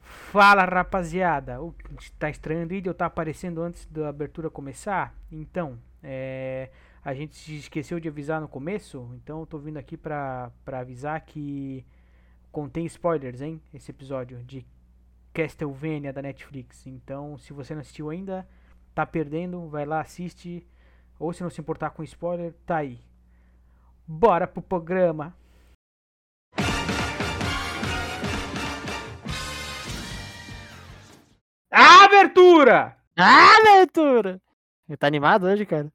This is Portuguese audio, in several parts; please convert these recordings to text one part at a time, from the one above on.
Fala rapaziada, o tá estranhando o vídeo, tá aparecendo antes da abertura começar? Então, é, a gente se esqueceu de avisar no começo, então eu tô vindo aqui pra, pra avisar que contém spoilers, hein? Esse episódio de Castlevania da Netflix. Então, se você não assistiu ainda, tá perdendo, vai lá, assiste. Ou se não se importar com spoiler, tá aí. Bora pro programa! Abertura! Ah, leitura! Tá animado hoje, cara?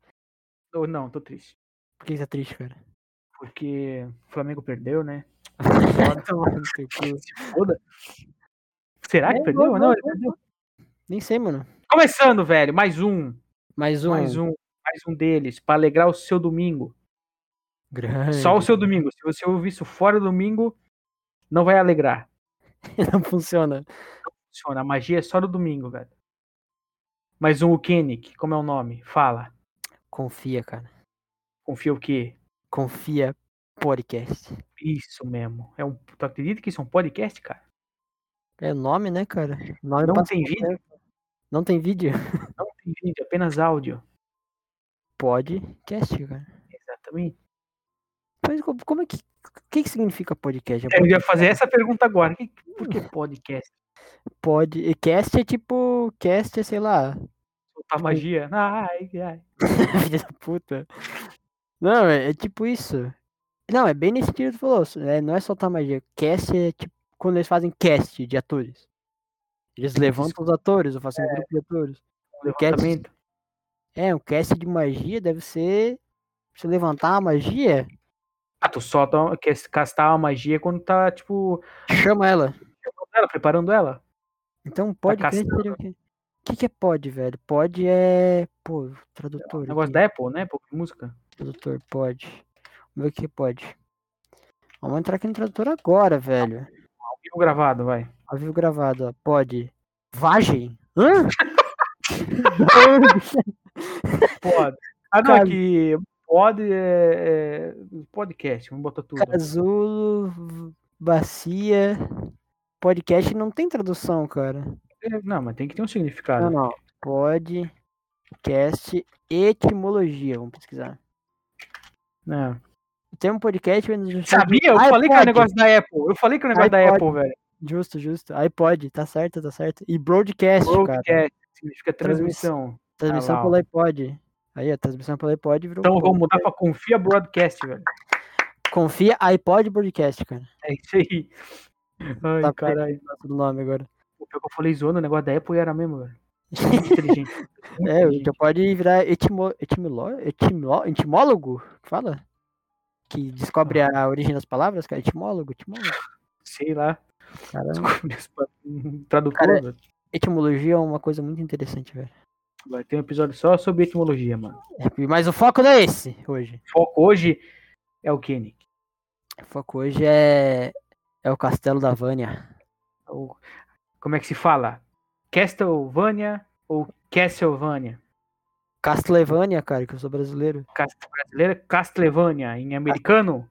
Ou não, tô triste. Por que você tá triste, cara? Porque o Flamengo perdeu, né? Tomar no teu cu. Será que É, perdeu ou não, não? não, Ele perdeu. Nem sei, mano. Começando, velho, mais um, Mais um. mais um, mais um deles, pra alegrar o seu domingo. Grande. Só o seu domingo. Se você ouvir isso fora do domingo, não vai alegrar. Não funciona. Funciona, a magia é só no domingo, velho. Mais um, o Kennick, como é o nome? Fala. Confia, cara. Confia o quê? Confia podcast. Isso mesmo. É um... Tu acredita que isso é um podcast, cara? É nome, né, cara? Nome Não passa tem por vídeo? perto. Não tem vídeo? Não tem vídeo, é apenas áudio. Podcast, cara. Exatamente. Mas co- como é que. O que, que significa podcast? É Eu ia fazer essa pergunta agora. Que- Por que podcast? Pod... e Cast é tipo. Cast é, sei lá. Soltar magia? Ai, ai. Filha da puta. Não, é, é tipo isso. Não, é bem nesse estilo que tu falou. s- É, não é soltar magia. Cast é tipo quando eles fazem cast de atores. Eles levantam os atores ou fazem um É. grupo de atores. Um Podcast. levantamento. É, um cast de magia deve ser. Se levantar a magia, Ah, tu solta, uma- quer castar a magia quando tá, tipo, chama ela. ela, preparando ela. Então podcast Tá caçando. seria o quê? O que, que é pod, velho? Pod é. Pô, tradutor. Negócio Aqui. da Apple, né? Pô, música. Tradutor, pod. Vamos ver o que pode. Vamos entrar aqui no tradutor agora, velho. Ao vivo gravado, vai. Ao vivo gravado, ó. Pode. Vagem? Hã? Pode. Ah, não, Cara. aqui. Pode é, é, podcast, vamos botar tudo. Casulo, v- bacia. Podcast não tem tradução, cara. É, Não, mas tem que ter um Não, significado. não. Podcast, etimologia. Vamos pesquisar. Não. Tem um podcast. mas Justo, Sabia? Eu Ah, falei que era um iPod. negócio da Apple. Eu falei que era um negócio da iPod. Apple, velho. justo, justo. iPod, tá certo, tá certo. E broadcast, cara. Broadcast significa Transmissão. transmissão. Transmissão Ah, lá, pelo ó. iPod. Aí, a transmissão pelo iPod virou. Então vamos podcast. mudar pra confia broadcast, velho. Confia iPod Broadcast, cara. É isso aí. Ai, Tá caralho. Nosso nome agora. O pior que eu falei zoando, o negócio da Apple era mesmo, velho. Muito inteligente. Muito É, inteligente. então pode virar etimo, etimilo, etimilo, etimólogo? que Fala? Que descobre a origem das palavras, cara. Etimólogo, etimólogo. Sei lá. Caramba. Um Tradutor. Cara, velho. Etimologia é uma coisa muito interessante, velho. Vai ter um episódio só sobre etimologia, mano. É, Mas o foco não é esse hoje. O foco hoje é o Kenny. O foco hoje é. É o castelo da Vânia. O- Como é que se fala? Castlevania ou Castlevania? Castlevania, cara, que eu sou brasileiro. Cast... Brasileira, Castlevania. Em americano,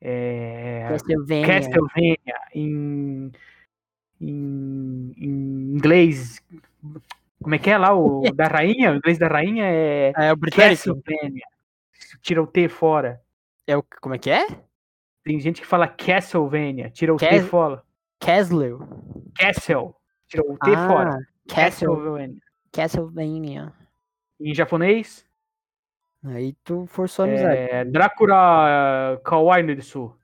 é... Castlevania. Castlevania em, em, em inglês. Como é que é lá? O da rainha? O inglês da rainha é Ah, É o britânico. Castlevania. Tira o T fora. É o. Como é que é? Tem gente que fala Castlevania. Tira o T Cas- fora. Castle. Castle. Tira o T fora. Ah, Castle. Castlevania. Castlevania. Em japonês, Aí tu forçou a amizade. é Drácula Kawaii do Sul.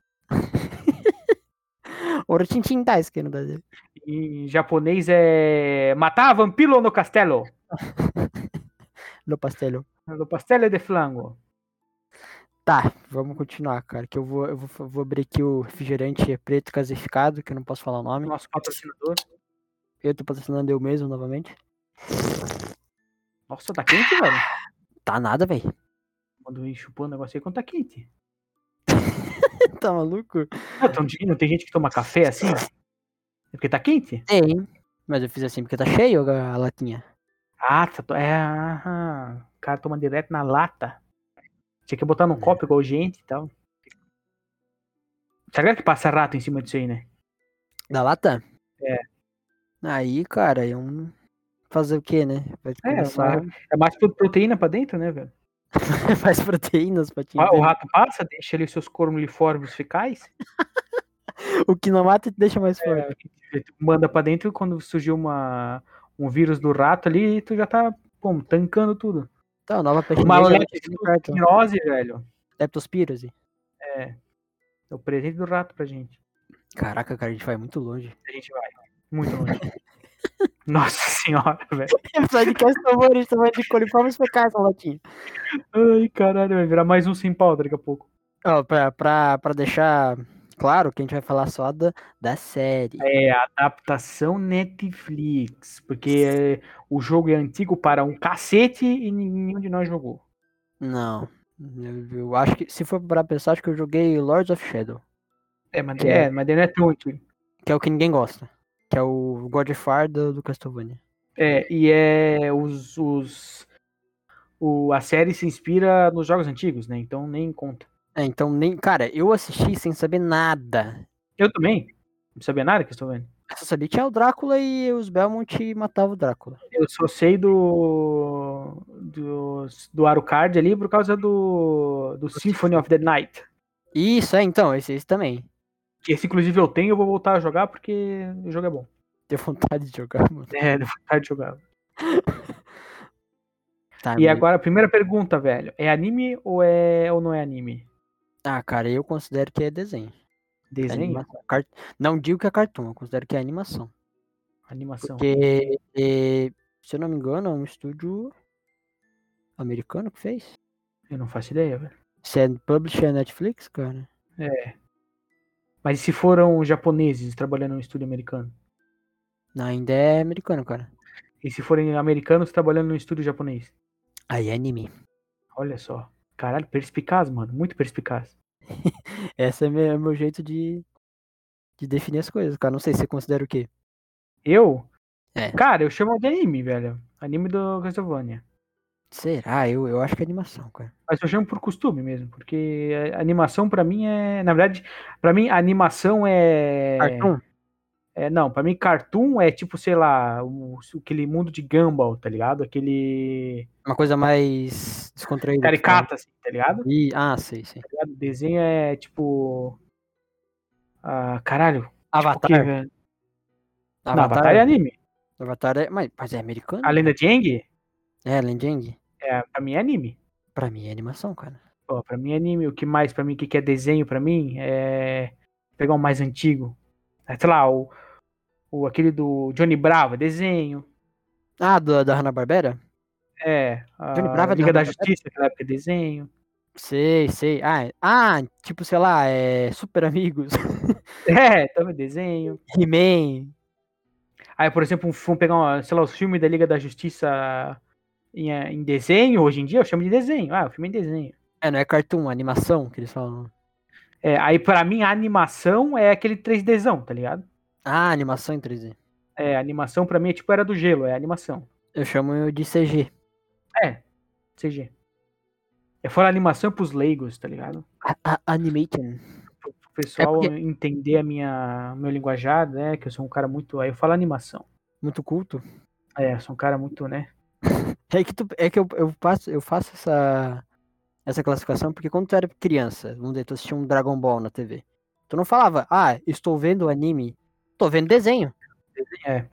Ouro Tintin Daisuke no Brasil. Em japonês é Matar Vampiro no Castelo. No Pastelo. No Castello de Flango. Tá, vamos continuar, cara. Que eu vou, eu vou, fa- vou abrir aqui o refrigerante preto gasificado, que eu não posso falar o nome. Nosso patrocinador. Eu tô patrocinando eu mesmo novamente. Nossa, tá quente, velho. Tá nada, velho. Quando vem chupando o negócio aí, quando tá quente. tá maluco? Não, tão de- não tem gente que toma café assim, ó. É porque tá quente? Tem. Mas eu fiz assim porque tá cheio a a latinha. Ah, tá. to- É, aham. O cara toma direto na lata. Tinha que botar num copo igual gente e tal. Será que passa rato em cima disso aí, né? Da lata? É. Aí, cara, é um. Fazer o quê, né? Vai É, começar- É mais pro- proteína pra dentro, né, velho? Ah, faz proteínas né? pra te O entender. rato passa, deixa ali os seus cormoliformes fecais. O que não mata te deixa mais forte. Tu manda pra dentro e quando surgiu uma, um vírus do rato ali, tu já tá pum, tancando tudo. Então, nova peste Uma negra, Tá. leptospirose, velho. Leptospirose. É o presente do rato pra gente. Caraca, cara, a gente vai muito longe. A gente vai. Muito longe. Nossa senhora, velho. É, Podcast humorista vai de coliformes fecais, Latim. Ai, caralho, vai virar mais um sem pau daqui a pouco. Ó, pra, pra, pra deixar claro que a gente vai falar só da, da série. É, adaptação Netflix. Porque é, o jogo é antigo para um cacete e nenhum de nós jogou. Não. Eu, eu acho que, se for pra pensar, acho que eu joguei Lords of Shadow, É, mas, É. é, mas daí não é tão antigo. que é o que ninguém gosta. Que é o Godfather do, do Castlevania. É, e é os. os o, a série se inspira nos jogos antigos, né? Então nem conta. É, então nem. Cara, eu assisti sem saber nada. Eu também. Não sabia nada que eu estou vendo. Eu só sabia que tinha o Drácula e os Belmont matavam o Drácula. Eu só sei do. do, do Alucard ali por causa do. do Symphony of the Night. Isso, é, então, esse, esse também. Que esse, inclusive, eu tenho, eu vou voltar a jogar porque o jogo é bom. Deu vontade de jogar, mano. É, deu vontade de jogar. Tá, E mas- agora, a primeira pergunta, velho. É anime ou, é, ou não é anime? Ah, cara, eu considero que é desenho. É Desenho? animação. Car- Não digo que é cartoon, eu considero que é animação. Animação. Porque, eh, se eu não me engano, é um estúdio americano que fez. Eu não faço ideia, velho. Se é publisher é Netflix, cara. Mas e se foram japoneses trabalhando no estúdio americano? Não, ainda é americano, cara. E se forem americanos trabalhando no estúdio japonês? Aí é anime. Olha só. Caralho, perspicaz, mano. Muito perspicaz. Esse é meu, meu jeito de, de definir as coisas, cara. Não sei se você considera o quê. Eu? É. Cara, eu chamo de anime, velho. Anime do Castlevania. Será? Eu, eu acho que é animação, cara. Mas eu chamo por costume mesmo, porque é, animação pra mim é, na verdade, pra mim animação é, Cartoon? é- não, pra mim cartoon é tipo, sei lá, o, aquele mundo de Gumball, tá ligado? Aquele Uma coisa mais descontraída. que fala. caricata assim, tá ligado? E, ah, sei, sei. ligado? Desenho é tipo. Ah, caralho. Avatar. Que, velho? Não, Avatar. é anime. Avatar é. Mas, mas é americano? A Lenda de Aang, É, Lenjang? é, pra mim é anime. Pra mim é animação, cara. Pô, pra mim é anime. O que mais pra mim, o que, que é desenho pra mim é. Pegar um mais antigo. É, Sei lá, o, o aquele do Johnny Bravo, é desenho. Ah, do, da Hanna-Barbera? É. A Johnny Bravo é do Liga da Hanna-Barbera? Justiça, naquela época é desenho. Sei, sei. Ah, é- ah, tipo, sei lá, é Super Amigos, É, também é desenho. He-Man. Aí, por exemplo, um- vamos pegar, uma, sei lá, os filmes da Liga da Justiça em, é, em desenho, hoje em dia eu chamo de desenho. Ah, o filme em desenho. É, não é cartoon, é animação que eles falam. É, aí pra mim a animação é aquele 3Dzão, tá ligado? Ah, animação em 3D. É, a animação pra mim é tipo Era do Gelo, é animação. Eu chamo de CG. CG. É fora animação pros leigos, tá ligado? A- a- Animation. Pro pro pessoal porque- entender a minha, meu linguajar, né? Que eu sou um cara muito. Aí eu falo animação. Muito culto. É, eu sou um cara muito, né? É que, tu, é que eu, eu, passo, eu faço essa, essa classificação porque quando tu era criança, vamos dizer, tu assistia um Dragon Ball na TV. Tu não falava, ah, estou vendo anime. Tô vendo desenho. É.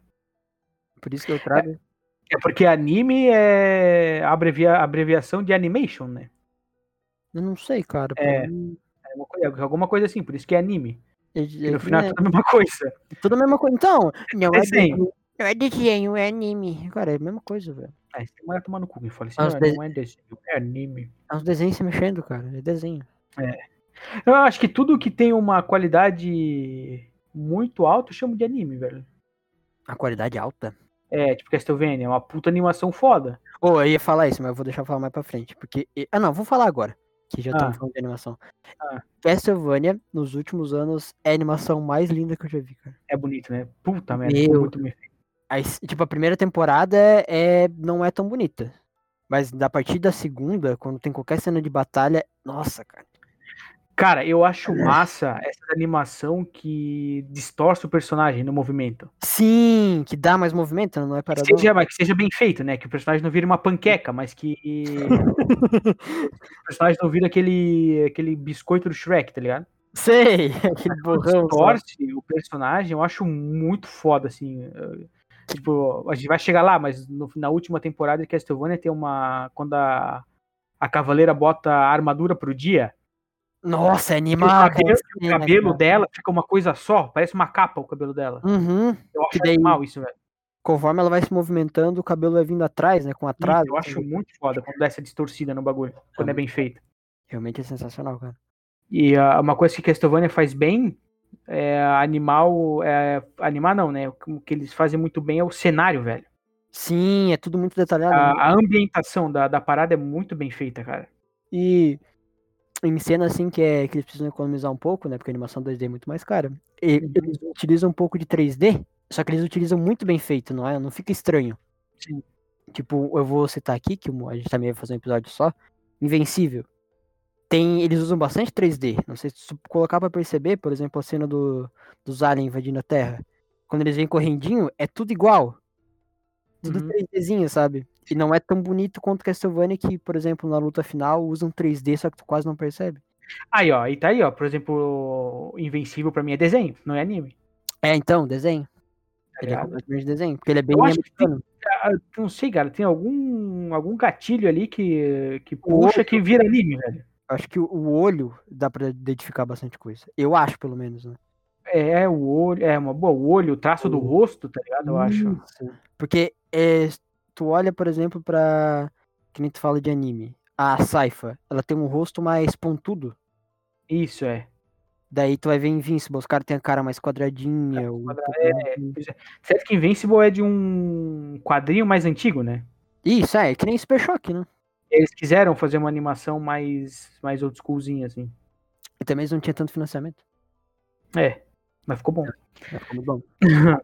Por isso que eu trago. É porque anime é a abrevia, abreviação de animation, né? Eu não sei, cara. pra É. mim, É uma coi- é alguma coisa assim, por isso que é anime. é- E é no que final não é é- tudo a mesma coisa. Tudo a mesma coisa. Então, não é Desenho. desenho. Não é desenho, é anime. Cara, é a mesma coisa, velho. É, você vai tomar no cu e fala assim, Mas "Ah, de- não é desenho, é anime. É uns desenhos se mexendo, cara. É desenho. Eu acho que tudo que tem uma qualidade muito alta eu chamo de anime, velho. A qualidade alta. É, tipo Castlevania, é uma puta animação foda. Ô, eu ia falar isso, mas eu vou deixar falar mais pra frente. Porque. e- Ah, não, vou falar agora. Que já estamos Ah. falando de animação. Ah. Castlevania, nos últimos anos, é a animação mais linda que eu já vi, cara. É bonito, né? Puta merda, Meu. ficou muito bem feito. A es- tipo, a primeira temporada é, é- não é tão bonita. Mas a partir da segunda, quando tem qualquer cena de batalha, nossa, cara. Cara, eu acho É. massa essa animação que distorce o personagem no movimento. Sim, que dá mais movimento, não é Que parado. seja, mas que seja bem feito, né? Que o personagem não vire uma panqueca, mas que. o personagem não vire aquele, aquele biscoito do Shrek, tá ligado? Tipo, Sei, aquele borrão. sabe? Distorce o personagem, eu acho muito foda, assim. eh, Tipo, a gente vai chegar lá, mas no- na última temporada de Castlevania tem uma. Quando a, a cavaleira bota a armadura pro dia, Nossa, é que o animal. cabelo, aquela o cena, cabelo né, cara. dela fica uma coisa só, parece uma capa o cabelo dela. Uhum. Eu acho Que daí- animal isso, velho. Conforme ela vai se movimentando, o cabelo vai vindo atrás, né? Com atraso. Eu acho muito foda quando dá essa distorcida no bagulho, quando é bem feito. Realmente é sensacional, cara. E ah, uma coisa que Castlevania faz bem é animal. É, animar não, né? O que eles fazem muito bem é o cenário, velho. Sim, é tudo muito detalhado. né? A, a ambientação da, da parada é muito bem feita, cara. E em cena assim que, é, que eles precisam economizar um pouco, né? Porque a animação 2D é muito mais cara. E eles utilizam um pouco de 3D, só que eles utilizam muito bem feito, não é? Não fica estranho. Sim. Tipo, eu vou citar aqui, que uma- a gente também vai fazer um episódio só. Invencível. Tem, eles usam bastante 3D. Não sei se tu colocar pra perceber, por exemplo, a cena do, dos aliens invadindo a Terra. Quando eles vêm correndinho, é tudo igual. Tudo Uhum. 3Dzinho, sabe? E não é tão bonito quanto Castlevania, que, por exemplo, na luta final usa um 3D, só que tu quase não percebe. Aí, ó, e tá aí, ó. Por exemplo, Invencível pra mim é desenho, não é anime. É, então, desenho. tá Ele é ligado? completamente desenho, porque ele é bem acho que tem- americano. Ah, Não sei, cara, tem algum, algum gatilho ali que, que O puxa que vira anime, velho. Eu Acho que o- o olho dá pra identificar bastante coisa. Eu acho, pelo menos, né? É, o olho, é uma boa, o olho, o traço do O- rosto, tá ligado? Eu acho. Isso. Porque é, tu olha, por exemplo, pra. Que nem tu fala de anime. A Saifa, ela tem um rosto mais pontudo. Isso, é. Daí tu vai ver Invincible, os caras têm a cara mais quadradinha. o- É, Hum. Certo que Invincible é de um quadrinho mais antigo, né? Isso, é, é que nem Super Choque, né? Eles quiseram fazer uma animação mais, mais old schoolzinha, assim. E também eles não tinham tanto financiamento. É, mas ficou bom. Tá ficando bom.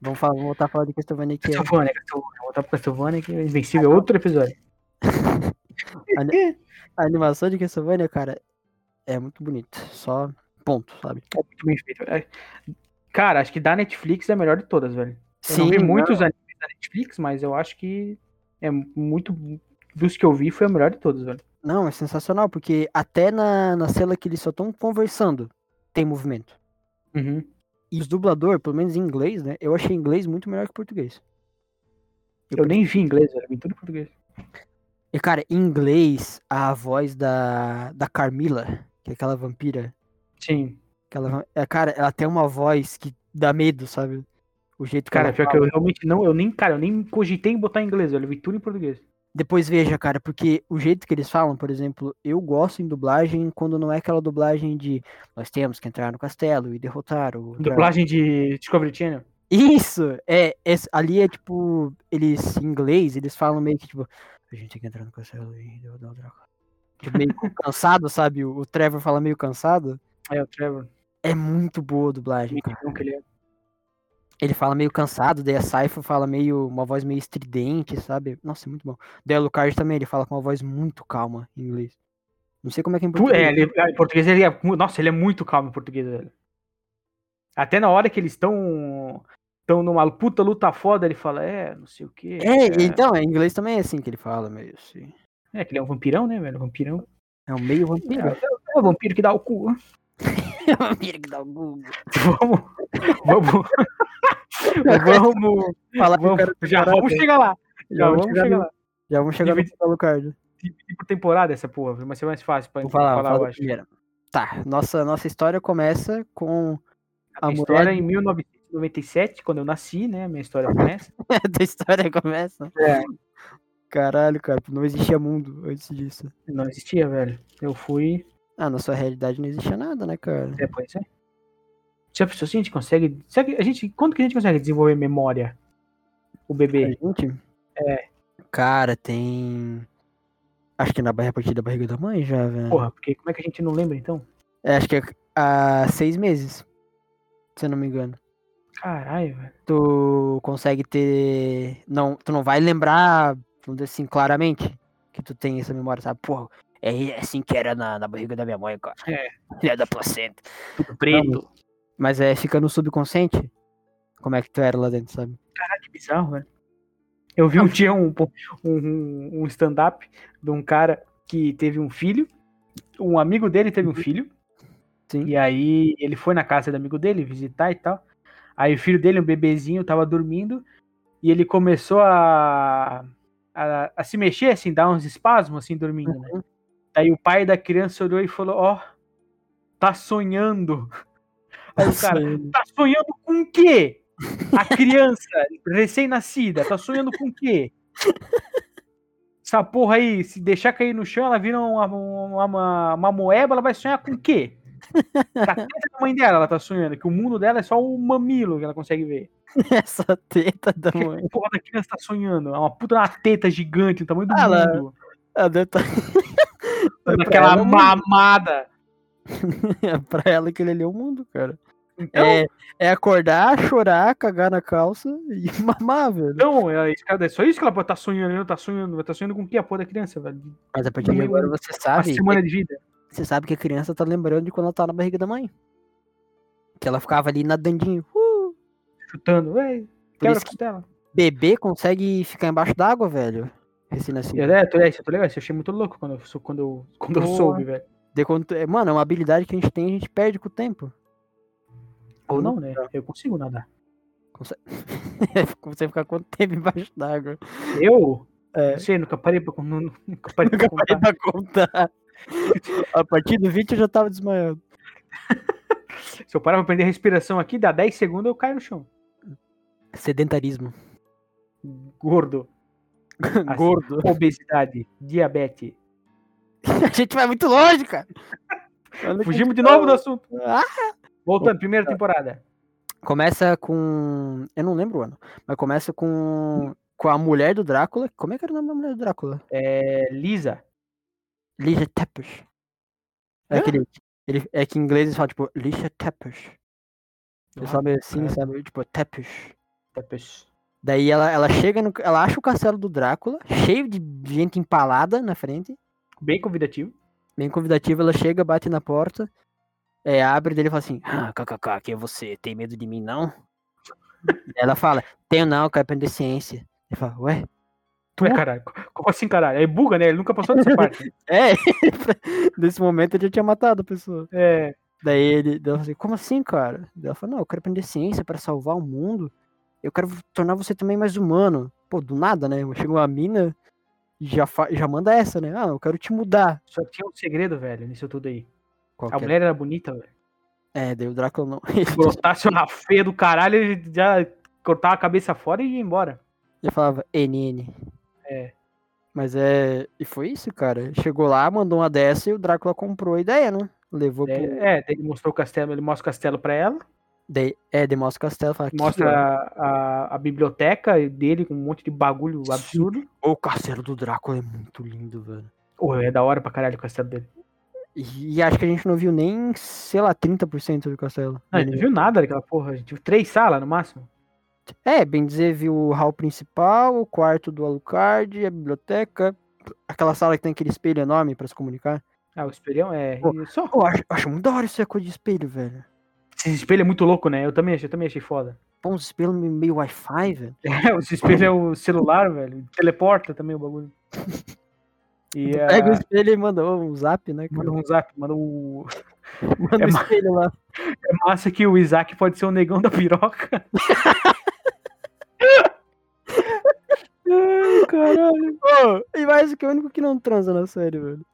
vamos, falar, vamos voltar a falar de Castlevania que é Castlevania, Castlevania. Voltar pro Castlevania, que é Invencível é outro episódio. é a animação de Castlevania, cara, é muito bonito. Só ponto, sabe? É muito bem feito. É. Cara, acho que da Netflix é a melhor de todas, velho. Eu não vi muitos animes da Netflix, mas eu acho que é muito. Dos que eu vi, foi a melhor de todos, velho. Não, é sensacional, porque até na, na cela que eles só estão conversando, tem movimento. Uhum. E os dublador, pelo menos em inglês, né? Eu achei inglês muito melhor que português. Eu nem vi em inglês, velho. Vi tudo em português. E, cara, em inglês, a voz da, da Carmila, que é aquela vampira, Sim. que Hum. ela, é, cara, ela tem uma voz que dá medo, sabe? O jeito que Cara, ela pior que eu realmente não. Eu nem, cara, eu nem cogitei em botar em inglês, velho. Eu vi tudo em português. Depois veja, cara, porque o jeito que eles falam, por exemplo, eu gosto em dublagem quando não é aquela dublagem de nós temos que entrar no castelo e derrotar o. dragão." Dublagem de Discovery Channel. Isso! É, es- ali é tipo, eles, em inglês, eles falam meio que tipo, a gente tem que entrar no castelo e derrotar o dragão. Tipo, meio cansado, sabe? O, o Trevor fala meio cansado. É, o Trevor. É muito boa a dublagem, cara. Então, que ele é. Ele fala meio cansado, daí a Sypha fala meio, uma voz meio estridente, sabe? Nossa, é muito bom. Daí o Lucard também, ele fala com uma voz muito calma em inglês. Não sei como é que é em Tu- português. É, ele- é, em português ele é. mu- Nossa, ele é muito calmo em português, velho. Até na hora que eles estão. Estão numa puta luta foda, ele fala, é, não sei o quê. É, então, em inglês também é assim que ele fala, meio assim. É, que ele é um vampirão, né, velho? Vampirão. É um meio vampiro. É o vampiro que dá o cu. É um vampiro que dá o Google. Vamos. Vamos. vamos. Fala que o vamos- cara tem já coragem. vamos chegar lá. Já, vamos chegar, no- lá. Já vamos chegar Divide- no Lucard. E por temporada essa porra, viu? mas é mais fácil pra Vou gente falar, falar, vou falar eu da acho. primeira. Tá, nossa, nossa história começa com A a minha mulher história é em 1997, quando eu nasci, né? Minha história começa. da história começa. É. Caralho, cara, não existia mundo antes disso. Não existia, velho. Eu fui. Ah, na sua realidade não existia nada, né, cara? É, pois é. Já pensou se a gente consegue. Será que a gente. Quando que a gente consegue desenvolver memória? O A bebê. gente? É. Cara, tem. Acho que na barriga a partir da barriga da mãe já, velho. Porra, porque como é que a gente não lembra então? É, acho que é há seis meses. Se eu não me engano. Caralho, velho. Tu consegue ter. Não, tu não vai lembrar, vamos dizer assim, claramente que tu tem essa memória, sabe? Porra, É assim que era na, na barriga da minha mãe, cara. É. Filha da placenta. Tudo preto. Mas é, fica no subconsciente. Como é que tu era lá dentro, sabe? Que bizarro, velho. Eu vi um dia um, um, um stand-up de um cara que teve um filho. Um amigo dele teve um filho. Sim. E aí ele foi na casa do amigo dele visitar e tal. Aí o filho dele, um bebezinho, tava dormindo. E ele começou a, a, a se mexer, assim, dar uns espasmos, assim, dormindo. né? Aí o pai da criança olhou e falou: Ó, tá sonhando. Aí o cara, Assim, tá sonhando com o quê? A criança recém-nascida tá sonhando com o quê? Essa porra aí, se deixar cair no chão, ela vira uma, uma, uma, uma moeba, ela vai sonhar com o quê? A teta da mãe dela, ela tá sonhando, que o mundo dela é só o mamilo que ela consegue ver. Essa teta da Que mãe. a porra da criança tá sonhando? É uma puta de uma teta gigante, do tamanho do Ah, ela- mundo. Ela deve tá... Foi pra Daquela ela, mamada. pra ela que ele ali é o mundo, cara. Então, É, é acordar, chorar, cagar na calça e mamar, velho. então é, isso, cara, é só isso que ela tá sonhando, ela tá sonhando, ela tá sonhando com o que a porra da criança, velho? Mas a partir de E agora você Uma sabe. semana de vida. Você sabe que a criança tá lembrando de quando ela tá na barriga da mãe. Que ela ficava ali nadandinho. Uh! chutando. Ei, Por quebra a isso que costela. bebê consegue ficar embaixo d'água, velho. Recém-nascido. É, tô, é, isso eu tô legal. Isso eu achei muito louco quando eu, sou- quando eu, quando eu Boa. soube, velho. De quando tu- é, Mano, é uma habilidade que a gente tem, a gente perde com o tempo. Ou não, né? tá. Eu consigo nadar. É, Você ficar quanto tempo embaixo d'água. Eu? É. Não sei, nunca parei pra, con- nu- nunca parei pra Nunca parei contar. pra contar. A partir do 20 eu já tava desmaiando. Se eu parar pra prender a respiração aqui, dá 10 segundos eu caio no chão. Sedentarismo. Gordo, Gordo. obesidade, diabetes. A gente vai muito longe, cara. Fugimos de novo do assunto. Ah! Voltando, primeira temporada. Começa com. Eu não lembro o ano. Mas começa com. Com a mulher do Drácula. Como é que era o nome da mulher do Drácula? É, Lisa. Lisha Teppich. É, Hã? aquele, ele, é que em inglês eles falam tipo Lisha Teppich. Eles falam meio assim, é. sabe? Tipo Teppich. Tepes. Daí ela, ela chega no. Ela acha o castelo do Drácula, cheio de gente empalada na frente. Bem convidativo. Bem convidativa, ela chega, bate na porta, é, abre dele e fala assim: ah, kkk, quem é você? Tem medo de mim, não? Daí ela fala: Tenho não, eu quero aprender ciência. Ele fala: Ué? Tu? Ué, é caralho. Como assim, caralho? Aí buga, né? Ele nunca passou dessa parte. É, nesse momento ele já tinha matado a pessoa. É. Daí ele daí ela fala assim: Como assim, cara? Daí ela fala: Não, eu quero aprender ciência pra salvar o mundo. Eu quero tornar você também mais humano. Pô, do nada, né? Chega uma mina e já, fa- já manda essa, né? Ah, eu quero te mudar. Só tinha um segredo, velho, nisso tudo aí. Qual A que é? mulher era bonita, velho. É, daí o Drácula não. Ele brotasse uma feia do caralho, ele já cortava a cabeça fora e ia embora. Ele falava NN. É. Mas é. E foi isso, cara. Chegou lá, mandou uma dessa e o Drácula comprou a ideia, né? Levou Daí- pro. É, daí ele mostrou o castelo, ele mostra o castelo pra ela, Daí, é, demonstra o castelo fala, "Aqui, mostra a, a- a biblioteca dele com um monte de bagulho absurdo. ó, o castelo do Drácula é muito lindo, velho. Pô, é da hora pra caralho o castelo dele. E, e acho que a gente não viu nem, sei lá, 30% do castelo. Não, a gente não viu nada daquela porra, a gente viu três salas no máximo. É, bem dizer, viu o hall principal, o quarto do Alucard, a biblioteca, aquela sala que tem aquele espelho enorme pra se comunicar. Ah, o espelhão é. Pô. e só. Eu acho, acho muito da hora isso é coisa de espelho, velho. Esse espelho é muito louco, né? Eu também achei, eu também achei foda. Pô, uns espelhos meio Wi-Fi, velho. É, esse espelho é o celular, velho. Teleporta também o bagulho. E Tu Pega o ah, espelho e manda um zap, né? cara? manda um zap, manda o. Manda É o ma- espelho lá. É massa que o Isaac pode ser o negão da piroca. Ai, caralho. Ô, e mais do que o único que não transa na série, velho.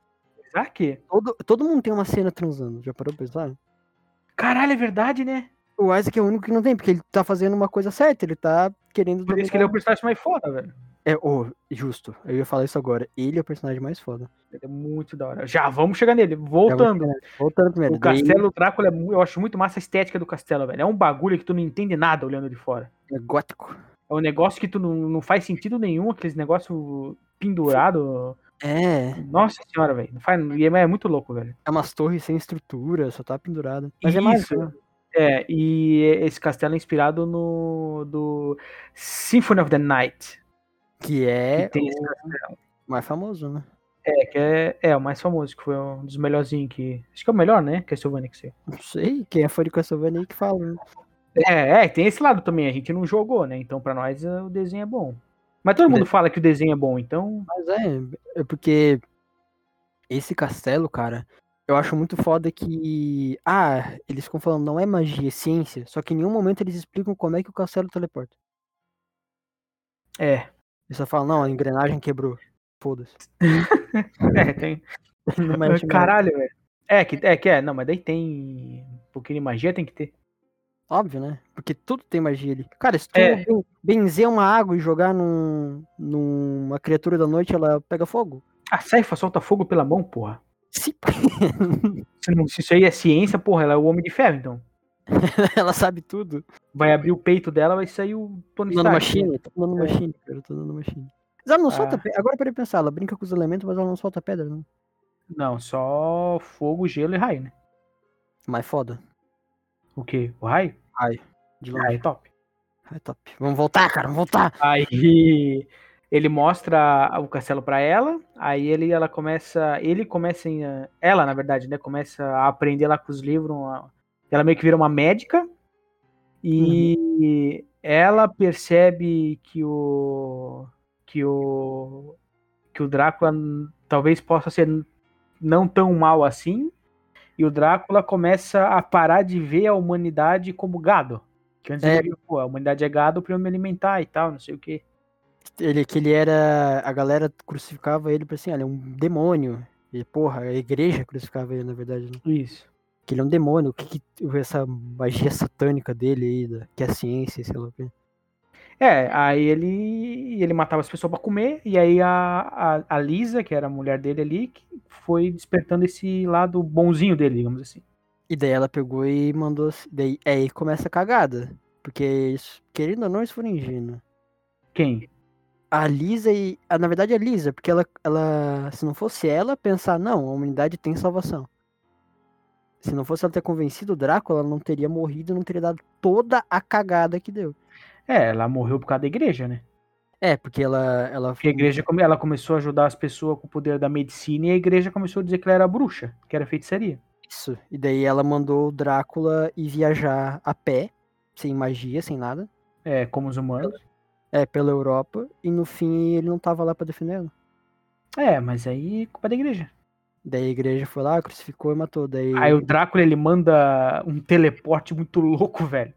Isaac? Todo, todo mundo tem uma cena transando, já parou pra pensar? Caralho, é verdade, né? O Isaac é o único que não tem, porque ele tá fazendo uma coisa certa, ele tá querendo Por isso que ele é dominar- o personagem mais foda, velho. é ô, justo, eu ia falar isso agora. Ele é o personagem mais foda. Ele é muito da hora. Já vamos chegar nele. Já vou Voltando. chegar- Voltando primeiro. O daí ele Castelo Drácula, é mu- eu acho muito massa a estética do castelo, velho. É um bagulho que tu não entende nada olhando de fora. É gótico. É um negócio que tu não, não faz sentido nenhum, aqueles negócios pendurado. É, Nossa senhora, velho. Não faz- e É muito louco, velho. é umas torres sem estrutura, só tá pendurada. Mas é Isso. mais. né? É, e esse castelo é inspirado no do Symphony of the Night. Que Que é tem esse o castelo. mais famoso, né? É, que é, é o mais famoso, que foi um dos melhorzinhos que. Acho que é o melhor, né? Castlevania que você. Não sei, quem é fã de Castlevania aí que fala. né? É, é, tem esse lado também, a gente não jogou, né? Então pra nós eh, o desenho é bom. Mas todo mundo fala que o desenho é bom, então. Mas é, é porque esse castelo, cara, eu acho muito foda que. Ah, eles ficam falando, não é magia, é ciência. Só que em nenhum momento eles explicam como é que o castelo teleporta. É. Eles só falam, não, a engrenagem quebrou. Foda-se. É, tem. Não mete merda. Caralho, velho. É que, é que é, não, mas daí tem. Um pouquinho de magia tem que ter. Óbvio, né? Porque tudo tem magia ali. Cara, se tu É. ben- benzer uma água e jogar num, numa criatura da noite, ela pega fogo? A Ah, Saifa solta fogo pela mão, porra. Sim. Se, não- se isso aí é ciência, porra, ela é o homem de ferro, então. ela sabe tudo. Vai abrir o peito dela, vai sair o Tony Tô dando Stark. machine, tô dando É. machine, cara, tô dando machine. Mas ela não solta Ah. pedra. Agora para pensar, ela brinca com os elementos, mas ela não solta pedra, né? Não, só fogo, gelo e raio, né? Mas é foda. O quê? O raio? De longe. Raio é top. Ai, top. Vamos voltar, cara, vamos voltar. Aí ele mostra o castelo pra ela, aí ele ela começa, ele começa em, ah, ela na verdade, né, começa a aprender lá com os livros, uma- ela meio que vira uma médica e ela percebe que o que o que o Drácula n- talvez possa ser n- não tão mal assim, e o Drácula começa a parar de ver a humanidade como gado. Que antes É. ele, pô, a humanidade é gado pra eu me alimentar e tal, não sei o quê. Ele, que ele era. A galera crucificava ele pra assim, olha, é um demônio. E, porra, a igreja crucificava ele, na verdade, né? Isso. Que ele é um demônio. O que, que essa magia satânica dele aí, da- que é a ciência, sei lá o quê. É, aí ele ele matava as pessoas pra comer, e aí a, a, a Lisa, que era a mulher dele ali, que foi despertando esse lado bonzinho dele, digamos assim. E daí ela pegou e mandou. assim- Daí é, aí começa a cagada. Porque, isso, querendo ou não, isso foi ingênuo. Quem? A Lisa e. ah, na verdade, a Lisa, porque ela, ela. Se não fosse ela, pensar, não, a humanidade tem salvação. Se não fosse ela ter convencido o Drácula, ela não teria morrido, não teria dado toda a cagada que deu. É, ela morreu por causa da igreja, né? É, porque ela. ela Porque a igreja come- ela começou a ajudar as pessoas com o poder da medicina e a igreja começou a dizer que ela era bruxa, que era feitiçaria. Isso. E daí ela mandou o Drácula ir viajar a pé, sem magia, sem nada. É, como os humanos. É, pela Europa. E no fim ele não tava lá pra defender ela. É, mas aí é culpa da igreja. Daí a igreja foi lá, crucificou e matou. Daí. Aí o Drácula ele manda um teleporte muito louco, velho.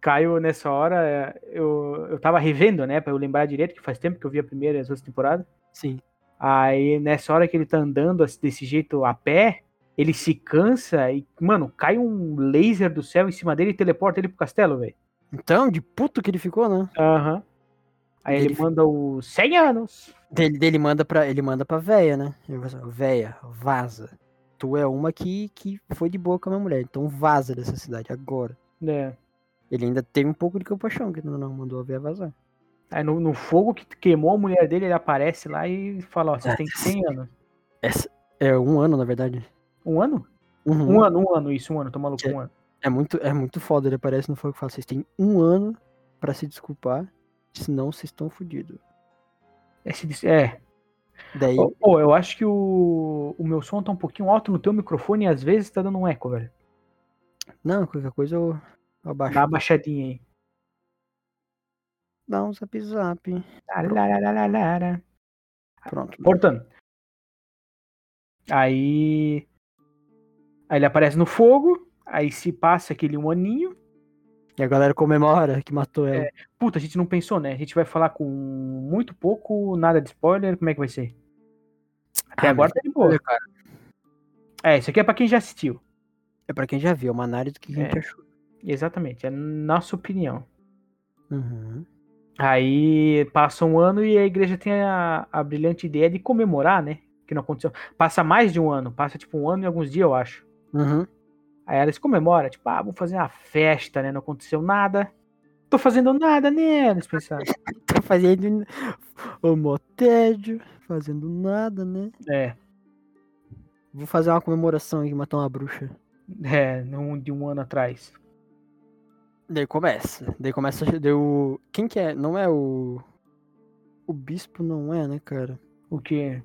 Caio, nessa hora, é, eu, eu tava revendo, né? Pra eu lembrar direito, que faz tempo que eu vi a primeira e as outras temporadas. Sim. Aí, nessa hora que ele tá andando assim, desse jeito a pé, ele se cansa e, mano, cai um laser do céu em cima dele e teleporta ele pro castelo, velho. Então, de puto que ele ficou, né? Aham. Aí ele, Ele- manda o 100 anos. Ele, ele manda pra ele manda pra véia, né? Ele fala assim, véia, vaza. Tu é uma que, que foi de boa com a minha mulher, então vaza dessa cidade agora. né? Ele ainda teve um pouco de compaixão, que não, não mandou a véia vazar. Aí no, no fogo que queimou a mulher dele, ele aparece lá e fala, ó, você tem 100 anos. Essa é um ano, na verdade. Um ano? Uhum. Um ano, um ano, isso, um ano, tô maluco, um ano. É muito, é muito foda, ele aparece no fogo e fala, vocês têm um ano pra se desculpar, senão vocês estão fodidos. Esse dis- é. Daí, Ô, ô, eu acho que o, o meu som tá um pouquinho alto no teu microfone e às vezes tá dando um eco, velho. não, qualquer coisa eu eu abaixo. Dá um uma baixadinha aí. Dá um zap zap. Tararararara. Pronto. Voltando. Aí. Aí ele aparece no fogo. Aí se passa aquele um aninho. E a galera comemora que matou ela. Puta, a gente não pensou, né? A gente vai falar com muito pouco, nada de spoiler. Como é que vai ser? Até Ah, agora mas tá de boa. olha, cara, É, isso aqui é pra quem já assistiu. É pra quem já viu, é uma análise do que a gente É. achou. Exatamente, é nossa opinião. Uhum. Aí passa um ano e a igreja tem a, a brilhante ideia de comemorar, né? Que não aconteceu. Passa mais de um ano, passa tipo um ano e alguns dias, eu acho. Uhum. Aí elas comemoram, tipo, ah, vamos fazer uma festa, né? Não aconteceu nada. Tô fazendo nada, né? Eles pensaram. Tá fazendo homotédio, fazendo nada, né? É, Vou fazer uma comemoração aqui, matar uma bruxa. é num, de um ano atrás. Daí começa. Daí começa. Daí o. Quem que é? Não é o. O bispo não é, né, cara? O que?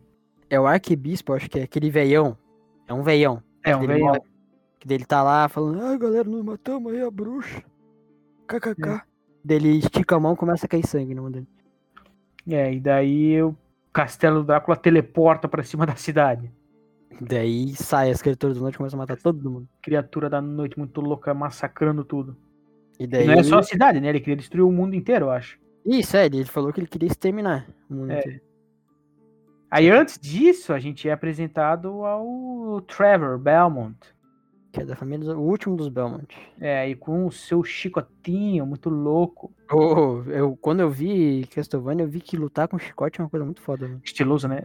É o arquebispo, acho que é aquele veião. É um veião. É um Ele velhão. morre. Que dele tá lá falando, ah, galera, nós matamos aí a bruxa. KKK. Dele estica a mão e começa a cair sangue na mão dele. É, e daí o castelo do Drácula teleporta pra cima da cidade. Daí sai as criaturas do norte e começam a matar todo mundo. Criatura da noite muito louca, massacrando tudo. E E daí. Não é só a cidade, né? Ele queria destruir o mundo inteiro, eu acho. Isso, é, ele falou que ele queria exterminar o mundo É. inteiro. Aí antes disso, a gente é apresentado ao Trevor Belmont. Que é da família dos- O último dos Belmont. É, e com o seu chicotinho muito louco. Oh, eu, quando eu vi Castlevania, eu vi que lutar com chicote é uma coisa muito foda, né? Estiloso, né?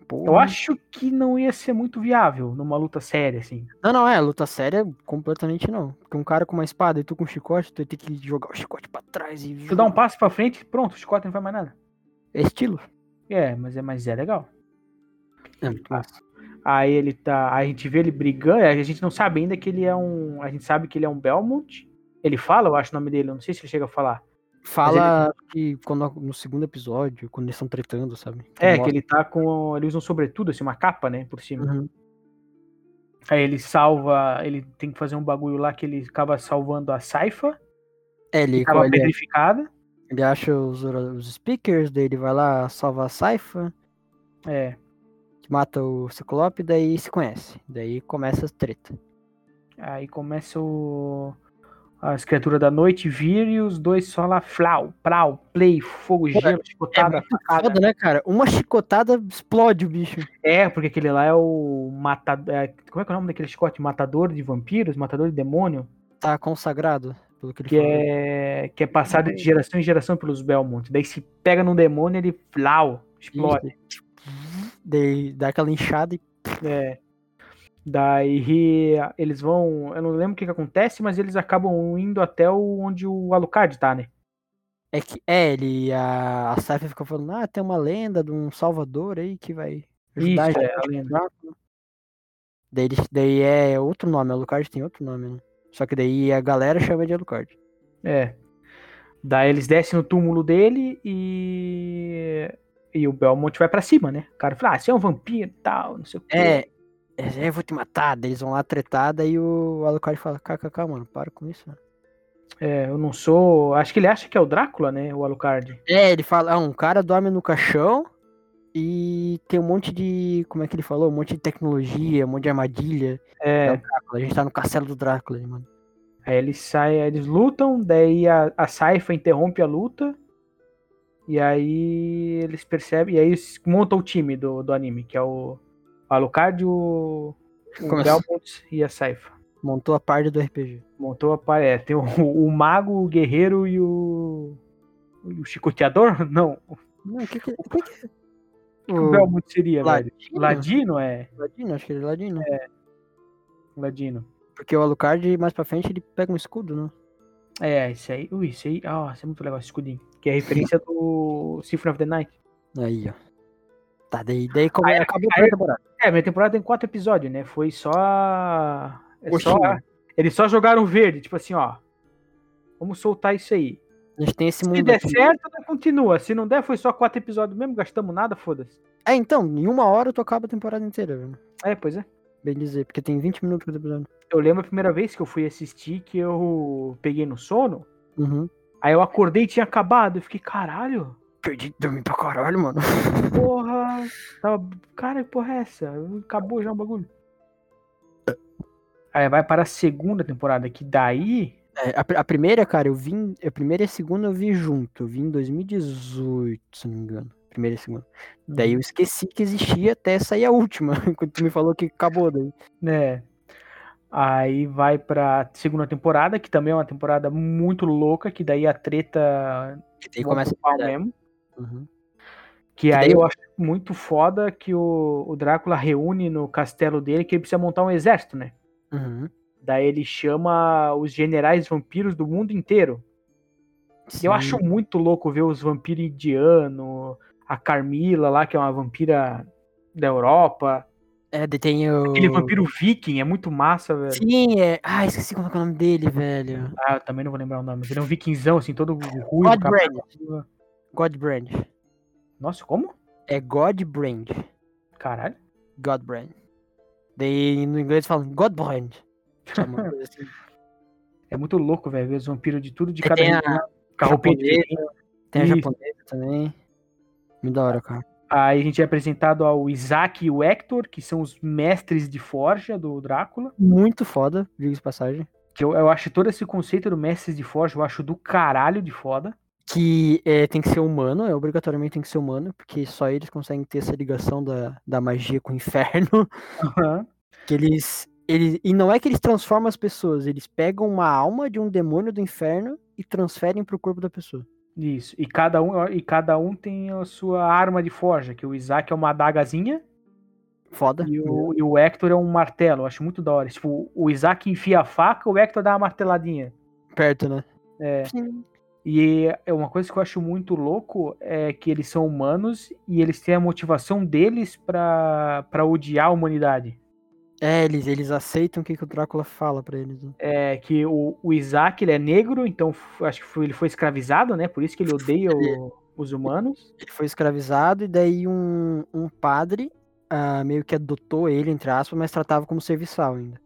Eu Porra. acho que não ia ser muito viável numa luta séria, assim. Não, não, é, luta séria completamente não. Porque um cara com uma espada e tu com chicote, tu vai ter que jogar o chicote pra trás e. Tu dá um passo pra frente, pronto, o chicote não faz mais nada. É estilo. É, mas é, mas é legal. É, muito massa. Aí ele tá. A gente vê ele brigando. A gente não sabe ainda que ele é um. A gente sabe que ele é um Belmont. Ele fala, eu acho o nome dele, eu não sei se ele chega a falar. Fala que quando, no segundo episódio, quando eles estão tretando, sabe? É, que ele tá com. Ele usa um sobretudo, assim, uma capa, né? Por cima. Uhum. Aí ele salva. Ele tem que fazer um bagulho lá que ele acaba salvando a Saifa, É, ele, que tava ele, petrificada. ele acha os, ora- os speakers, daí ele vai lá, salva a Saifa, É. que mata o Ciclope, daí se conhece. Daí começa as treta. Aí começa o. As criaturas da noite vir e os dois só lá, flau, plau, play, fogo, gelo, chicotada, facada. Foda, né, cara? Uma chicotada explode o bicho. É, porque aquele lá é o matador. como é que é o nome daquele chicote? Matador de vampiros, matador de demônio, Tá consagrado, pelo que ele que falou. é que é passado de geração em geração pelos Belmont. Daí se pega num demônio, ele flau, é explode. Daí dá aquela inchada e. É. Daí eles vão, eu não lembro o que, que acontece, mas eles acabam indo até o- onde o Alucard tá, né? É, que, é ele. A, a Saifa fica falando, ah, tem uma lenda de um salvador aí que vai Isso, ajudar a gente é, a lenda. Drácula. Daí, eles- daí é outro nome, Alucard tem outro nome, né? Só que daí a galera chama de Alucard. É. Daí eles descem no túmulo dele e e o Belmont vai pra cima, né? O cara fala: "Ah, você é um vampiro, e tal, não sei o quê". É, é, eu vou te matar, daí eles vão lá tretar, daí o Alucard fala, kkk, mano, para com isso. mano." É, eu não sou. Acho que ele acha que é o Drácula, né? O Alucard. É, ele fala, ah, um cara dorme no caixão e tem um monte de, como é que ele falou? Um monte de tecnologia, um monte de armadilha. É o É. Drácula, a gente tá no castelo do Drácula, hein, mano. Aí eles saem, aí eles lutam, daí a, a Saifa interrompe a luta. E aí eles percebem. E aí eles montam o time do, do anime, que é o Alucard, o, o Começou. Belmont e a Saifa. Montou a parte do RPG. Montou a par- é, Tem o, o mago, o guerreiro e o. E o chicoteador? Não. Não, o que que... O que que... é O que o Belmont seria, velho? Ladino? Ladino é. Ladino, acho que ele é Ladino. Ladino. Porque o Alucard, mais pra frente, ele pega um escudo, né? É, isso aí. Ui, isso aí. Ah, isso é muito legal, esse escudinho. Que é a referência do Symphony of the Night. Aí, ó. Tá, daí, daí como Aí- acabou aí- a primeira temporada. É, minha temporada tem quatro episódios, né? Foi só. É só... Coxinha. Eles só jogaram verde, tipo assim, ó. Vamos soltar isso aí. A gente tem esse Se mundo der aqui. certo, né, continua. Se não der, foi só quatro episódios mesmo, gastamos nada, foda-se. É, então, em uma hora tu acaba a temporada inteira, velho. É, pois é. Bem dizer, porque tem 20 minutos por episódio. Eu lembro a primeira vez que eu fui assistir que eu peguei no sono. Uhum. Aí eu acordei e tinha acabado. Eu fiquei, caralho, Perdi, dormi pra caralho, mano. porra. Tava... Cara, que porra é essa? Acabou já o bagulho. Aí vai para a segunda temporada, que daí É, a, pri- a primeira, cara, eu vim. A primeira e a segunda eu vi junto. Eu vi em 2018, se não me engano. Primeira e segunda. Daí eu esqueci que existia até sair a última. Quando tu me falou que acabou daí. né? Aí vai pra segunda temporada, que também é uma temporada muito louca, que daí a treta Que daí monta começa o pau a verdade. mesmo. Uhum. Que aí daí- eu acho muito foda que o, o Drácula reúne no castelo dele que ele precisa montar um exército, né? Uhum. Daí ele chama os generais vampiros do mundo inteiro. E Eu Sim. acho muito louco ver os vampiros indianos, a Carmila lá, que é uma vampira da Europa. É, daí tem o. Aquele vampiro viking é muito massa, velho. Sim, é. Ah, esqueci como é que é o nome dele, velho. Ah, eu também não vou lembrar o nome. Ele é um vikingzão, assim, todo É, ruim. Godbrand. Godbrand. Nossa, como? É Godbrand. Caralho. Godbrand. Daí no inglês falam Godbrand. Chama uma coisa assim. É muito louco, velho, ver os vampiros de tudo, de Aí cada tem a região. Carro-pipa. japonesa, Tem a Isso. japonesa também. Muito da hora, cara. Aí a gente é apresentado ao Isaac e o Hector, que são os mestres de forja do Drácula. Muito foda, diga de passagem. Que eu, eu acho todo esse conceito do mestres de forja, eu acho do caralho de foda. Que é, tem que ser humano, é obrigatoriamente tem que ser humano, porque só eles conseguem ter essa ligação da, da magia com o inferno. Que eles, eles. E não é que eles transformam as pessoas, eles pegam uma alma de um demônio do inferno e transferem pro corpo da pessoa. Isso. E cada, um, e cada um tem a sua arma de forja, que o Isaac é uma adagazinha Foda. e o, e o Hector é um martelo. Eu acho muito da hora. Tipo, o Isaac enfia a faca, o Hector dá uma marteladinha. Perto, né? É. Sim. E é uma coisa que eu acho muito louco é que eles são humanos e eles têm a motivação deles pra pra odiar a humanidade. É, eles, eles aceitam o que, que o Drácula fala pra eles. né? é que o, o Isaac ele é negro, então f- acho que foi- ele foi escravizado, né? Por isso que ele odeia o- os humanos. Ele foi escravizado e daí um, um padre ah, meio que adotou ele, entre aspas, mas tratava como serviçal ainda.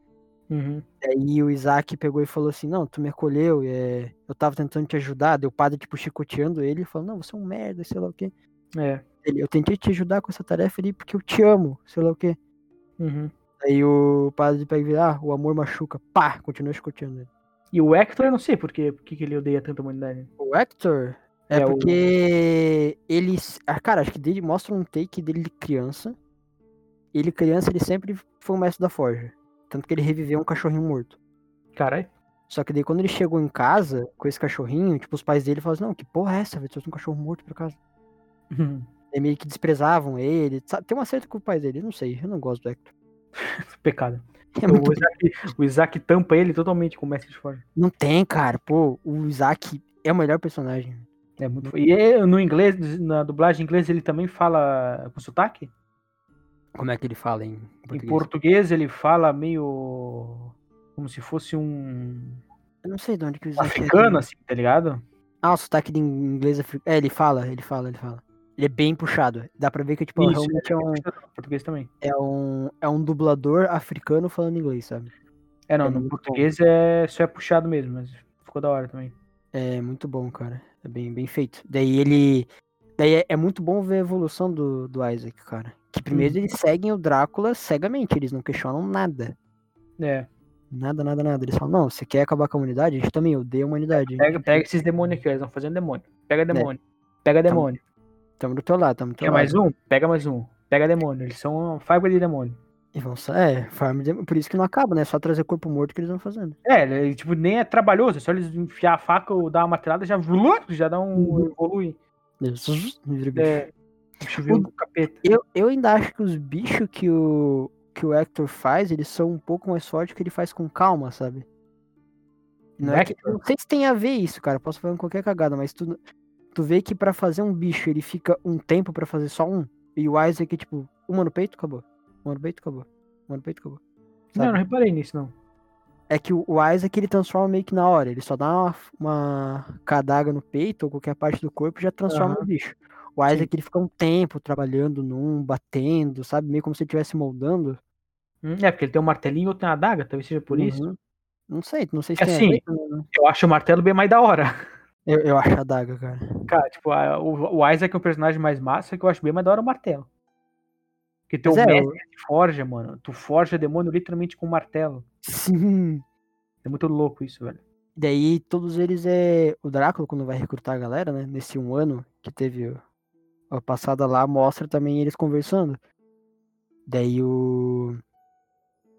Uhum. Daí o Isaac pegou e falou assim: Não, tu me acolheu, é, eu tava tentando te ajudar. Daí o padre, tipo, chicoteando ele, falando: Não, você é um merda, sei lá o quê. É. Ele, eu tentei te ajudar com essa tarefa ali porque eu te amo, sei lá o quê. Uhum. Daí o padre pega e vira: Ah, o amor machuca. Pá, continua chicoteando ele. E o Hector, eu não sei por quê, por que que ele odeia tanto a humanidade. O Hector. É, É, o- porque eles. Ah, cara, acho que dele mostra um take dele de criança. Ele, criança, ele sempre foi o mestre da forja. Tanto que ele reviveu um cachorrinho morto. Caralho. Só que daí quando ele chegou em casa com esse cachorrinho, tipo, os pais dele falaram assim, não, que porra é essa, velho? Trouxe um cachorro morto pra casa. Uhum. E meio que desprezavam ele. sabe? Tem uma certa com o pai dele, não sei, eu não gosto do Hector. Pecado. É muito- O Isaac, o Isaac tampa ele totalmente com o mestre de forja. Não tem, cara. Pô, o Isaac é o melhor personagem. É muito fo- E é- no inglês, na dublagem inglesa, ele também fala com sotaque. Como é que ele fala em Em português? português, ele fala meio. como se fosse um. Eu não sei de onde que o Isaac africano, é. assim, tá ligado? Ah, o sotaque de inglês africano. É, ele fala, ele fala, ele fala. Ele é bem puxado. Dá pra ver que, tipo, Isso, realmente é um, Português também. é, um, é um dublador africano falando inglês, sabe? É, não, É no muito bom. português é, só é puxado mesmo, mas ficou da hora também. É muito bom, cara. É bem, bem feito. Daí ele. Daí é, é muito bom ver a evolução do, do Isaac, cara. Que Uhum. primeiro eles seguem o Drácula cegamente, eles não questionam nada. É, Nada, nada, nada. Eles falam, não, você quer acabar com a humanidade? A gente também odeia a humanidade. pega, pega esses demônios aqui, ó, eles vão fazendo demônio. Pega demônio, pega demônio. Tamo do teu lado, tamo do teu Quer lado. mais um? Pega mais um. Pega demônio, eles são uma fábrica de demônio. E vão sa- é, farm de- por isso que não acaba, né? Só trazer corpo morto que eles vão fazendo. É, ele, tipo, nem é trabalhoso, é só eles enfiar a faca ou dar uma martelada, já, já dá Uhum. um. evolui. Eles- vira bicho. É, o bicho vira um capeta. Eu, eu ainda acho que os bichos que o, que o Hector faz, eles são um pouco mais fortes que ele faz com calma, sabe? Não, é que, Hector? não sei se tem a ver isso, cara. Posso falar qualquer cagada, mas tu, tu vê que pra fazer um bicho ele fica um tempo pra fazer só um. E o Isaac, tipo, uma no peito, acabou. Uma no peito, acabou. Uma no peito, acabou. Não, sabe? não reparei nisso, não. É que o o Isaac ele transforma meio que na hora. Ele só dá uma, uma cadaga no peito ou qualquer parte do corpo e já transforma Aham. no bicho. O Isaac ele fica um tempo trabalhando num, batendo, sabe? Meio como se ele estivesse moldando. Hum, É, porque ele tem um martelinho e outro tem uma adaga, talvez seja por isso. Uhum. Não sei, não sei se É tem a assim. ver com- Eu acho o martelo bem mais da hora. Eu, eu acho a adaga, cara. Cara, tipo, a- o, o Isaac é um personagem mais massa que eu acho bem mais da hora o martelo. Porque tem Mas o é, mestre eu- que forja, mano. Tu forja demônio literalmente com um martelo. Sim. É muito louco isso, velho. Daí todos eles é. O Drácula, quando vai recrutar a galera, né? Nesse um ano que teve o- a passada lá, mostra também eles conversando. Daí o.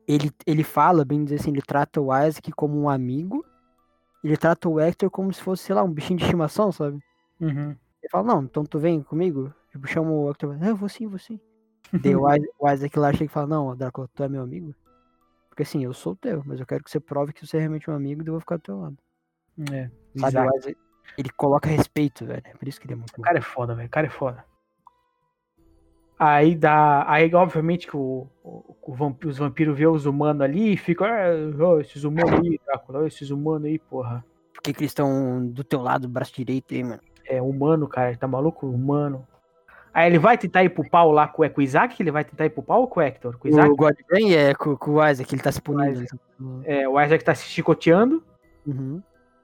Ele, ele fala, bem dizer assim, ele trata o Isaac como um amigo. Ele trata o Hector como se fosse, sei lá, um bichinho de estimação, sabe? Ele fala, não, então tu vem comigo? Tipo, chama o Hector, ah, eu vou sim, eu vou sim. Daí o Isaac, o Isaac lá chega e fala, não, Drácula, tu é meu amigo? Porque assim, eu sou teu, mas eu quero que você prove que você é realmente meu amigo e eu vou ficar do teu lado. É. Sabe, Isaac. o Isaac, ele coloca respeito, velho. É por isso que ele é muito O bom. cara é foda, velho. O cara é foda. Aí dá. Aí, obviamente, que o, o- o vamp- os vampiros vê os humanos ali e ficam. "Ah, ó, esses humanos aí, Drácula, ó, esses humanos aí, porra. Por que que eles estão do teu lado, braço direito aí, mano? É humano, cara. Tá maluco? Humano. Aí ele vai tentar ir pro pau lá com, é com o Isaac, que ele vai tentar ir pro pau ou com o Hector? Com o Isaac? O God Bang é com, com o Isaac, ele tá se punindo. ele tá- É, o Isaac tá se chicoteando, Uhum.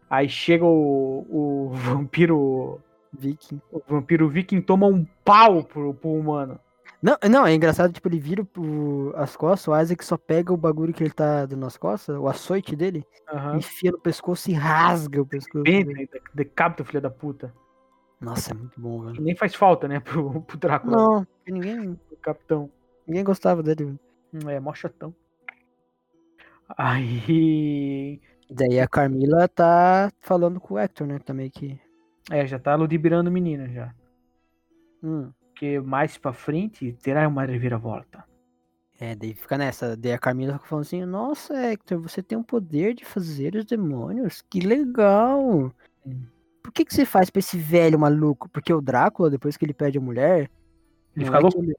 aí chega o, o vampiro. Viking. O vampiro viking toma um pau pro, pro humano. Não, não, é engraçado, tipo, ele vira pro- as costas, o Isaac só pega o bagulho que ele tá dando nas costas, o açoite dele, Aham. enfia no pescoço e rasga o pescoço. Bem, dele. né, decapita o filho da puta. Nossa, é muito bom, velho. Nem faz falta, né, pro, pro Drácula, Não, ninguém, pro capitão. ninguém gostava dele. velho. Hum, É, mó chatão. Aí. Daí a Carmila tá falando com o Hector, né, também que... É, já tá ludibriando o menino já. Hum. Porque mais pra frente terá uma reviravolta. É, daí fica nessa, daí a Carmila fica falando assim, nossa, Hector, você tem o poder de fazer os demônios, que legal! Hum. Por que que você faz pra esse velho maluco? Porque o Drácula, depois que ele perde a mulher, Ele Não fica é que louco? Ele,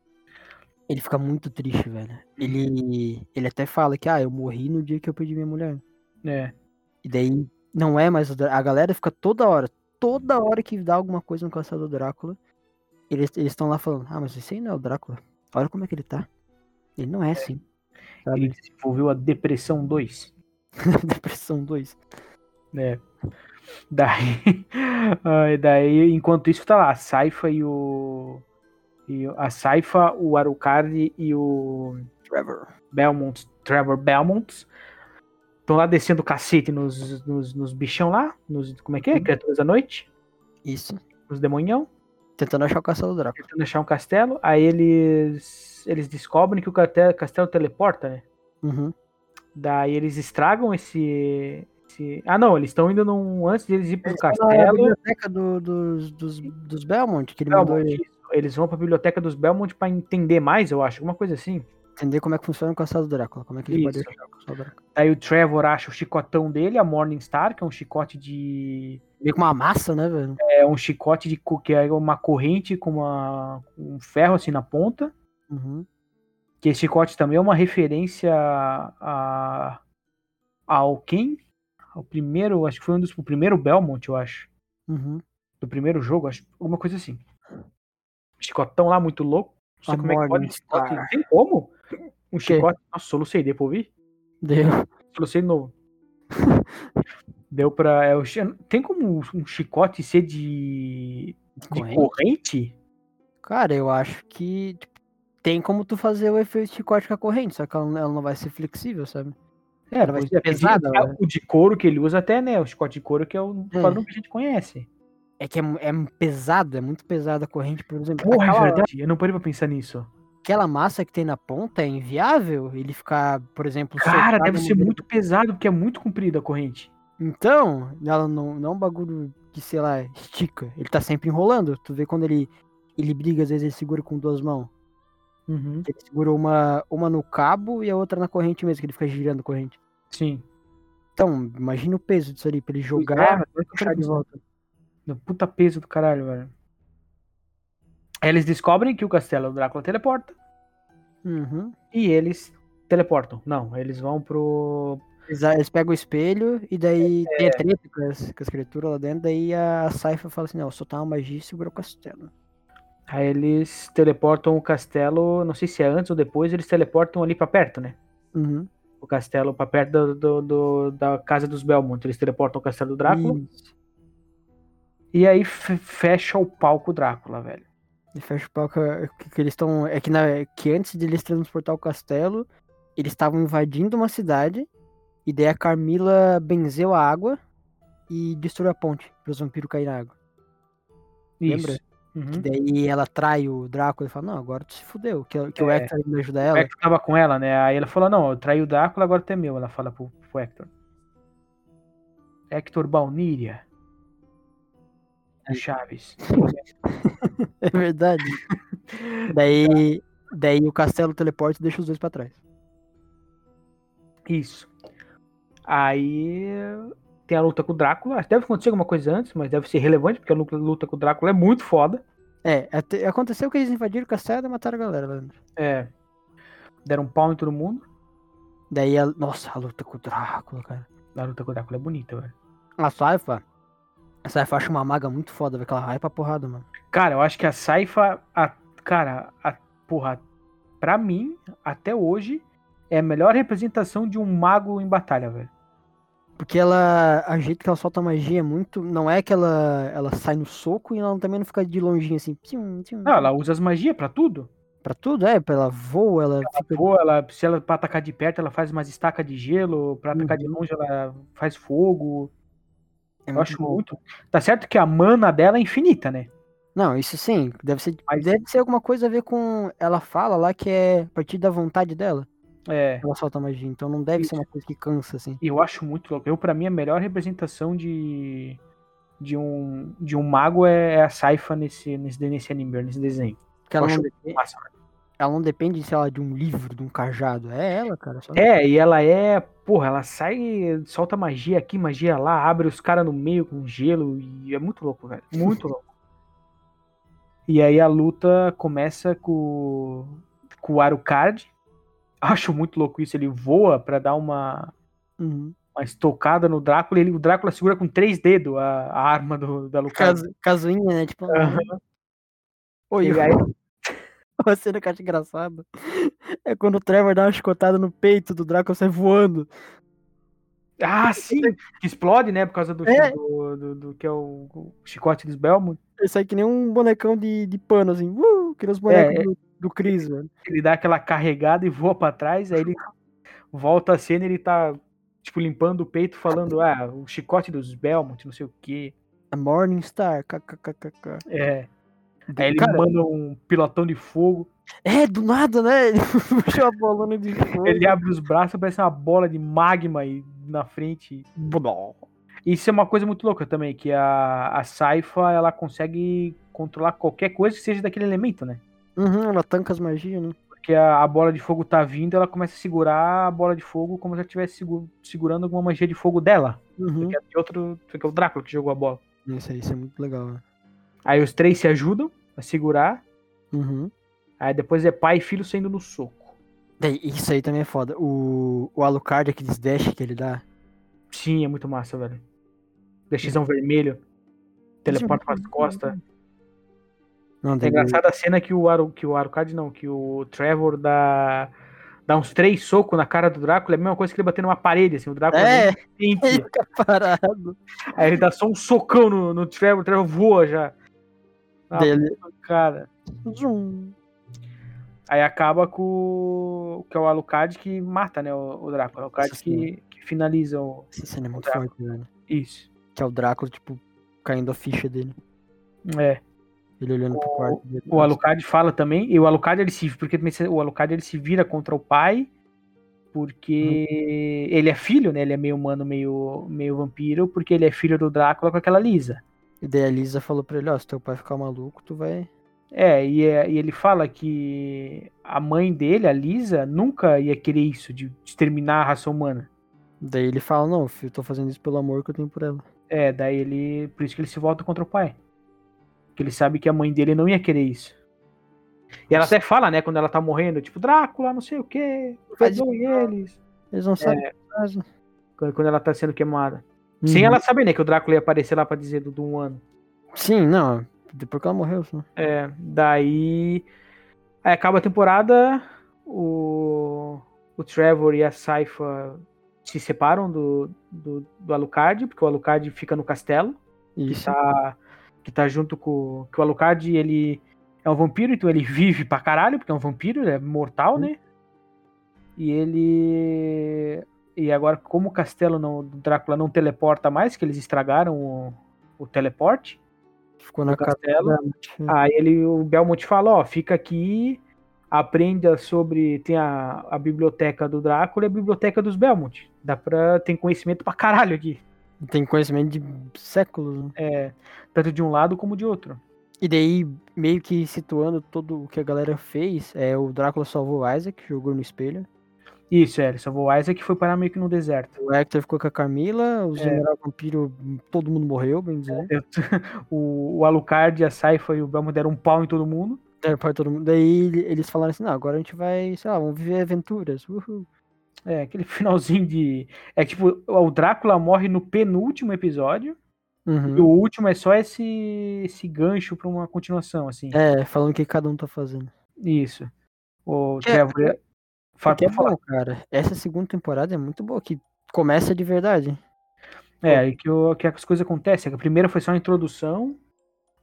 ele fica muito triste, velho. Ele, ele até fala que, ah, eu morri no dia que eu perdi minha mulher. É. E daí, não é mais o Drá- A galera fica toda hora, toda hora que dá alguma coisa no castelo do Drácula, eles estão lá falando, ah, mas esse aí não é o Drácula. Olha como é que ele tá. Ele não é assim. Ele Sabe? desenvolveu a Depressão 2. Depressão 2. É. Daí. ai, daí, enquanto isso, tá lá a Saifa e o. E a Saifa, o Arucardi e o Trevor. Belmont, Trevor Belmont. Estão lá descendo o cacete nos, nos, nos bichão lá. Nos, como é que é? Uhum. Criaturas da noite. Isso. Os demonhão. Tentando achar o castelo do Drácula. tentando achar um castelo, aí eles eles descobrem que o castelo, castelo teleporta, né? Uhum. Daí eles estragam esse, esse- Ah, não, eles estão indo num antes deles ir pro Na castelo. É biblioteca do- dos, dos, dos Belmont, que ele mandou Belmont, ele isso. Eles vão pra biblioteca dos Belmont pra entender mais, eu acho, alguma coisa assim. entender como é que funciona o castelo do Drácula. Como é que ele pode Isso. achar o castelo do Drácula. Daí o Trevor acha o chicotão dele, a Morningstar, que é um chicote de Meio com uma massa, né, velho? é um chicote de co- que é uma corrente com uma com um ferro assim na ponta. Uhum. Que esse chicote também é uma referência a, ao quem? Ao primeiro, acho que foi um dos o primeiro Belmont, eu acho. Uhum. Do primeiro jogo, acho, alguma coisa assim. Chicotão lá muito louco. Não sei A como é que pode um Morningstar. chicote. Tem como? Um chicote. Nossa, solucei, deu pra ouvir? Deu. Solucei de novo. deu pra. é o chi- tem como um chicote ser de. De Corrente? corrente? Cara, eu acho que tipo, tem como tu fazer o efeito chicote com a corrente, só que ela, ela não vai ser flexível, sabe? É, vai pois ser é, porque pesada, é né? O de couro que ele usa até, né? O chicote de couro que é o É. padrão que a gente conhece. É que é, mu- é mu- pesado, é muito pesado a corrente, por exemplo. Porra, é aquela, verdade. Eu não parei pra pensar nisso. aquela massa que tem na ponta é inviável ele ficar, por exemplo, Cara, soltado deve no ser meio- muito pesado, porque é muito comprida a corrente. Então, ela não, não é um bagulho que, sei lá, estica. Ele tá sempre enrolando. Tu vê quando ele, ele briga, às vezes ele segura com duas mãos. Uhum. Ele segura uma, uma no cabo e a outra na corrente mesmo, que ele fica girando a corrente. Sim. Então, imagina o peso disso ali pra Pois ele é, jogar. mas vai puxar puxar de de volta. No puta peso do caralho, velho. Aí Eles descobrem que o castelo do Drácula teleporta Uhum. e eles teleportam. Não, eles vão pro. Eles, eles pegam o espelho e daí tem a treta com as, com as criaturas lá dentro. Daí a Saifa fala assim: Não, soltar uma magia e segura o castelo. Aí eles teleportam o castelo. Não sei se é antes ou depois, eles teleportam ali pra perto, né? Uhum. o castelo pra perto do, do- do- da casa dos Belmont. Eles teleportam o castelo do Drácula Isso. e aí fe- fecha o palco Drácula, velho. E fecha o pau que, que- que eles estão. É que, na- que antes de eles transportar o castelo, eles estavam invadindo uma cidade. E daí a Carmila benzeu a água e destruiu a ponte para os vampiros caírem na água. Lembra? Isso. Uhum. Que daí ela trai o Drácula e fala, não, agora tu se fudeu, que, que o É. Hector ainda ajuda O ela. Hector tava com ela, né? Aí ela falou: Não, eu traí o Drácula, agora tu é meu. Ela fala pro, pro Hector: Hector Balníria. O Chaves. É verdade. daí, daí o castelo teleporta e deixa os dois pra trás. Isso. Aí tem a luta com o Drácula. Deve acontecer alguma coisa antes, mas deve ser relevante, porque a lu- luta com o Drácula é muito foda. É, até- aconteceu que eles invadiram o castelo e mataram a galera, Leandro. É. Deram um pau em todo mundo. Daí, a, nossa, a luta com o Drácula, cara. A luta com o Drácula é bonita, velho. A Saifa, a Saifa acha uma maga muito foda, velho, que ela vai pra porrada, mano. Cara, eu acho que a Saifa, a- cara, a, porra, pra mim, até hoje, é a melhor representação de um mago em batalha, velho. Porque ela. A jeito que ela solta magia é muito. Não é que ela, ela sai no soco e ela também não fica de longinho assim. Tchum, tchum, Não, ela usa as magias pra tudo. Pra tudo, é. pra Ela voa, ela Ela fica. voa, ela, se ela pra atacar de perto, ela faz umas estacas de gelo, pra atacar de longe, ela faz fogo. é Eu muito acho boa. muito. Tá certo que a mana dela é infinita, né? Não, isso sim. Deve ser, Mas- deve ser alguma coisa a ver com. Ela fala lá que é a partir da vontade dela. É. Ela solta magia. Então não deve ser uma coisa que cansa, assim. Eu acho muito louco. Eu, pra mim, a melhor representação de, de, um, de um mago é, é a Saifa nesse, nesse, nesse anime, nesse desenho. Porque ela Eu não, acho depe- Massa. ela não depende, sei lá, de um livro, de um cajado. É ela, cara. só- É, e ela é. Porra, ela sai, solta magia aqui, magia lá, abre os caras no meio com gelo. E é muito louco, velho. Muito louco. E aí a luta começa com, com o Arucard. Acho muito louco isso. Ele voa pra dar uma, Uhum. uma estocada no Drácula. e Ele, o Drácula segura com três dedos a, a arma do, da Alucard. Casu- Casuinha, né? Tipo. Aham. Oi, E aí- Uma cena que eu acho engraçada é quando o Trevor dá uma chicotada no peito do Drácula sai voando. Ah, sim! Que explode, né? Por causa do, É. do, do- do- que é o, o chicote dos Belmont. Ele sai que nem um bonecão de, de pano, assim. Uh, que nem os bonecos é. do, do Chris, velho. Ele dá aquela carregada e voa pra trás, aí ele volta a cena e ele tá, tipo, limpando o peito, falando, ah, o chicote dos Belmont, não sei o quê. A Morningstar, kkkk. É. Aí ele Cara- manda um pilotão de fogo, É, do nada, né? Ele puxou a bolona de fogo. ele abre os braços, parece uma bola de magma aí na frente. Isso é uma coisa muito louca também, que a, a Saifa, ela consegue controlar qualquer coisa que seja daquele elemento, né? Uhum, ela tanca as magias, né? Porque a, a bola de fogo tá vindo, ela começa a segurar a bola de fogo como se ela estivesse segu- segurando alguma magia de fogo dela. Uhum. Que é de outro, que é o Drácula que jogou a bola. Isso aí, isso é muito legal. né? Aí os três se ajudam a segurar. Uhum. Aí depois é pai e filho saindo no soco. Daí, Isso aí também é foda. O, o Alucard, aqueles dash que ele dá. Sim, é muito massa, velho. Dexizão vermelho. Teleporta pras costas. Não, É daí- engraçada a cena que o, Aru, que o Arucard, não, que o Trevor dá, dá uns três socos na cara do Drácula. É a mesma coisa que ele bater numa parede, assim. O Drácula É, nem sente. ele fica parado. Aí ele dá só um socão no, no Trevor, o Trevor voa já. Ah, Daí ele- Cara. Zum. Aí acaba com o- que é o Alucard que mata, né, o, o Drácula. O Alucard Isso que, que finaliza o... Essa cena é muito Drácula. forte, velho. Isso. Que é o Drácula, tipo, caindo a ficha dele. É. Ele olhando pro quarto dele. O Alucard fala também, e o Alucard ele se porque também se- o Alucard ele se vira contra o pai porque ele é filho, né? Ele é meio humano, meio meio vampiro, porque ele é filho do Drácula com aquela Lisa. E daí a Lisa falou pra ele, ó, se teu pai ficar maluco, tu vai... É, e, é- e ele fala que a mãe dele, a Lisa, nunca ia querer isso de exterminar a raça humana. Daí ele fala, não, filho, eu tô fazendo isso pelo amor que eu tenho por ela. É, daí ele, por isso que ele se volta contra o pai. Porque ele sabe que a mãe dele não ia querer isso. E ela até fala, né, quando ela tá morrendo, tipo, Drácula, não sei o quê, Faz perdoe eles. Eles É. não sabem o que né? fazem. Quando quando ela tá sendo queimada. Uhum. Sem ela saber, né? Que o Drácula ia aparecer lá pra dizer do, do um ano. Sim, não, depois que ela morreu, só. É, daí. Aí acaba a temporada, o, o Trevor e a Saifa se separam do, do, do Alucard, porque o Alucard fica no castelo, que Isso. tá, que tá junto com. Que o Alucard, ele é um vampiro, então ele vive pra caralho, porque é um vampiro, ele é mortal, né? E ele. E agora, como o castelo não, do Drácula não teleporta mais, que eles estragaram o, o teleporte, Ficou na no casa castelo. aí ele, o Belmont fala, ó, fica aqui, aprenda sobre. Tem a, a biblioteca do Drácula e a biblioteca dos Belmont. Dá pra. Tem conhecimento pra caralho aqui. Tem conhecimento de séculos. né? É, tanto de um lado como de outro. E daí, meio que situando todo o que a galera fez, é o Drácula salvou o Isaac, jogou no espelho. Isso, é, ele salvou o Isaac e foi parar meio que no deserto. O Hector ficou com a Camila, É. o General Vampiro, todo mundo morreu, bem dizer. Eu- o, o Alucard, a Saifa e o Belmont deram um pau em todo mundo. Daí, pra todo mundo. Daí ele- eles falaram assim, não, agora a gente vai, sei lá, vamos viver aventuras. Uhul. É, aquele finalzinho de. É tipo, o Drácula morre no penúltimo episódio. Uhum. E o último é só esse, esse gancho pra uma continuação, assim. É, falando o que cada um tá fazendo. Isso. O É, Trevor. É, Fala, Porque é pode falar. bom, cara. Essa segunda temporada é muito boa, que começa de verdade. É, aí que, o- que as coisas acontecem. A primeira foi só a introdução.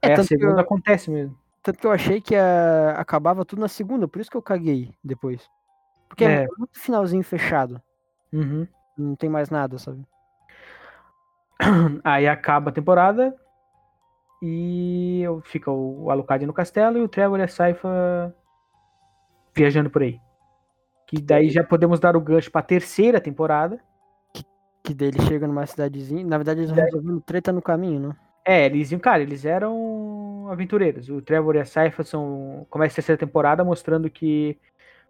É, aí a tanto que eu- segunda acontece mesmo. Tanto que eu achei que a- acabava tudo na segunda, por isso que eu caguei depois. Porque é, É. muito finalzinho fechado. Uhum. Não tem mais nada, sabe? Aí acaba a temporada. E eu- fica o Alucard no castelo e o Trevor e a Saifa viajando por aí. Que daí já podemos dar o gancho pra terceira temporada. Que daí eles chegam numa cidadezinha. Na verdade, eles vão resolvendo treta no caminho, né? É, eles, cara, eles eram aventureiros. O Trevor e a Saifa são. Começa a terceira temporada mostrando que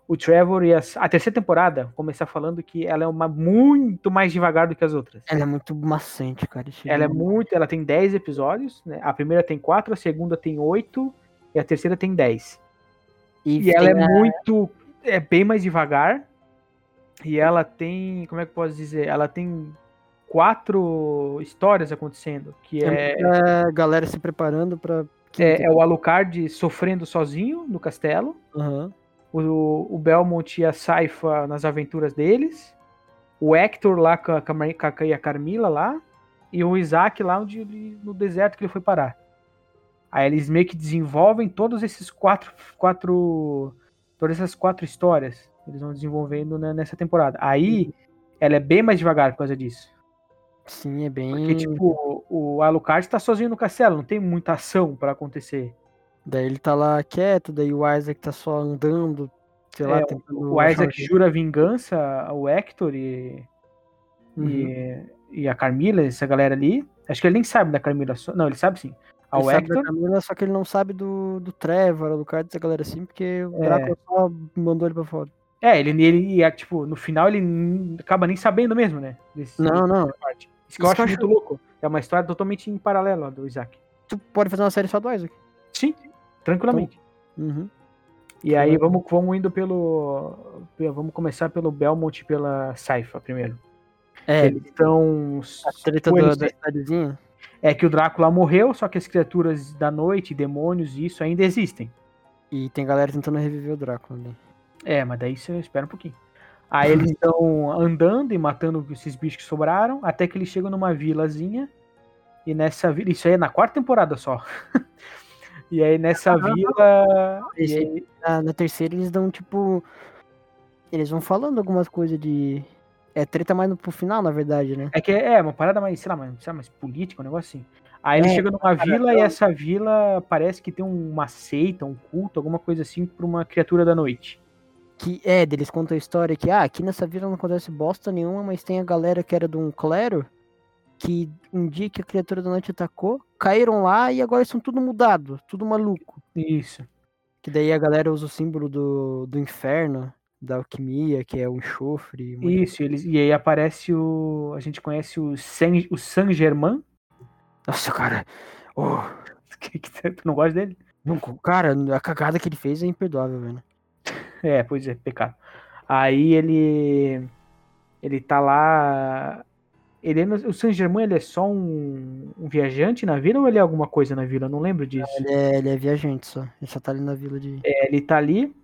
o Trevor e a. A terceira temporada, vou começar falando que ela é uma muito mais devagar do que as outras. Ela é muito macente, cara. isso Ela é de- muito, ela tem 10 episódios, né? A primeira tem 4, a segunda tem 8 e a terceira tem 10. E, ela é tem a- muito é bem mais devagar. E ela tem, como é que eu posso dizer? Ela tem quatro histórias acontecendo, que é é muita galera se preparando pra. é, é o Alucard sofrendo sozinho no castelo, Aham. o, o Belmont e a Saifa nas aventuras deles, o Hector lá com a, com a Mar- com a- e a Carmila lá, e o Isaac lá onde ele- no deserto que ele foi parar. Aí eles meio que desenvolvem todos esses quatro, quatro todas essas quatro histórias eles vão desenvolvendo né, nessa temporada. Aí ela é bem mais devagar por causa disso. Sim, é bem. Porque, tipo, o o Alucard tá sozinho no castelo, não tem muita ação pra acontecer. Daí ele tá lá quieto, daí o Isaac tá só andando, sei lá, É, tentando O achar um Isaac jeito. jura vingança, o Hector e, Uhum. e, e a Carmila, essa galera ali. Acho que ele nem sabe da Carmila. só- Não, ele sabe sim. Ele Ao sabe da Hector. Camila, só que ele não sabe do, do Trevor, do Card, dessa galera assim, porque o É. Drácula só mandou ele pra fora. É, ele, ele é, tipo, no final ele n- acaba nem sabendo mesmo, né? Desse- Não, não. dessa parte. Isso que eu Isso acho que muito eu louco. É uma história totalmente em paralelo a do Isaac. Tu pode fazer uma série só do Isaac. Sim, tranquilamente. Uhum. e aí claro. vamos, vamos indo pelo. pelo- Vamos começar pelo Belmont e pela Saifa primeiro. É, Eles estão. a treta ou do- eles da cidadezinha. é que o Drácula morreu, só que as criaturas da noite, demônios e isso ainda existem. E tem galera tentando reviver o Drácula ali. É, mas daí você espera um pouquinho. Aí eles estão andando e matando esses bichos que sobraram, até que eles chegam numa vilazinha. E nessa vila. Isso aí é na quarta temporada só. e aí nessa vila. E Esse- aí, Na, na terceira eles dão, tipo. Eles vão falando algumas coisas de. É treta mais no, pro final, na verdade, né? é que é é uma parada mais, sei lá, mais, sei lá, mais política, um negócio assim. Aí eles É, chegam numa vila e eu- essa vila parece que tem uma seita, um culto, alguma coisa assim, pra uma criatura da noite. Que é, eles contam a história que, ah, aqui nessa vila não acontece bosta nenhuma, mas tem a galera que era de um clero, que um dia que a criatura da noite atacou, caíram lá e agora são tudo mudado, tudo maluco. Isso. Que daí a galera usa o símbolo do, do inferno, da alquimia, que é o enxofre. um monte de- Isso, eles, e aí aparece o. A gente conhece o Saint, o Saint Germain. Nossa, cara. ô, Que, que tu- tu não gosta dele? não co- cara, a cagada que ele fez é imperdoável, velho. É, pois é, pecado. Aí ele. Ele tá lá. Ele é no- o Saint Germain ele é só um, um viajante na vila ou ele é alguma coisa na vila? Eu não lembro disso. Ele é, ele é viajante só. Ele só tá ali na vila de. É, ele tá ali.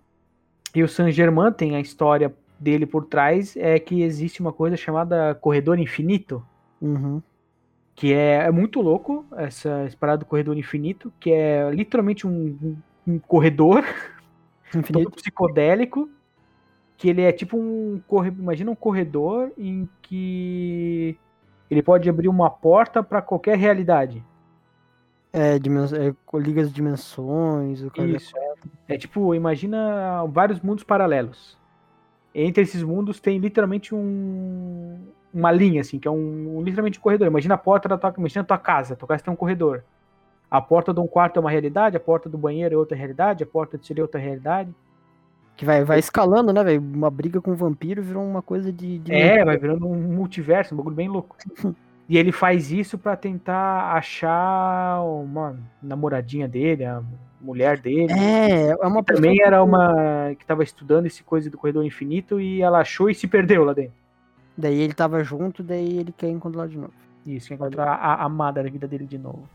E o Saint Germain tem a história dele por trás. É que existe uma coisa chamada Corredor Infinito. Uhum. que é, é muito louco essa essa parada do corredor infinito, que é literalmente um, um- um corredor todo Infinito. é um psicodélico, que ele é tipo um corre, imagina um corredor em que ele pode abrir uma porta para qualquer realidade. É, dimens... é, co- liga as dimensões, o cara. Isso. É tipo, imagina vários mundos paralelos. Entre esses mundos tem literalmente um, uma linha, assim, que é um, um- literalmente um corredor. Imagina a porta da tua, imagina a tua casa, tua casa tem um corredor. A porta de um quarto é uma realidade, a porta do banheiro é outra realidade, a porta de seria outra realidade. Que vai, vai escalando, né, velho? Uma briga com um vampiro virou uma coisa de. de- É, vai virando um multiverso, um bagulho bem louco. E ele faz isso pra tentar achar uma namoradinha dele, a mulher dele. É, é uma que também pessoa era que- uma que tava estudando esse coisa do corredor infinito e ela achou e se perdeu lá dentro. Daí ele tava junto, daí ele quer encontrar lá de novo. Isso, que encontrar a amada da vida dele de novo.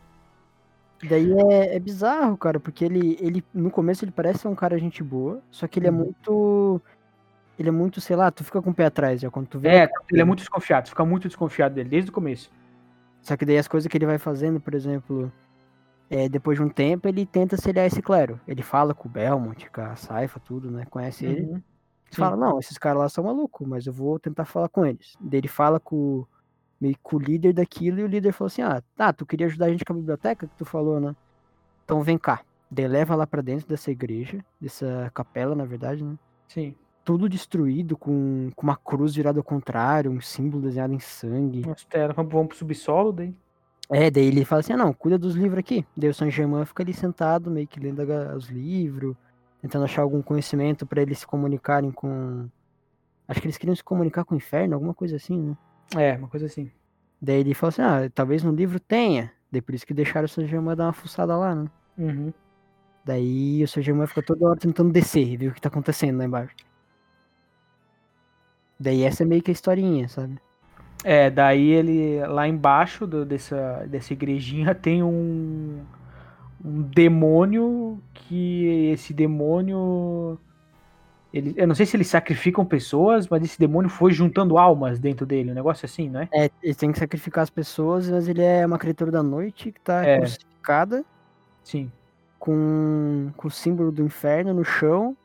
Daí é, é bizarro, cara, porque ele, ele, no começo, ele parece ser um cara gente boa, só que ele é Uhum. muito. Ele é muito, sei lá, tu fica com o pé atrás já quando tu vê. É, ele é muito desconfiado, fica muito desconfiado dele desde o começo. Só que daí as coisas que ele vai fazendo, por exemplo, é, depois de um tempo, ele tenta se aliar a esse clero. Ele fala com o Belmont, com a Saifa, tudo, né? Conhece ele. Uhum. Ele fala, não, esses caras lá são malucos, mas eu vou tentar falar com eles. Daí ele fala com, o- meio que com o líder daquilo e o líder falou assim, ah, tá, tu queria ajudar a gente com a biblioteca que tu falou, né? Então vem cá. Daí leva lá pra dentro dessa igreja, dessa capela, na verdade, né? Sim. Tudo destruído, com, com uma cruz virada ao contrário, um símbolo desenhado em sangue. Nossa, é, vamos, vamos pro subsolo daí. É, daí ele fala assim, ah, não, cuida dos livros aqui. Daí o Saint-Germain fica ali sentado, meio que lendo aga- os livros, tentando achar algum conhecimento pra eles se comunicarem com... Acho que eles queriam se comunicar com o inferno, alguma coisa assim, né? É, uma coisa assim. Daí ele falou assim, ah, talvez no livro tenha. Daí por isso que deixaram o Saint-Germain dar uma fuçada lá, né? Uhum. Daí o Saint-Germain fica toda hora tentando descer e ver o que tá acontecendo lá embaixo. Daí essa é meio que a historinha, sabe? É, daí ele lá embaixo do- dessa, dessa igrejinha tem um, um demônio que esse demônio ele, eu não sei se eles sacrificam pessoas, mas esse demônio foi juntando almas dentro dele, um negócio assim, não é? É, ele tem que sacrificar as pessoas, mas ele é uma criatura da noite que tá É. crucificada. Sim. com, com o símbolo do inferno no chão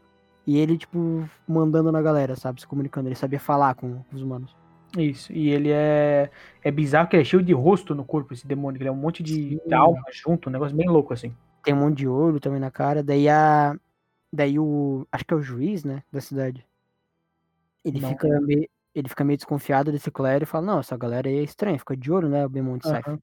e ele, tipo, mandando na galera, sabe? Se comunicando. Ele sabia falar com os humanos. Isso. E ele é é bizarro que ele é cheio de rosto no corpo esse demônio, que ele é um monte de Sim. alma junto, um negócio bem louco assim. Tem um monte de ouro também na cara. Daí a. Daí o. Acho que é o juiz, né? Da cidade. Ele Não. fica meio. Ele fica meio desconfiado desse clero e fala, não, essa galera aí é estranha, fica de ouro, né? O Bemont de Saifa. Aham.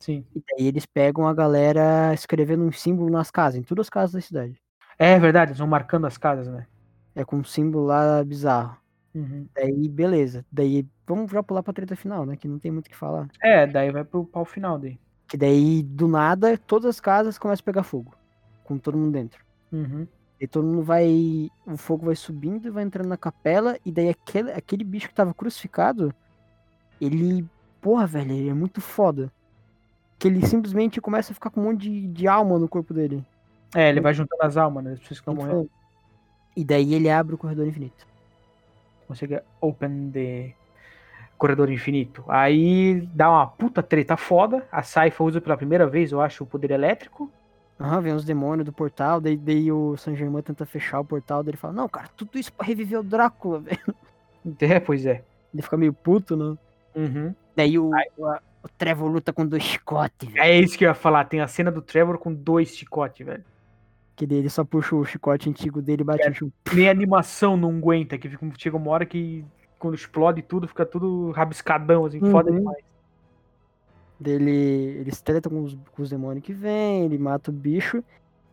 Sim. E daí eles pegam a galera escrevendo um símbolo nas casas, em todas as casas da cidade. É verdade, eles vão marcando as casas, né? É com um símbolo lá bizarro. Uhum. Daí, beleza. Daí, vamos já pular pra treta final, né? Que não tem muito o que falar. É, daí vai pro pau final daí. Que daí, do nada, todas as casas começam a pegar fogo. Com todo mundo dentro. Uhum. E todo mundo vai. O fogo vai subindo e vai entrando na capela. E daí aquele, aquele bicho que tava crucificado. Ele. Porra, velho, ele é muito foda. Que ele simplesmente começa a ficar com um monte de, de alma no corpo dele. É, ele vai juntando as almas, né? As pessoas que estão Muito morrendo. foda. E daí ele abre o corredor infinito. Consegue open the corredor infinito. Aí dá uma puta treta foda. A Saifa usa pela primeira vez, eu acho, o poder elétrico. Aham, vem os demônios do portal. Daí, daí o San Germain tenta fechar o portal. Daí ele fala: Não, cara, tudo isso pra reviver o Drácula, velho. É, pois é. Ele fica meio puto, né? Uhum. Daí o, a- o Trevor luta com dois chicotes, velho. É isso que eu ia falar. Tem a cena do Trevor com dois chicotes, velho. Que daí ele só puxa o chicote antigo dele e bate no chão. Nem a animação não aguenta, que fica- um, chega uma hora que quando explode tudo, fica tudo rabiscadão, assim, Uhum. foda demais. Daí ele, ele se treta com os, com os demônios que vem, ele mata o bicho.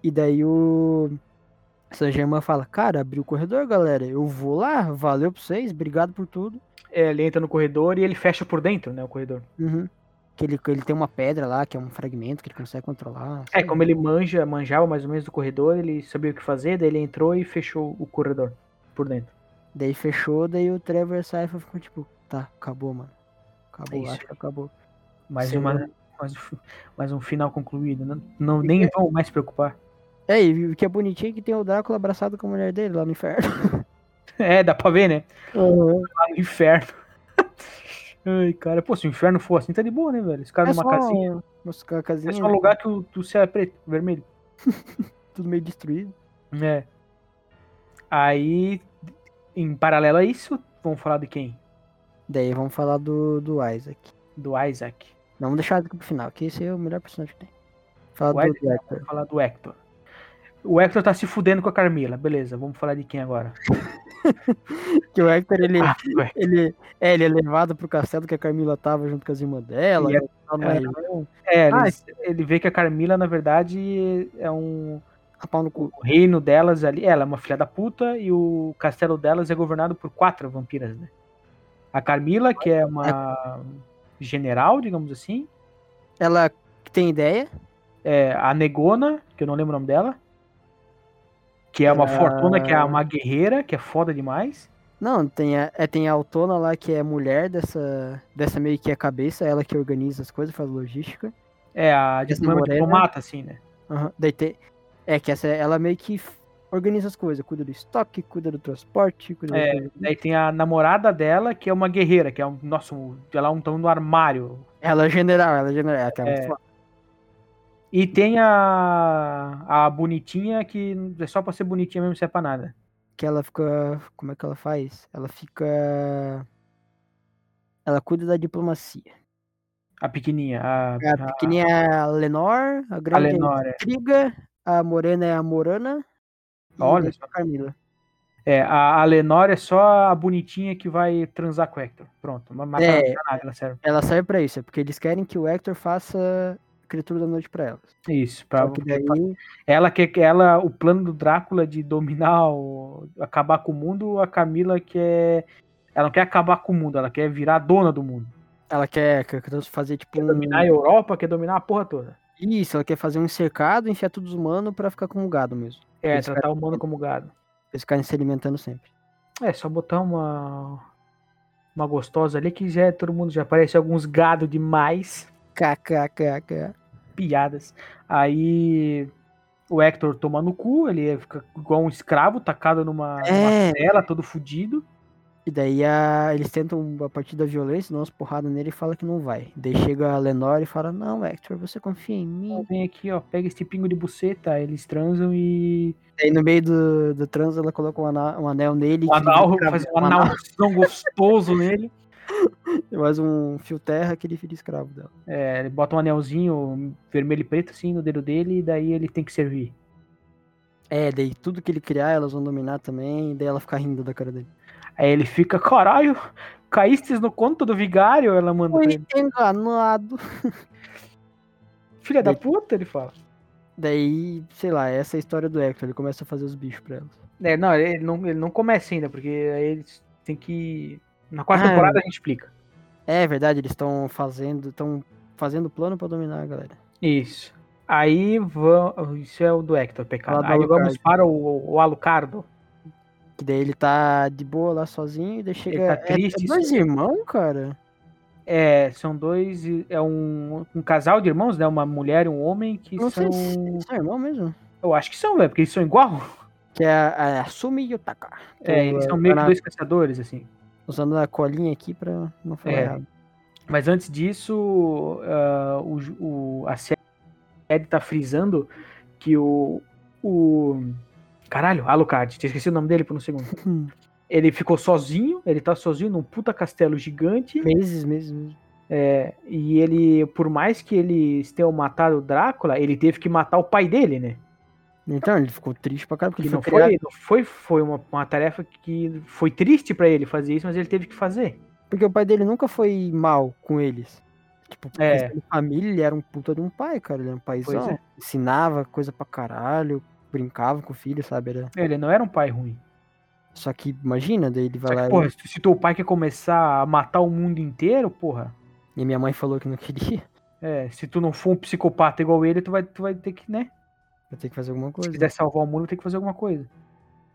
E daí o San Germain fala, cara, abriu o corredor, galera. Eu vou lá, valeu pra vocês, obrigado por tudo. É, ele entra no corredor e ele fecha por dentro, né, o corredor. Uhum. Que ele, que ele tem uma pedra lá, que é um fragmento que ele consegue controlar. É, sabe? como ele manja, manjava mais ou menos do corredor, ele sabia o que fazer, daí ele entrou e fechou o corredor por dentro. Daí fechou, daí o Trevor sai e ficou tipo, tá, acabou, mano. Acabou, isso acho que acabou. Mais, Sim, uma, né? mais, um fi- mais um final concluído. Não, não- nem vão mais se preocupar. É, e o que é bonitinho é que tem o Drácula abraçado com a mulher dele lá no inferno. É, dá pra ver, né? Uhum. Lá no inferno. Ai, cara, pô, se o inferno for assim, tá de boa, né, velho? Esse cara É numa só casinha. umas ca- casinha, né? É só um lugar que o, que o céu é preto, vermelho. tudo meio destruído. É. Aí, em paralelo a isso, vamos falar de quem? Daí vamos falar do, do Isaac. Do Isaac. Não, vamos deixar pro final, que esse é o melhor personagem que tem. Falar O do Isaac, né? Drácula. Vamos falar do Hector. O Hector tá se fudendo com a Carmila, beleza. Vamos falar de quem agora? Que o Hector, ele, Ah, ué. ele, é, ele é levado pro castelo que a Camila tava junto com as irmãs dela. E é- né, tal, é- mas- É, Ah, eles- ele vê que a Carmila, na verdade, é um a pau no cu. o reino delas ali, ela é uma filha da puta e o castelo delas é governado por quatro vampiras, né? A Carmila, que é uma general, digamos assim, Ela tem ideia, é a Negona, que eu não lembro o nome dela, que é uma Ela- Ah. fortuna, que é uma guerreira, que é foda demais, Não, tem a, é, tem a Autona lá que é mulher dessa, dessa meio que é cabeça, ela que organiza as coisas, faz logística. É, a Essa diploma- Morena- diplomata, assim, né? Aham, daí tem- É que essa, ela meio que f- organiza as coisas, cuida do estoque, cuida do transporte, cuida É, das coisas. Daí tem a namorada dela, que é uma guerreira, que é um. Nossa, um- ela é um tão no armário. Ela é general, ela é general, ela tem É. E tem a. a bonitinha que é só pra ser bonitinha mesmo, serve pra nada. que ela fica. Como é que ela faz? Ela fica. Ela cuida da diplomacia. A pequenininha. A, A a, pequenininha é a Lenor, Ah, a a grande é Lenora. a Triga, a morena é a Morana. e Olha a só. Carmila. É, a, a Lenora é só a bonitinha que vai transar com o Hector. Pronto. Mas mas É. pra não dá nada, ela serve. Ela serve pra isso, é porque eles querem que o Hector faça criatura da noite pra elas. Isso. Pra, Só que daí. Ela quer que ela, o plano do Drácula de dominar, o, acabar com o mundo, a Camila quer. Ela não quer acabar com o mundo, ela quer virar dona do mundo. Ela quer, quer quer fazer tipo Quer um. dominar a Europa, quer dominar a porra toda. Isso, ela quer fazer um cercado, enfiar todos os humanos pra ficar com o gado mesmo. É, Esse tratar o humano como gado. Pra eles ficarem se alimentando sempre. É, só botar uma. Uma gostosa ali que já é todo mundo, já aparece alguns gado demais. KKKK. Piadas. Aí. O Hector toma no cu, ele fica igual um escravo, tacado numa, É. numa cela, todo fudido. E daí a- eles tentam, a partir da violência, dar umas porradas nele e fala que não vai. Daí chega a Lenore e fala, não, Hector, você confia em Ó, mim. Vem aqui, ó, pega esse pingo de buceta, eles transam e Daí no meio do, do trans ela coloca um, ana- um anel nele. um que ele anal, escravo- fazer um analzão gostoso nele. Faz um fio terra que ele vira escravo dela. É, ele bota um anelzinho vermelho e preto assim no dedo dele e daí ele tem que servir. É, daí tudo que ele criar elas vão dominar também. e Daí ela fica rindo da cara dele. Aí ele fica, caralho, caíste no conto do vigário? Ela manda pra Foi ele. enganado. Filha da puta, ele fala. Daí, sei lá, essa é a história do Hector. Ele começa a fazer os bichos pra elas. É, não, ele não, ele não começa ainda, porque aí eles tem que. Na quarta Ah. temporada a gente explica. É verdade, eles estão fazendo, estão fazendo plano pra dominar a galera. Isso. Aí vamos. Isso é o do Hector, Fala pecado. do Aí vamos Alucard. para o, o Alucardo. Que daí ele tá de boa lá sozinho e daí chega. tá é- triste, É, dois irmãos, cara? É, são dois. É um, um casal de irmãos, né? Uma mulher e um homem que Não são. sei se eles são irmãos mesmo. Eu acho que são, velho, porque eles são igual. Que é a, a Sumi Yutaka. É, eles são meio que Renato. dois caçadores, assim. Usando a colinha aqui pra não falar É. errado. Mas antes disso, ah, o ju- o- a série tá frisando que o. o caralho, Alucard, tinha esquecido o nome dele por um segundo. Ele ficou sozinho, ele tá sozinho num puta castelo gigante. meses, meses, meses. é, e ele, por mais que eles tenham matado o Drácula, ele teve que matar o pai dele, né? Então, ele ficou triste pra caramba, porque Que ele não foi criado. foi, não foi, foi uma, uma tarefa que foi triste pra ele fazer isso, mas ele teve que fazer. Porque o pai dele nunca foi mal com eles. Tipo, porque É. sendo família, ele era um puta de um pai, cara. Ele era um paizão. é. Ensinava coisa pra caralho, brincava com o filho, sabe? Era... Ele não era um pai ruim. Só que imagina, daí ele vai Só lá que, e- porra, se, se teu pai quer começar a matar o mundo inteiro, porra, e minha mãe falou que não queria. é, se tu não for um psicopata igual ele, tu vai, tu vai ter que, né? Vai ter que fazer alguma Se coisa. quiser salvar o mundo, tem que fazer alguma coisa.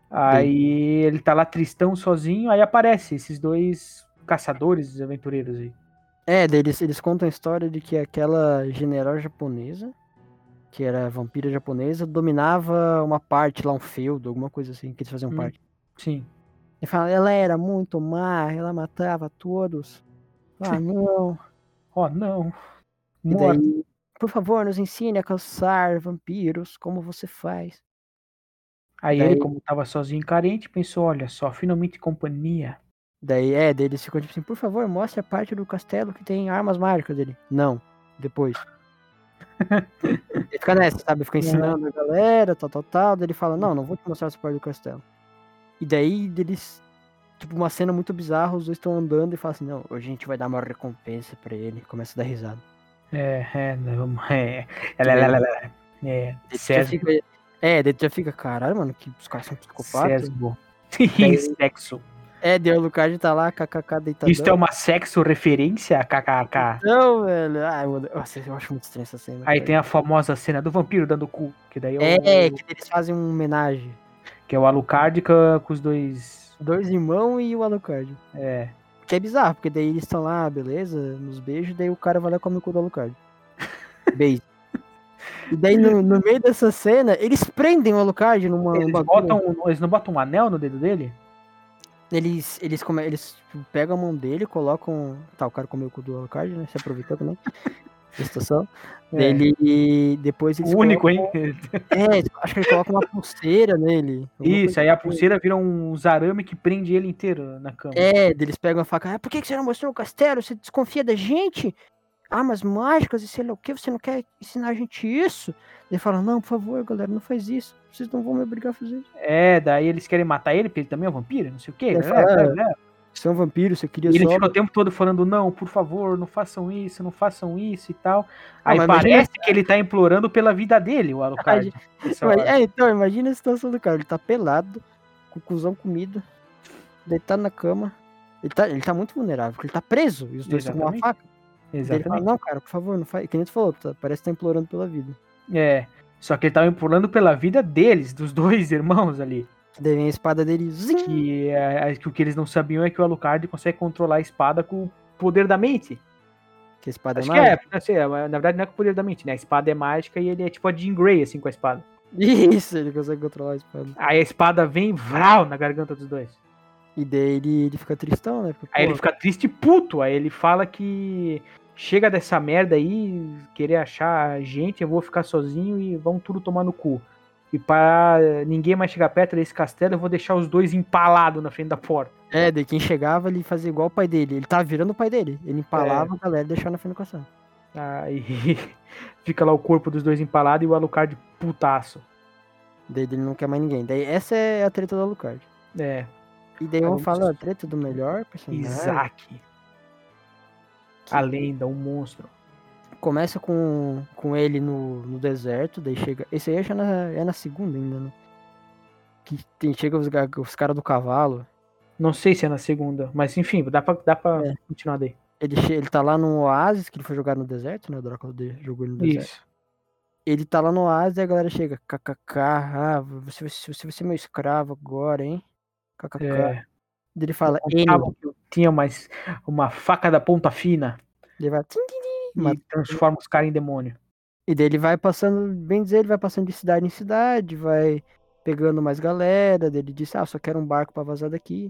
Aí ele tá lá tristão sozinho, aí aparece esses dois caçadores aventureiros aí. É, daí eles, eles contam a história de que aquela general japonesa, que era vampira japonesa, dominava uma parte lá, um feudo, alguma coisa assim, que eles faziam Hum. parte. Sim. Ele fala, ela era muito má, ela matava todos. Ah, não. Ó, não. E Morto. daí, por favor, nos ensine a caçar vampiros, como você faz. Aí daí- ele, como tava sozinho e carente, pensou, olha só, finalmente companhia. Daí, é, daí eles ficam tipo assim, por favor, mostre a parte do castelo que tem armas mágicas dele. Não, depois. ele fica nessa, sabe? Fica ensinando a galera, tal, tal, tal. Daí ele fala, não, não vou te mostrar essa parte do castelo. E daí eles, tipo, uma cena muito bizarra, os dois estão andando e falam assim, não, hoje a gente vai dar uma recompensa pra ele. Começa a dar risada. É, é, não, Né? é. É, lá, lá, lá, lá. é, Daí tu já César. fica- É, daí tu já fica, caralho, mano, que os caras são psicopatas. Sesgo. Daí- sexo. É, deu o Lucard tá Tá lá, kkk deitadão. Isso é uma sexo referência a kkk. Não, velho. Ai, mano, nossa, eu acho muito estranho essa cena. Aí cara. tem a famosa cena do vampiro dando cu, que daí é, É, o, que eles fazem uma homenagem. que é o Alucard com, com os dois Dois irmãos e o Alucard. É. Que é bizarro, porque daí eles estão lá, "Ah, beleza, nos beijos, daí o cara vai lá e come o cu do Alucard. Beijo. E daí, no, no meio dessa cena, eles prendem o Alucard numa. um Eles, numa- botam, eles não botam um anel no dedo dele? Eles, eles, come- eles tipo, pegam a mão dele, colocam. Tá, o cara comeu o cu do Alucard, né? Se aproveitou também. da situação. É. Ele. E depois eles. O único, colocam- hein? É, acho que ele coloca uma pulseira nele. alguma Isso, coisa aí a assim. pulseira vira um zarame que prende ele inteiro na cama. É, eles pegam a faca. Ah, por que que você não mostrou o castelo? Você desconfia da gente? Armas mágicas e sei lá o que, você não quer ensinar a gente isso? Ele fala, não, por favor, galera, não faz isso. Vocês não vão me obrigar a fazer isso. É, daí eles querem matar ele, porque ele também é um vampiro, não sei o quê. É, né? fala, né? Você é um vampiro, você E queria ele só... fica o tempo todo falando, não, por favor, não façam isso, não façam isso e tal. Ah, Aí mas parece imagina- que ele tá implorando pela vida dele, o Alucard. nessa Mas- hora. é, então, imagina a situação do cara. Ele tá pelado, com o cuzão comido, deitado na cama. Ele tá, ele tá muito vulnerável, porque ele tá preso. E os dois estão com uma Exatamente. faca. Daí Ele fala, Exatamente. não, cara, por favor, não faz. Que nem tu falou, tá- parece que tá implorando pela vida. É. Só que ele tava implorando pela vida deles, dos dois irmãos ali. Daí vem a espada dele, zing! Que, é, é, que o que eles não sabiam é que o Alucard consegue controlar a espada com o poder da mente. Que a espada Acho é que é, mágica. não sei, é, mas na verdade não é com o poder da mente, né? A espada é mágica e ele é tipo a Jean Grey, assim, com a espada. Isso, ele consegue controlar a espada. Aí a espada vem, vral, na garganta dos dois. E daí ele, ele fica tristão, né? Porque, Aí pô, ele fica triste e puto. Aí ele fala que chega dessa merda aí, querer achar gente, eu vou ficar sozinho e vão tudo tomar no cu. E para ninguém mais chegar perto desse castelo, eu vou deixar os dois empalados na frente da porta. É, daí quem chegava ele fazia igual o pai dele. Ele tava virando o pai dele. Ele É. empalava a galera e deixava na frente do castelo. Aí fica lá o corpo dos dois empalado e o Alucard putaço. Daí ele não quer mais ninguém. Daí essa é a treta do Alucard. É, E daí eu Vamos- falo a treta do melhor personagem. Isaac. que A lenda, o monstro. Começa com, com ele no, no deserto, daí chega. Esse aí acho na, é na segunda ainda, né? Que tem, chega os, ga- os caras do cavalo. Não sei se é na segunda, mas enfim, dá pra, dá pra continuar daí. Ele, che- ele tá lá no oásis, que ele foi jogar no deserto, né? O Drácula de- jogou ele no deserto. Isso. ele tá lá no oásis e a galera chega, kkk, ah, você, vai- você vai ser meu escravo agora, hein? Kkk. É. Daí Ele fala, ele, achavam que eu tinha mais uma faca da ponta fina ele vai, tim, tim, tim, e transforma os caras em demônio. e daí ele vai passando, bem dizer, ele vai passando de cidade em cidade, vai pegando mais galera, daí ele diz, ah, só quero um barco pra vazar daqui.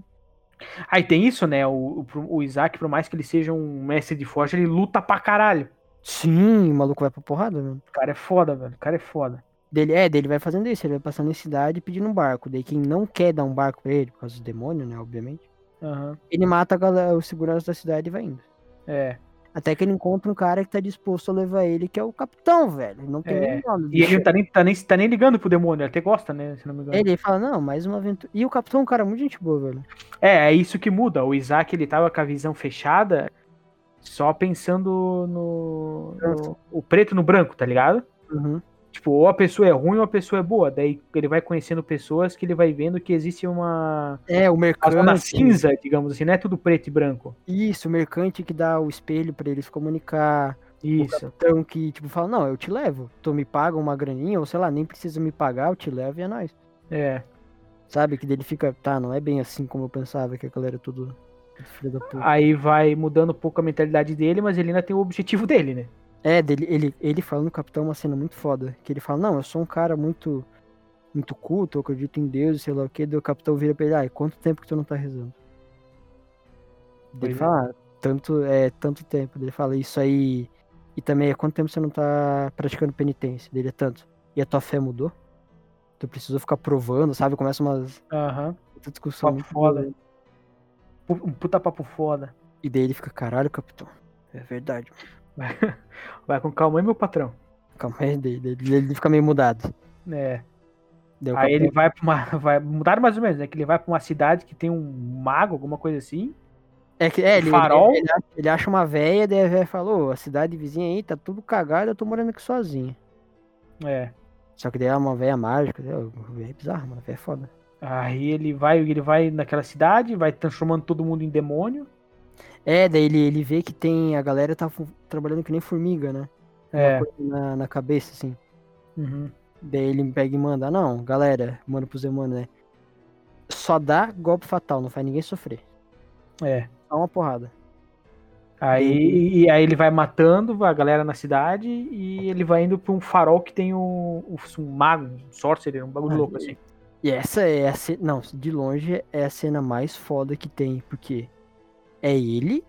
Aí tem isso, né? O, o, pro- o Isaac, por mais que ele seja um mestre de forja, ele luta pra caralho. Sim, o maluco vai pra porrada, mano. O cara é foda, velho. O cara é foda. Dele, é, dele vai fazendo isso, ele vai passando em cidade pedindo um barco. Daí quem não quer dar um barco pra ele, por causa do demônio, né, obviamente, Aham, ele mata a galera, os seguranças da cidade e vai indo. É. Até que ele encontra um cara que tá disposto a levar ele, que é o capitão, velho. Não tem É, nem nome. E ele bicho. não tá nem, tá, nem, tá nem ligando pro demônio, ele até gosta, né? Se não me engano. Ele fala, não, mais uma aventura. E o capitão é um cara muito gente boa, velho. É, é isso que muda. O Isaac, ele tava com a visão fechada, só pensando no- no o preto no branco, tá ligado? Tipo, ou a pessoa é ruim ou a pessoa é boa. Daí ele vai conhecendo pessoas que ele vai vendo que existe uma. É, o A zona mercante. cinza, digamos assim, não é tudo preto e branco. Isso, o mercante que dá o espelho pra eles comunicar. Isso. Então que, tipo, fala, não, eu te levo. Tu me paga uma graninha, ou sei lá, nem precisa me pagar, eu te levo e é nóis. É. Sabe? Que dele fica, tá, não é bem assim como eu pensava, que a galera é tudo, tudo filho da puta. Aí vai mudando um pouco a mentalidade dele, mas ele ainda tem o objetivo dele, né? É, dele, ele, ele falando com o capitão é uma cena muito foda. Que ele fala, não, eu sou um cara muito muito culto, eu acredito em Deus, sei lá o que. Daí o capitão vira pra ele, ai, quanto tempo que tu não tá rezando? Daí Pois ele é. fala, ah, tanto, é, tanto tempo. Daí ele fala, isso aí... E também, é quanto tempo você não tá praticando penitência? Dele é tanto. E a tua fé mudou? Tu precisou ficar provando, sabe? Começa umas Aham. outra discussão Papo muito foda. boa. um Pu- Um puta papo foda. E daí ele fica, caralho, capitão. É verdade. mano. Vai com calma aí, meu patrão. Calma aí, daí, daí ele fica meio mudado. É. Daí o Aí ele capitão- vai pra uma. Vai mudar mais ou menos, né? Que ele vai pra uma cidade que tem um mago, alguma coisa assim. É, que, é ele, ele- farol? Ele, acha- ele acha uma véia, daí a véia falou, a cidade vizinha aí tá tudo cagada, eu tô morando aqui sozinha. É. Só que daí é uma véia mágica, né, uma véia é bizarro, mano, véia é foda. Aí ele vai, ele vai naquela cidade, vai transformando todo mundo em demônio. É, daí ele, ele vê que tem, a galera tá fu- trabalhando que nem formiga, né, É. na, na cabeça, assim. Uhum. Daí ele pega e manda, não, galera, manda pro Zemano, né. só dá golpe fatal, não faz ninguém sofrer. É. Dá uma porrada. Aí, e aí ele vai matando a galera na cidade e ele vai indo pra um farol que tem um, um mago, um sorcerer, um bagulho Ah, louco e- assim. E essa é a cena. Não, de longe é a cena mais foda que tem, porque é ele.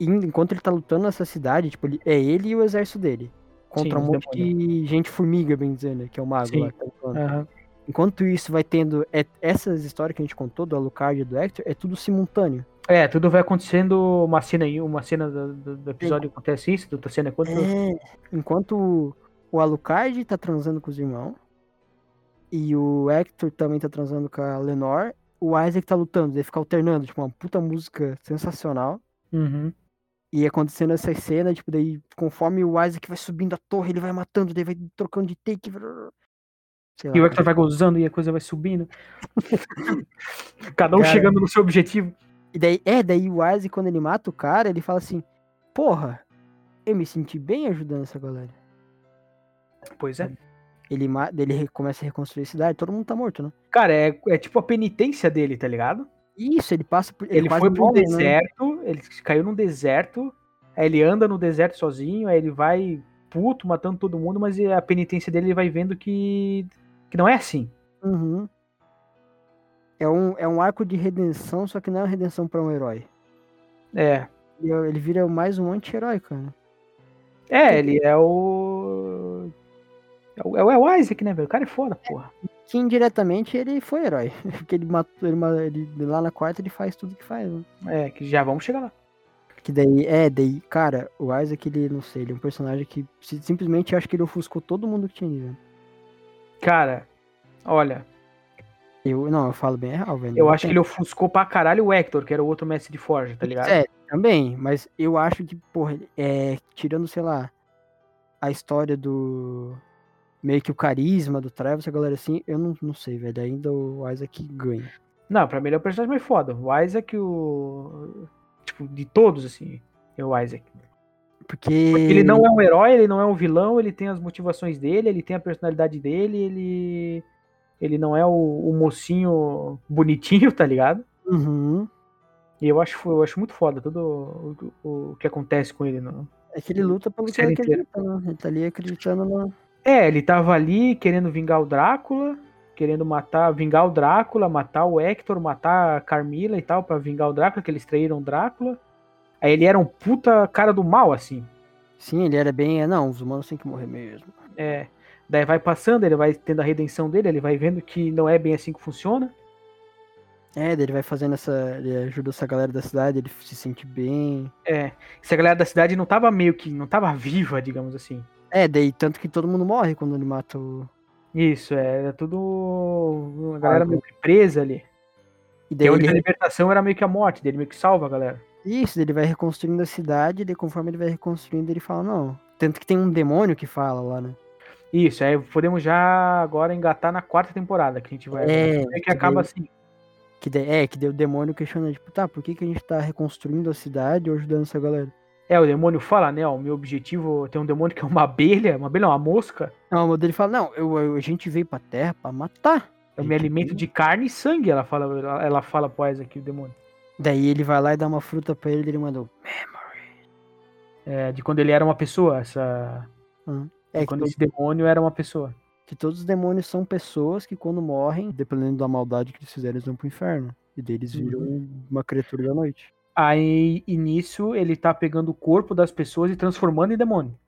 e en- enquanto ele tá lutando nessa cidade, tipo, ele- é ele e o exército dele. Contra Sim, um os monte de gente formiga, bem dizendo, né, que é o mago Sim. lá. que tá lutando. Aham. Enquanto isso, vai tendo. é- essas histórias que a gente contou, do Alucard e do Hector, é tudo simultâneo. É, tudo vai acontecendo uma cena aí, uma cena do, do- do episódio acontece isso, outra cena acontece outra. É. Enquanto o, o Alucard tá transando com os irmãos, e o Hector também tá transando com a Lenore, o Isaac tá lutando, ele fica alternando, tipo, uma puta música sensacional. Uhum. E acontecendo essa cena, tipo, daí, conforme o Isaac vai subindo a torre, ele vai matando, daí vai trocando de take. brrr. Sei lá. E o Hector vai gozando e a coisa vai subindo. Cada um Cara. chegando no seu objetivo. E daí, é, daí o Isaac, quando ele mata o cara, ele fala assim: Porra, eu me senti bem ajudando essa galera. Pois é. Ele, ma- daí ele re- começa a reconstruir a cidade, todo mundo tá morto, né? Cara, é, é tipo a penitência dele, tá ligado? Isso, ele passa por. Ele quase foi pro morre, né? deserto, ele caiu num deserto, aí ele anda no deserto sozinho, aí ele vai puto, matando todo mundo, mas a penitência dele ele vai vendo que, que não é assim. Uhum. É, um, é um arco de redenção, só que não é uma redenção pra um herói. É. Ele, é- ele vira mais um anti-herói, cara. É, ele é o. É o, é o Isaac, né, velho? O cara é foda, porra. Que indiretamente ele foi herói. Porque ele matou. Ele, ma- ele- lá na quarta ele faz tudo que faz, né? É, que já vamos chegar lá. Que daí, é, daí, cara, o Isaac, ele, não sei, ele é um personagem que si- simplesmente acho que ele ofuscou todo mundo que tinha nível. Cara, olha, Eu, não, eu falo bem real, velho. eu não acho que tem. ele ofuscou pra caralho o Hector, que era o outro mestre de Forja, tá ligado? É, também, mas eu acho que, porra, ele- é, tirando, sei lá, a história do. meio que o carisma do Travis, a galera assim, eu não, não sei, velho. Ainda o Isaac ganha. Não, pra mim ele é o personagem mais foda. O Isaac, o. Tipo, de todos, assim, é o Isaac. Porque. Porque ele não é um herói, ele não é um vilão, ele tem as motivações dele, ele tem a personalidade dele, ele. Ele não é o, o mocinho bonitinho, tá ligado? Uhum. E eu acho, eu acho muito foda tudo o, o- o que acontece com ele. No... É que ele luta pelo que Série ele acredita, né? Ele tá ali acreditando no. É, ele tava ali querendo vingar o Drácula, querendo matar, vingar o Drácula, matar o Hector, matar a Carmila e tal, pra vingar o Drácula, que eles traíram o Drácula. Aí ele era um puta cara do mal, assim. Sim, ele era bem. é, Não, os humanos têm que morrer mesmo. É, daí vai passando, ele vai tendo a redenção dele, ele vai vendo que não é bem assim que funciona. É, daí ele vai fazendo essa. Ele ajuda essa galera da cidade, ele se sente bem. É, se a galera da cidade não tava meio que, não tava viva, digamos assim. É, daí tanto que todo mundo morre quando ele mata o. Isso, é, era tudo. A galera meio que presa ali. E daí E a ele... única libertação era meio que a morte dele, meio que salva a galera. Isso, ele vai reconstruindo a cidade, e daí conforme ele vai reconstruindo, ele fala, não. Tanto que tem um demônio que fala lá, né? Isso, aí podemos já agora engatar na quarta temporada que a gente vai. É, Meio que acaba assim. Que daí, é, que daí o demônio questiona, tipo, tá, por que, que a gente tá reconstruindo a cidade ou ajudando essa galera? É, o demônio fala, né? O meu objetivo. Tem um demônio que é uma abelha, uma abelha, não, uma mosca. Não, mas ele fala, não, eu, eu- a gente veio pra terra pra matar. Eu me alimento de carne e sangue, ela fala, ela- ela fala pro aqui, o demônio. Daí ele vai lá e dá uma fruta pra ele, daí ele mandou. É, de quando ele era uma pessoa, essa. É, de que, quando to- esse demônio era uma pessoa. que todos os demônios são pessoas que quando morrem, dependendo da maldade que eles fizeram, eles vão pro inferno. E daí Uhum. eles viram uma criatura da noite. Aí, e nisso, ele tá pegando o corpo das pessoas e transformando em demônio.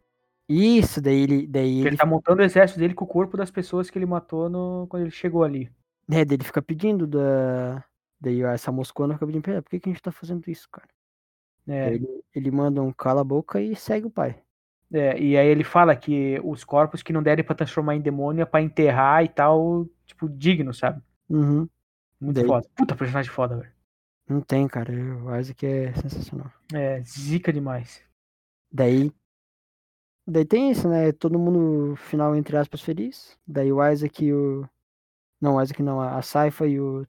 Isso, daí ele, daí Ele, ele tá montando o exército dele com o corpo das pessoas que ele matou no, quando ele chegou ali. É, daí ele fica pedindo da. Daí ó, essa moscona fica pedindo pra ele, por que, que a gente tá fazendo isso, cara? É, Daí Ele, ele manda um cala a boca e segue o pai. é, e aí ele fala que os corpos que não derem pra transformar em demônio é pra enterrar e tal, tipo, digno, sabe? Uhum. Muito Daí- foda. Puta personagem foda, velho. Não tem, cara. O Isaac é sensacional. É, zica demais. Daí. Daí tem isso, né? Todo mundo final, entre aspas, feliz. Daí o Isaac e o. Não, o Isaac não, a a Saifa e o.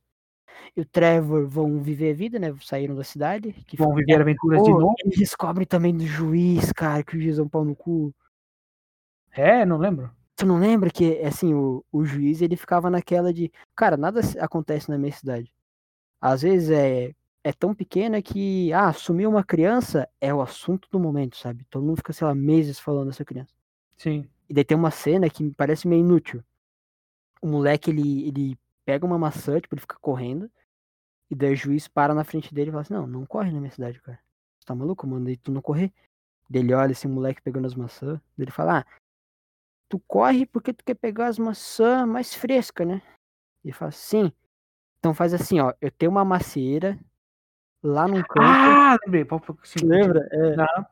E o Trevor vão viver a vida, né? Saíram da cidade. Que Vão viver aventuras de Pô, novo. Eles descobrem também do juiz, cara, que o juiz é um pau no cu. É, não lembro. Tu não lembra que, assim, o, o juiz ele ficava naquela de, cara, nada se- acontece na minha cidade. Às vezes é, é tão pequena que, ah, sumiu uma criança é o assunto do momento, sabe? Todo mundo fica, sei lá, meses falando dessa criança. Sim. E daí tem uma cena que me parece meio inútil. O moleque, ele, ele pega uma maçã, tipo, ele fica correndo. E daí o juiz para na frente dele e fala assim, não, não corre na minha cidade, cara. Você tá maluco? Eu mandei tu não correr. Daí ele olha esse moleque pegando as maçãs. Daí ele fala, ah, tu corre porque tu quer pegar as maçãs mais frescas, né? Ele fala, sim. Então faz assim, ó, eu tenho uma macieira lá num canto. Ah, lembrei. pô, pô, sim. lembra? É, Não,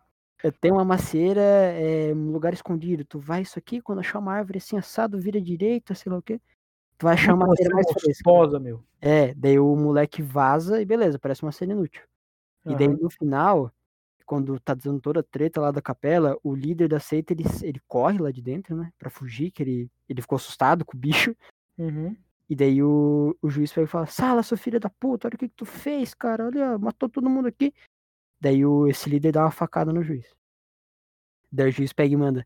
eu tenho uma macieira, é, um lugar escondido. Tu vai isso aqui, quando achar uma árvore assim assado, vira direita, sei lá o quê. Tu vai achar uma você macieira mais é fresca. gostosa, meu. É, daí o moleque vaza e beleza, parece uma cena inútil. E daí Aham. no final, quando tá dando toda a treta lá da capela, o líder da seita ele, ele corre lá de dentro, né? Pra fugir, que ele, ele ficou assustado com o bicho. Uhum. E daí o, o juiz pega e fala: Sala, seu filho da puta, olha o que, que tu fez, cara, olha, matou todo mundo aqui. Daí o, esse líder dá uma facada no juiz. Daí o juiz pega e manda: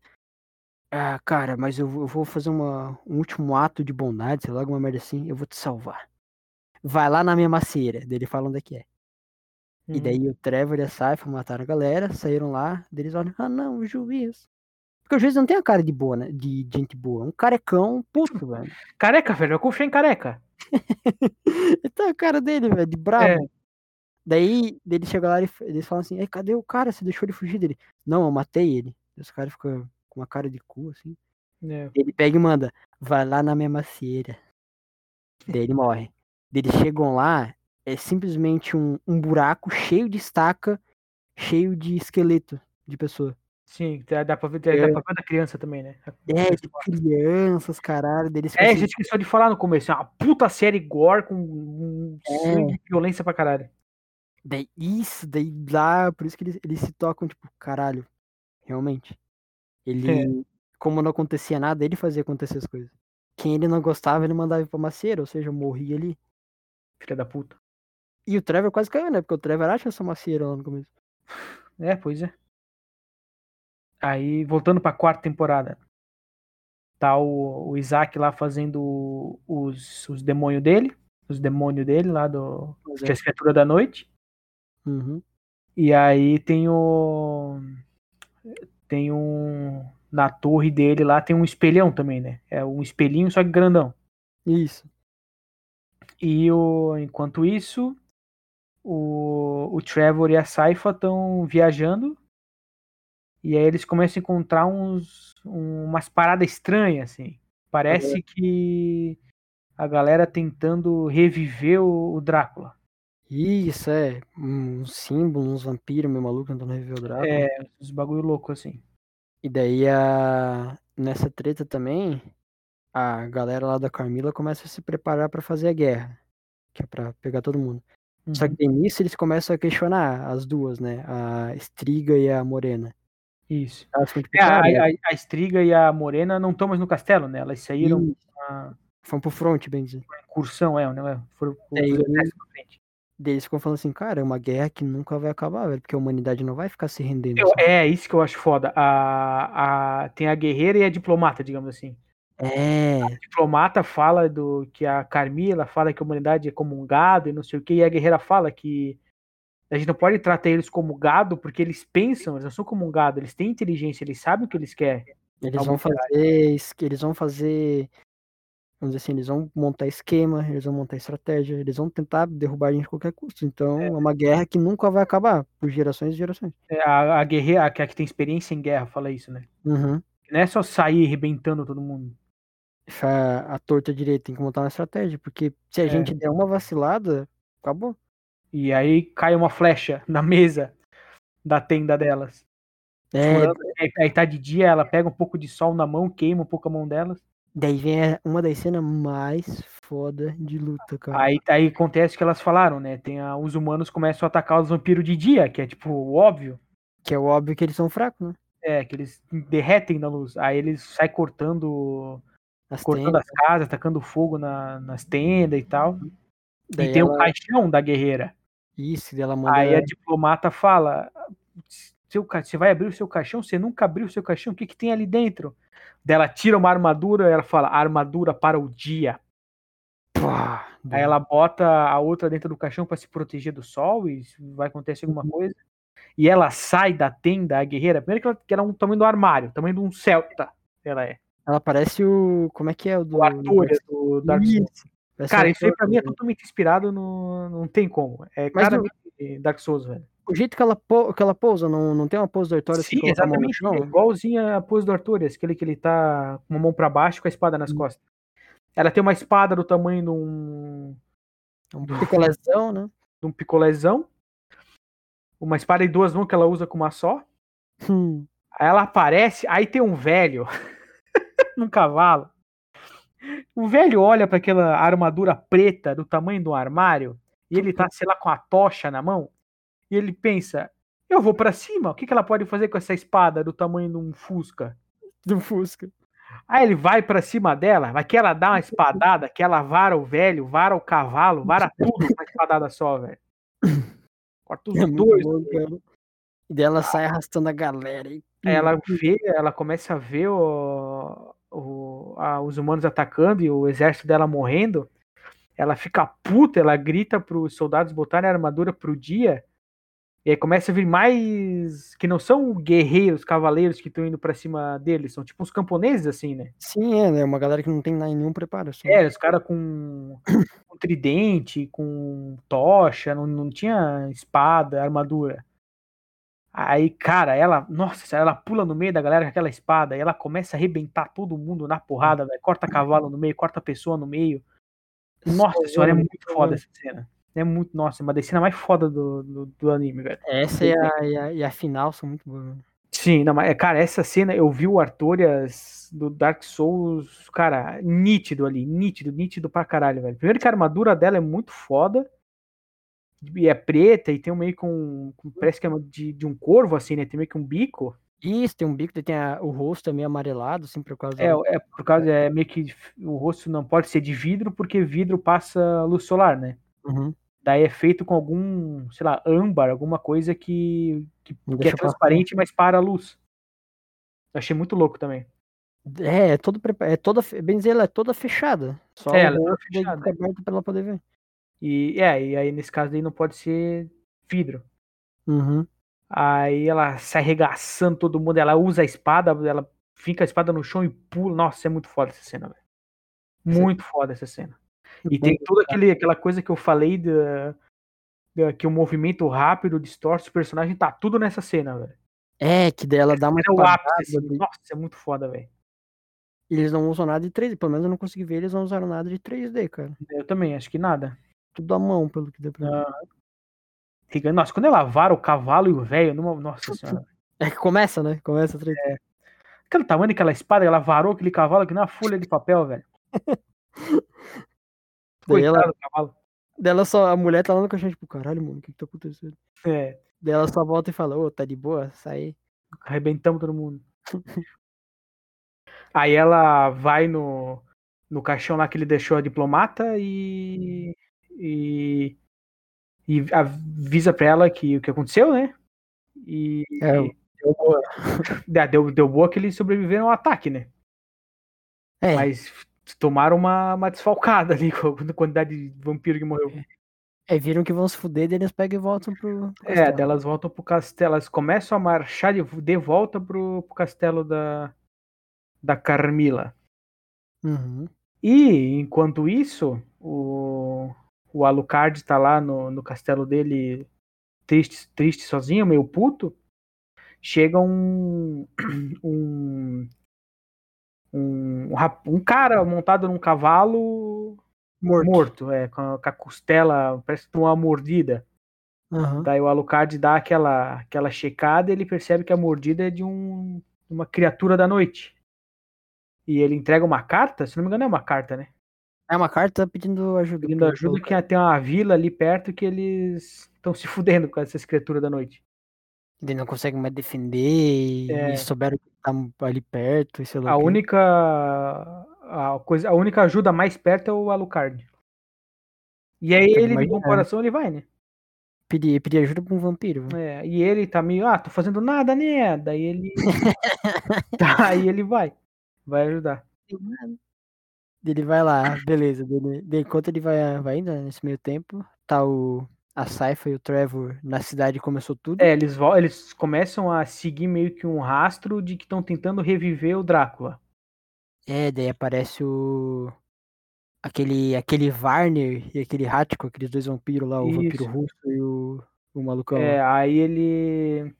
Ah, cara, mas eu, vou- eu vou fazer uma, um último ato de bondade, sei lá, alguma merda assim, eu vou te salvar. Vai lá na minha macieira. Daí ele fala onde é que é. E uhum. daí o Trevor e a Saifa mataram a galera, saíram lá, daí eles olham, ah não, o juiz. Porque o juiz não tem a cara de boa, né? De de gente boa. É um carecão puto, velho. Careca, velho. Eu confiei em careca. Ele tem a Então, é cara dele, velho, de brabo. É. Daí, daí ele chega lá e f- eles falam assim, Ei, cadê o cara? Você deixou ele fugir dele? Não, eu matei ele. Os caras ficam com uma cara de cu, assim. É. Ele pega e manda, vai lá na minha macieira. Daí ele morre. Daí eles chegam lá, é simplesmente um, um buraco cheio de estaca, cheio de esqueleto de pessoa. Sim, dá, dá pra ver, dá, É. dá pra ver da criança também, né? É, de crianças, caralho, deles É, a gente esqueceu de falar no começo. É uma puta série gore com um sangue e violência pra caralho. daí, isso, daí lá, por isso que eles, eles se tocam, tipo, caralho, realmente. Ele, É. como não acontecia nada, ele fazia acontecer as coisas. Quem ele não gostava, ele mandava ir pra macieira, ou seja, morria ali. Filha da puta. E o Trevor quase caiu, né? Porque o Trevor acha essa macieira lá no começo. É, pois é. Aí, voltando pra quarta temporada. Tá o, o Isaac lá fazendo os, os demônios dele. Os demônios dele lá do. Pois Que é é. as criaturas da noite. Uhum. E aí tem o. Tem um. Na torre dele lá tem um espelhão também, né? É um espelhinho, só que grandão. Isso. E o, enquanto isso, o, o Trevor e a Saifa estão viajando. E aí eles começam a encontrar uns, um- umas paradas estranhas, assim. Parece que a galera tentando reviver o, o Drácula. Isso, é. Um símbolo, uns vampiros, meu maluco, tentando reviver o Drácula. É, uns bagulho louco, assim. E daí a... nessa treta também, a galera lá da Carmila começa a se preparar pra fazer a guerra, que é pra pegar todo mundo. Só que Uhum, daí nisso eles começam a questionar as duas, né? A Striga e a Morena. Isso. Elas ficam tipo, É, a, cara, a, a Striga e a Morena não estão mais no castelo, né? Elas saíram ih, uma foram pro front, bem dizer. incursão, é, um negócio. Foram pro- É, e- pra frente. Daí eles ficam falando assim, cara, é uma guerra que nunca vai acabar, velho, porque a humanidade não vai ficar se rendendo. assim." Eu- sabe? é, isso que eu acho foda. A, a, tem a guerreira e a diplomata, digamos assim. É, A diplomata fala do que a Carmila fala que a humanidade é como um gado e não sei o que, e a guerreira fala que a gente não pode tratar eles como gado porque eles pensam, eles não são como um gado, eles têm inteligência, eles sabem o que eles querem. eles a vão humanidade. fazer, es- eles vão fazer, vamos dizer assim, eles vão montar esquema, eles vão montar estratégia, eles vão tentar derrubar a gente a qualquer custo. Então é uma guerra que nunca vai acabar, por gerações e gerações. É, A, a guerreira, a que a que tem experiência em guerra, fala isso, né? Uhum. Não é só sair arrebentando todo mundo. A, a torta direita tem que montar uma estratégia, porque se a É. gente der uma vacilada, acabou. E aí cai uma flecha na mesa da tenda delas. É, Fulano, Aí, aí tá de dia, ela pega um pouco de sol na mão, queima um pouco a mão delas. daí vem a- uma das cenas mais foda de luta, cara. Aí, aí acontece o que elas falaram, né? Tem a- os humanos começam a atacar os vampiros de dia, que é tipo o óbvio, Que é óbvio que eles são fracos, né? é, que eles derretem na luz. Aí eles saem cortando, As cortando tendas, as casas, atacando fogo na- nas tendas e tal. daí e tem o ela- caixão da guerreira. Isso, dela manda. Aí é a diplomata fala: seu, ca- Você vai abrir o seu caixão? Você nunca abriu o seu caixão? O que, que tem ali dentro? Daí Ela tira uma armadura, ela fala: Armadura para o dia. Pá, aí ela bota a outra dentro do caixão para se proteger do sol e vai acontecer alguma coisa. E ela sai da tenda, a guerreira. Primeiro que ela, que ela é um tamanho do armário, tamanho de um celta. Ela é. Ela parece o. Como é que é? O do. O Arthur, do Dark Souls. Parece Cara, o isso aí Arthur, pra mim é né? totalmente inspirado no. Não tem como. É Mas claramente Dark Souls, velho. O jeito que ela, po- que ela pousa, não, não tem uma pose do Arthur assim, Sim, coloca a mão no exatamente. chão? É igualzinha a pose do Artorias, aquele que ele tá com a mão pra baixo e com a espada nas costas. Ela tem uma espada do tamanho de um, É um picolezão, né? de um picolézão. Uma espada em duas mãos que ela usa com uma só. Hum. Aí ela aparece, aí tem um velho num cavalo. O velho olha pra aquela armadura preta do tamanho do armário e ele tá, sei lá, com a tocha na mão. E ele pensa: eu vou pra cima, o que, que ela pode fazer com essa espada do tamanho de um Fusca? Do Fusca. Aí ele vai pra cima dela, mas que ela dá uma espadada, que ela vara o velho, vara o cavalo, vara tudo com uma espadada só, velho. Corta os É muito dois. Ah. bom, cara. E daí ela sai arrastando a galera. E... Aí ela vê, ela começa a ver o- o- a- os humanos atacando e o exército dela morrendo. Ela fica puta, ela grita pros soldados botarem a armadura pro dia. E aí começa a vir mais. Que não são guerreiros, cavaleiros que estão indo pra cima deles, são tipo uns camponeses assim, né? Sim, é, né? Uma galera que não tem nenhum preparo. assim. É, os caras com, com tridente, com tocha, não, não tinha espada, armadura. Aí, cara, ela, nossa, ela pula no meio da galera com aquela espada e ela começa a arrebentar todo mundo na porrada, velho. Corta cavalo no meio, corta pessoa no meio. Nossa senhora, é muito foda essa cena. É muito, nossa, é uma das cenas mais foda do, do, do anime, velho. Essa e a, e a, e a final são muito boas. né? Sim, não, mas, é, cara, essa cena, eu vi o Artorias do Dark Souls, cara, nítido ali, nítido, nítido pra caralho, velho. Primeiro que a armadura dela é muito foda, e é preta, e tem um meio com, com parece que é uma de, de um corvo, assim, né, tem meio que um bico, Isso, tem um bico, daí tem a- o rosto também amarelado, assim, por causa é, da- é por causa, é meio que o rosto não pode ser de vidro, porque vidro passa luz solar, né. Uhum. Daí é feito com algum, sei lá, âmbar, alguma coisa que, que, Não que é deixa passar. transparente, mas para a luz. Eu achei muito louco também. É, é todo preparado. É toda, fe- bem dizer, ela é toda fechada. Só É, o ela é toda rosto daí fechada. fica aberto pra ela poder ver. E é, e aí nesse caso aí não pode ser vidro. Uhum. Aí ela se arregaçando todo mundo, ela usa a espada, ela fica a espada no chão e pula. Nossa, é muito foda essa cena, velho. Muito foda essa cena. E tem toda aquele, aquela coisa que eu falei da, da- que o movimento rápido distorce o personagem, tá tudo nessa cena, velho. É, que daí ela dá uma É o espadada, ápice, assim. daí Nossa, é muito foda, velho. eles não usam nada de 3D, pelo menos eu não consegui ver, eles não usaram nada de 3D, cara. Eu também, acho que nada. Tudo à mão, pelo que deu pra ver. Fica- Nossa, quando ela vara o cavalo e o velho, numa... nossa senhora. É que começa, né? Começa a 3D. Aquele tamanho daquela espada, ela varou aquele cavalo que na folha de papel, velho. Daí ela, Coitado do cavalo. daí ela só, a mulher tá lá no caixão, tipo, caralho, mano, o que que tá acontecendo? É. Daí ela só volta e fala, ô, tá de boa? Sai. arrebentamos todo mundo. Aí ela vai no, no caixão lá que ele deixou a diplomata e. e. e avisa pra ela que o que aconteceu, né? E. É, deu boa. Ah, deu, deu boa que eles sobreviveram ao ataque, né? É, Mas tomaram uma, uma desfalcada ali com a quantidade de vampiro que morreu. é, viram que vão se fuder, daí eles pegam e voltam pro... pro É, castelo. delas voltam pro castelo. Elas começam a marchar de, de volta pro, pro castelo da. da Carmila. Uhum. E enquanto isso, o, o Alucard tá lá no, no castelo dele, triste, triste sozinho, meio puto. Chega um. Um, um, rap- um cara montado num cavalo Morto. morto, é, com, a, com a costela, parece uma mordida. Aham. Daí o Alucard dá aquela, aquela checada e ele percebe que a mordida é de um, uma criatura da noite. E ele entrega uma carta, se não me engano é uma carta, né? É uma carta pedindo ajuda. pedindo pro- ajuda pelo- que tem uma vila ali perto que eles estão se fudendo com essas criaturas da noite. Ele não consegue mais defender e- É. e souberam que tá ali perto e sei lá A o quê. única a coisa, a única ajuda mais perto é o Alucard. E aí Fica ele de bom imaginando. coração ele vai, né? Pedir, pedir ajuda pra um vampiro. É, e ele tá meio, ah, tô fazendo nada, né? Daí tá, ele Daí ele vai. Vai ajudar. Ele vai lá, ah, beleza. Dele, dele, enquanto ele vai, vai indo né, nesse meio tempo, tá o, a Saifa e o Trevor na cidade começou tudo. É, eles, vo- eles começam a seguir meio que um rastro de que estão tentando reviver o Drácula. É, daí aparece o. Aquele, aquele Varner e aquele Hátiko, aqueles dois vampiros lá, Ah, o vampiro Isso. russo e o, o malucão. lá. É, aí ele.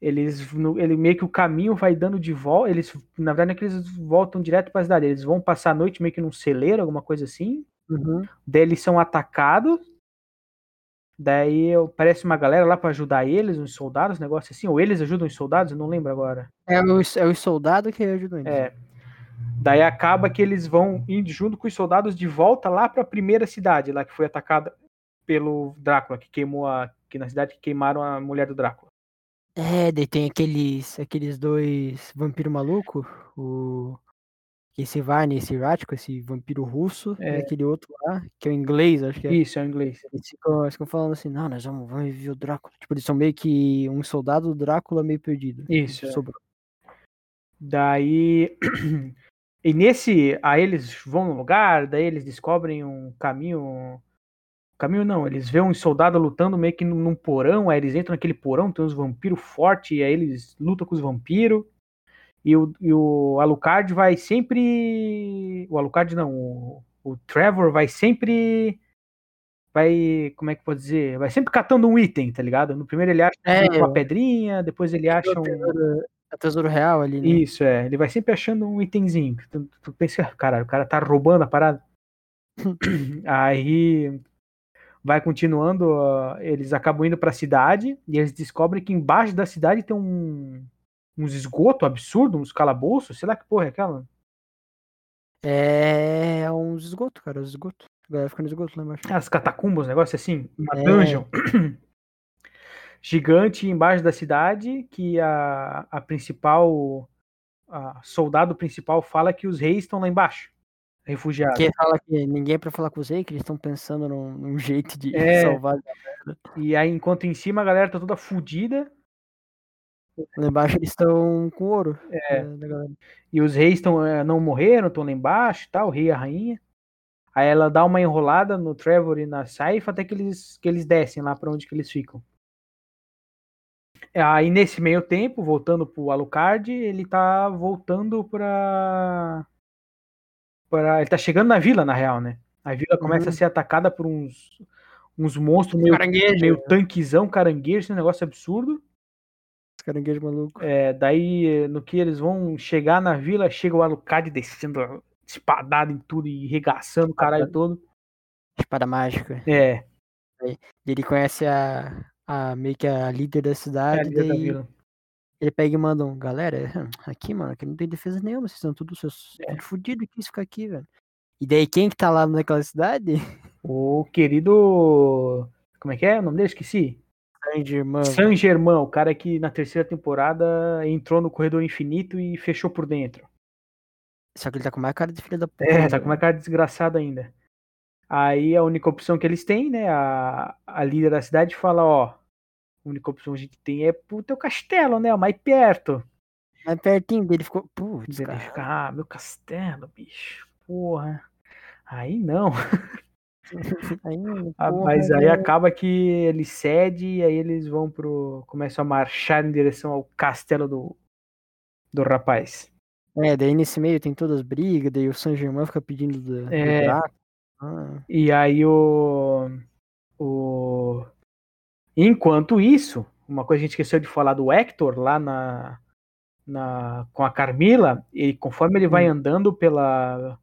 Eles, no- ele meio que o caminho vai dando de volta. Eles, na verdade, não é que eles voltam direto pra cidade. Eles vão passar a noite meio que num celeiro, alguma coisa assim. Uhum. Daí eles são atacados. Daí eu- aparece uma galera lá pra ajudar eles, uns soldados, um negócio assim. Ou eles ajudam os soldados, eu não lembro agora. É, os, é os soldados que ajudam eles. É. Daí acaba que eles vão indo junto com os soldados de volta lá pra primeira cidade, lá que foi atacada pelo Drácula, que queimou a. Que na cidade que queimaram a mulher do Drácula. É, daí tem aqueles, aqueles dois vampiro maluco, o esse Varney, esse Rático, esse vampiro russo, É. e aquele outro lá, que é o inglês, acho que é. Isso, é o inglês. Eles ficam, eles ficam falando assim, não, nós vamos, vamos viver o Drácula. Tipo, eles são meio que um soldado do Drácula meio perdido. Isso, é. Sobrou. Daí. E nesse. Aí eles vão no lugar, daí eles descobrem um caminho. Caminho não, eles vêem uns soldados lutando meio que num- num porão, aí eles entram naquele porão, tem uns vampiros fortes, e aí eles lutam com os vampiros. E o, e o Alucard vai sempre. O Alucard não, o, o Trevor vai sempre. Vai. Como é que eu vou dizer? Vai sempre catando um item, tá ligado? No primeiro ele acha É, uma pedrinha, depois ele acha o um. tesouro, é o tesouro real ali, né? Isso, é. Ele vai sempre achando um itemzinho. Tu, tu pensa, "Ah, caralho, o cara tá roubando a parada. Aí vai continuando, ó, eles acabam indo pra cidade e eles descobrem que embaixo da cidade tem um, uns esgoto absurdo, uns calabouços, sei lá que porra é aquela. É, é uns esgotos, cara, os esgotos. A galera fica no esgoto lá embaixo. As catacumbas, um negócio assim, uma É. dungeon. Gigante embaixo da cidade, que a, a principal, a soldado principal fala que os reis estão lá embaixo, refugiados. Porque fala que ninguém é pra falar com os aí, que eles estão pensando num, num jeito de É. salvar. E aí, enquanto em cima a galera tá toda fodida Lá embaixo eles estão com ouro. É. né, da galera. e os reis tão, eh, não morreram, estão lá embaixo, tá? O rei e a rainha. Aí ela dá uma enrolada no Trevor e na Saifa até que eles, que eles descem lá pra onde que eles ficam. Aí nesse meio tempo, voltando pro Alucard, ele tá voltando pra. pra ele tá chegando na vila, na real, né? A vila começa a Uhum. ser atacada por uns, uns monstros meio, Caranguejo. meio tanquezão, caranguejo, um negócio absurdo. Os caranguejos malucos. É, daí, eh, no que eles vão chegar na vila, chega o Alucard descendo espadado em tudo e regaçando o caralho todo. Espada mágica. É, Ele conhece a, a meio que a líder da é a cidade. líder da daí vila. ele pega e manda um, galera, aqui, mano, que não tem defesa nenhuma, vocês estão todos seus É. tudo fudido, quis ficar aqui, velho. E daí quem que tá lá naquela cidade? O querido. Como é que é o nome dele? Esqueci. Grande irmã. San Germain, o cara que na terceira temporada entrou no corredor infinito e fechou por dentro. Só que ele tá com mais cara de filha da puta. É, tá com velho. uma cara desgraçada ainda. Aí a única opção que eles têm, né? A, a líder da cidade fala: ó, a única opção que a gente tem é pro teu castelo, né? O mais perto. Mas pertinho dele ficou. Putz, Daí ele cara. fica, ah, meu castelo, bicho, porra. Aí não. Aí, Ah, Tá porra, Mas aí velho. acaba que ele cede e aí eles vão pro. começam a marchar em direção ao castelo do, do rapaz. É, daí nesse meio tem todas as brigas, daí o San Germain fica pedindo do, do É. buraco. Ah, E aí o. o... Enquanto isso, uma coisa que a gente esqueceu de falar do Hector lá na. na com a Carmila, e conforme ele vai andando pela.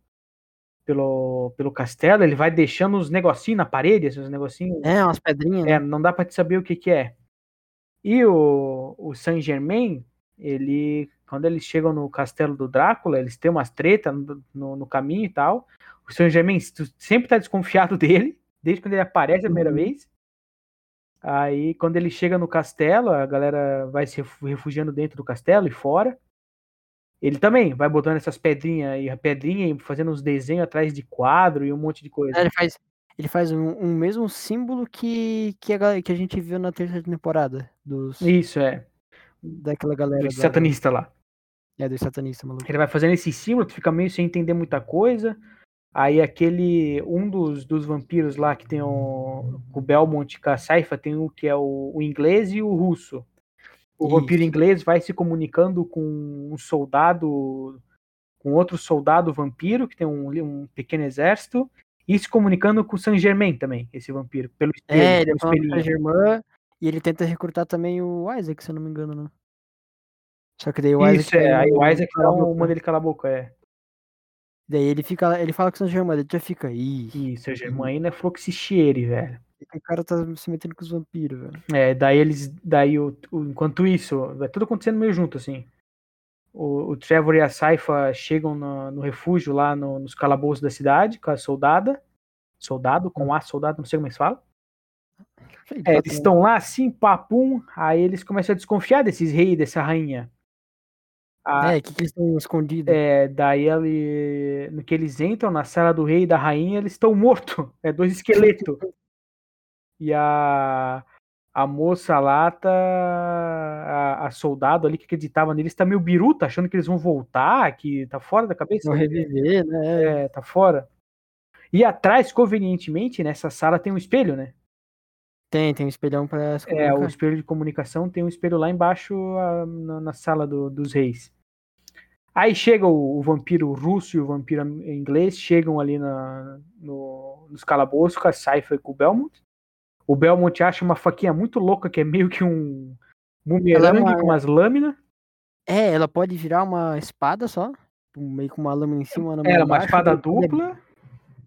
Pelo, pelo castelo, ele vai deixando uns negocinhos na parede, esses negocinhos é, umas pedrinhas, né? É, não dá pra te saber o que que é. E o, o Saint Germain, ele, quando eles chegam no castelo do Drácula, eles têm umas tretas no, no- no caminho e tal. O Saint Germain tu sempre tá desconfiado dele, desde quando ele aparece a primeira Uhum. vez. Aí, quando ele chega no castelo, a galera vai se refu- refugiando dentro do castelo e fora. Ele também vai botando essas pedrinhas e a pedrinha e fazendo uns desenhos atrás de quadro e um monte de coisa. É, Ele faz, ele faz um, um mesmo símbolo que, que, a, gal- que a gente viu na terceira temporada dos, Isso, é. daquela galera. Do da- satanista lá. É, dos satanistas, maluco. Ele vai fazendo esse símbolo, tu fica meio sem entender muita coisa. Aí aquele. Um dos, dos vampiros lá que tem o. O Belmont com a Saifa tem o que é o, o inglês e o russo. O vampiro inglês vai se comunicando com um soldado. Com outro soldado vampiro, que tem um, um pequeno exército. E se comunicando com o Saint Germain também, esse vampiro. Pelo espelho, É, ele pelo fala com a espelhinho. Germã e ele tenta recrutar também o Isaac, se eu não me engano, né? Só que daí o Isaac. Isso, é. Aí o Isaac cala dá a um, boca. manda ele calar a boca, é. Daí ele fica, ele fala com o San Germán, ele já fica. Ih, E seu Germain ainda falou que se cheire, é velho. o cara tá se metendo com os vampiros, velho. É, daí eles. Daí o, o- enquanto isso, vai tudo acontecendo meio junto, assim. O, o Trevor e a Saifa chegam na- no, refúgio lá no- nos calabouços da cidade, com a soldada. Soldado, com a soldado, não sei como eles falam. Sei É, lá, eles estão lá assim, papum, aí eles começam a desconfiar desses reis, dessa rainha. A- É, o que, que eles estão escondidos? um é, daí ele, no que eles entram na sala do rei e da rainha, eles estão mortos. É dois esqueletos. E a, a moça lá tá. A, a soldado ali que acreditava neles tá meio biruta, achando que eles vão voltar, que tá fora da cabeça. Vão reviver, né? É, tá fora. E atrás, convenientemente, nessa sala tem um espelho, né? Tem, tem um espelhão pra se É, o comunicar. espelho de comunicação tem um espelho lá embaixo ah, na, na sala do- dos reis. Aí chega o, o vampiro russo e o vampiro am- inglês, chegam ali na, no, nos calabouços com a Saifa e com o Belmont. O Belmont acha uma faquinha muito louca, que é meio que um bumerangue uma- com umas lâminas. É, ela pode virar uma espada só. tipo, Meio com uma lâmina em cima, uma lâmina Era é uma embaixo, espada daí ela- dupla, né?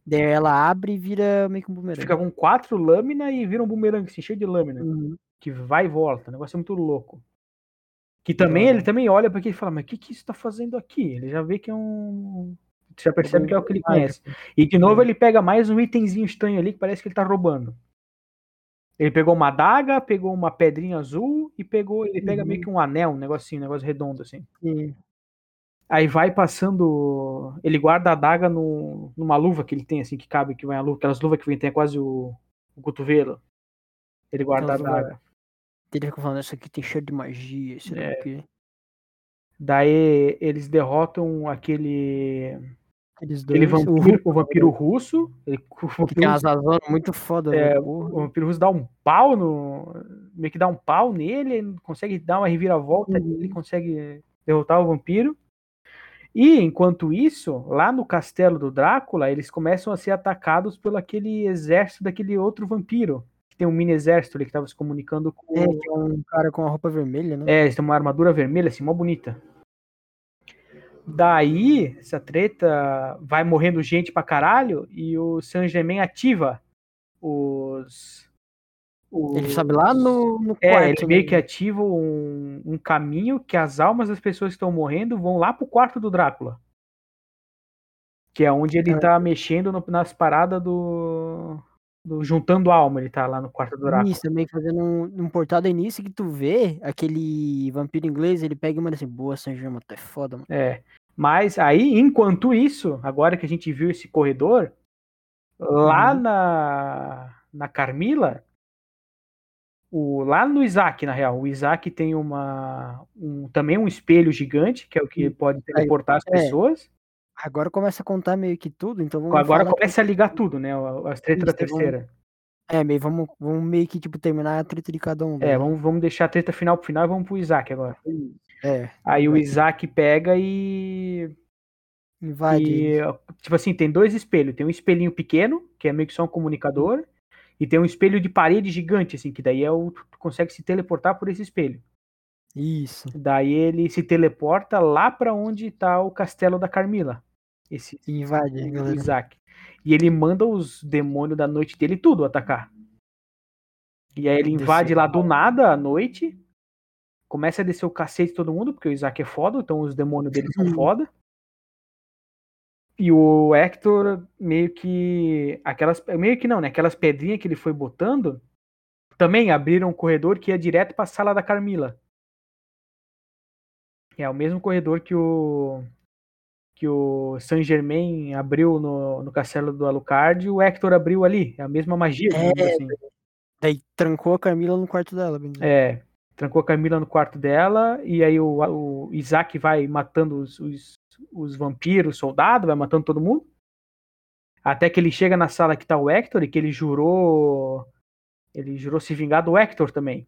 Daí ela abre e vira meio que um bumerangue. fica com quatro lâminas e vira um bumerangue, assim, cheio de lâmina. Uhum. que vai e volta, o negócio é muito louco. Que também Olha. ele também olha para aquilo e fala, mas o que, que isso tá fazendo aqui? Ele já vê que é um. Você já percebe que é o que ele conhece. E de novo ele pega mais um itemzinho estranho ali que parece que ele tá roubando. Ele pegou uma adaga, pegou uma pedrinha azul e pegou. Ele pega meio que um anel, um negocinho, um negócio redondo assim. Sim. Aí vai passando. Ele guarda a adaga no, numa luva que ele tem, assim, que cabe, que vai a luva, aquelas luvas que vem, tem quase o, o cotovelo. Ele guarda Aquelas a adaga. Ele fica falando, isso aqui tem cheiro de magia, isso É. aqui. Daí eles derrotam aquele, Eles dois. aquele o vampiro, o vampiro russo. Ele, o, Que tem vampiro, umas azonas muito foda, É, velho. o Porra. vampiro russo dá um pau no. Meio que dá um pau nele, ele consegue dar uma reviravolta, Uhum. ele consegue derrotar o vampiro. E enquanto isso, lá no castelo do Drácula, eles começam a ser atacados pelo aquele exército daquele outro vampiro. que Tem um mini exército ali que tava se comunicando com. É, que é um cara com a roupa vermelha, né? É, eles têm uma armadura vermelha, assim, mó bonita. Daí, essa treta vai morrendo gente pra caralho e o San Germain ativa os. os- Ele sabe lá no, no quarto. É, ele meio né? que ativa um, um caminho que as almas das pessoas que estão morrendo vão lá pro quarto do Drácula. Que é onde ele Ah. tá mexendo no- nas paradas do, do. juntando alma, ele tá lá no quarto do Drácula. Isso, meio que fazendo um, um portal do início que tu vê aquele vampiro inglês, ele pega e manda assim, boa, San Germão, tu é foda, mano. É. Mas aí, enquanto isso, agora que a gente viu esse corredor, lá Uhum. na, na Carmila, o, lá no Isaac, na real, o Isaac tem uma, um, também um espelho gigante, que é o que pode teleportar as é. pessoas. Agora começa a contar meio que tudo, então vamos Agora falar- começa a ligar tudo, né? As tretas da Isso, vamos- terceira. É, meio, vamos, vamos meio que, tipo, terminar a treta de cada um. É, né? vamos, vamos deixar a treta final pro final e vamos pro Isaac agora. É, Aí o Vai. Isaac pega e invade. E, eles. tipo assim, tem dois espelhos. Tem um espelhinho pequeno, que é meio que só um comunicador, e tem um espelho de parede gigante, assim, que daí é o, tu consegue se teleportar por esse espelho. Isso. Daí ele se teleporta lá pra onde tá o castelo da Carmila. Esse Invade, o galera. Isaac. E ele manda os demônios da noite dele tudo atacar. E aí ele Descer invade lá do nada à noite. Começa a descer o cacete de todo mundo, porque o Isaac é foda, então os demônios dele são foda. E o Hector meio que. Aquelas. Meio que não, né? Aquelas pedrinhas que ele foi botando também abriram um corredor que ia direto pra sala da Carmila. É o mesmo corredor que o. Que o Saint Germain abriu no, no castelo do Alucard e o Hector abriu ali. É a mesma magia. É, digamos assim. Daí trancou a Camila no quarto dela, bem dizer. É, Trancou a Camila no quarto dela, e aí o, o Isaac vai matando os, os, os vampiros, soldado, vai matando todo mundo. Até que ele chega na sala que tá o Hector e que ele jurou. Ele jurou se vingar do Hector também.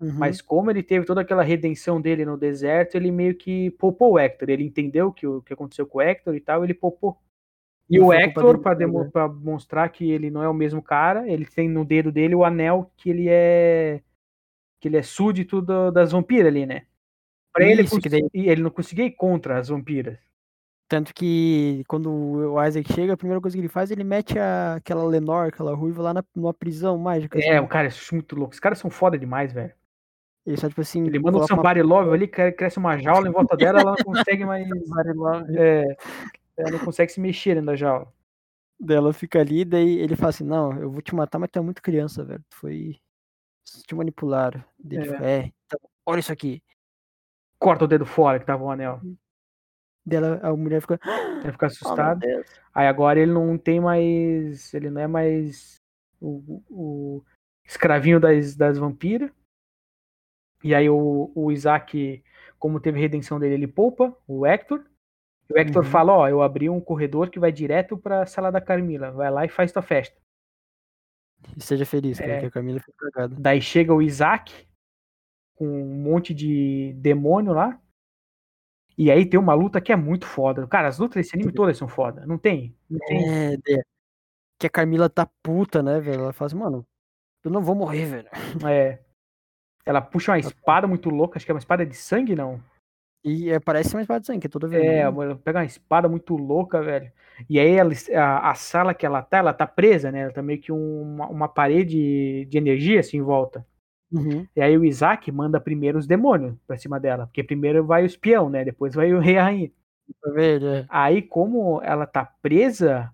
Uhum. Mas como ele teve toda aquela redenção dele no deserto, ele meio que poupou o Hector. Ele entendeu que o que aconteceu com o Hector e tal, ele poupou. E Não o foi culpa Hector, dele, pra, foi, demo- né? pra mostrar que ele não é o mesmo cara, ele tem no dedo dele o anel que ele é. que ele é súdito do- das vampiras ali, né? Pra ele, Isso, que cons- e ele não conseguia ir contra as vampiras. Tanto que quando o Isaac chega, a primeira coisa que ele faz, ele mete a- aquela Lenore, aquela ruiva lá na, numa prisão mágica. É, assim. o cara é muito louco. Os caras são foda demais, velho. Ele só, tipo assim, Ele manda um coloca uma Sampari Love ali, cre- cresce uma jaula em volta dela, ela não consegue mais. Sampari Love. É, ela não consegue se mexer dentro da jaula. dela fica ali, daí ele fala assim, não, eu vou te matar, mas tu é muito criança, velho. Tu foi. Te manipularam. Daí ele É. fica, É, então, olha isso aqui. corta o dedo fora que tava o anel. Dela, a mulher fica. Ele fica "Oh, Hum. meu assustado. Deus." Aí agora ele não tem mais. Ele não é mais o, o escravinho das, das vampiras. E aí o, o Isaac, como teve redenção dele, ele poupa o Hector. E o Hector Uhum. fala: Ó, eu abri um corredor que vai direto pra sala da Carmila. Vai lá e faz tua festa. E seja feliz, cara, É. que a Camila foi cagada. Daí chega o Isaac com um monte de demônio lá. E aí tem uma luta que é muito foda. Cara, as lutas desse anime todas são foda. Não tem? Não tem. É, de- que a Camila tá puta, né, velho? Ela fala assim, mano, eu não vou morrer, velho. É. Ela puxa uma espada muito louca, acho que é uma espada de sangue, não. E é, parece uma espada de sangue, que é toda É, vermelha. ela pega uma espada muito louca, velho. E aí ela, a, a sala que ela tá, ela tá presa, né? Ela tá meio que uma, uma parede de energia assim em volta. Uhum. E aí o Isaac manda primeiro os demônios pra cima dela. Porque primeiro vai o espião, né? Depois vai o rei e a rainha. Vermelha, é. Aí, como ela tá presa,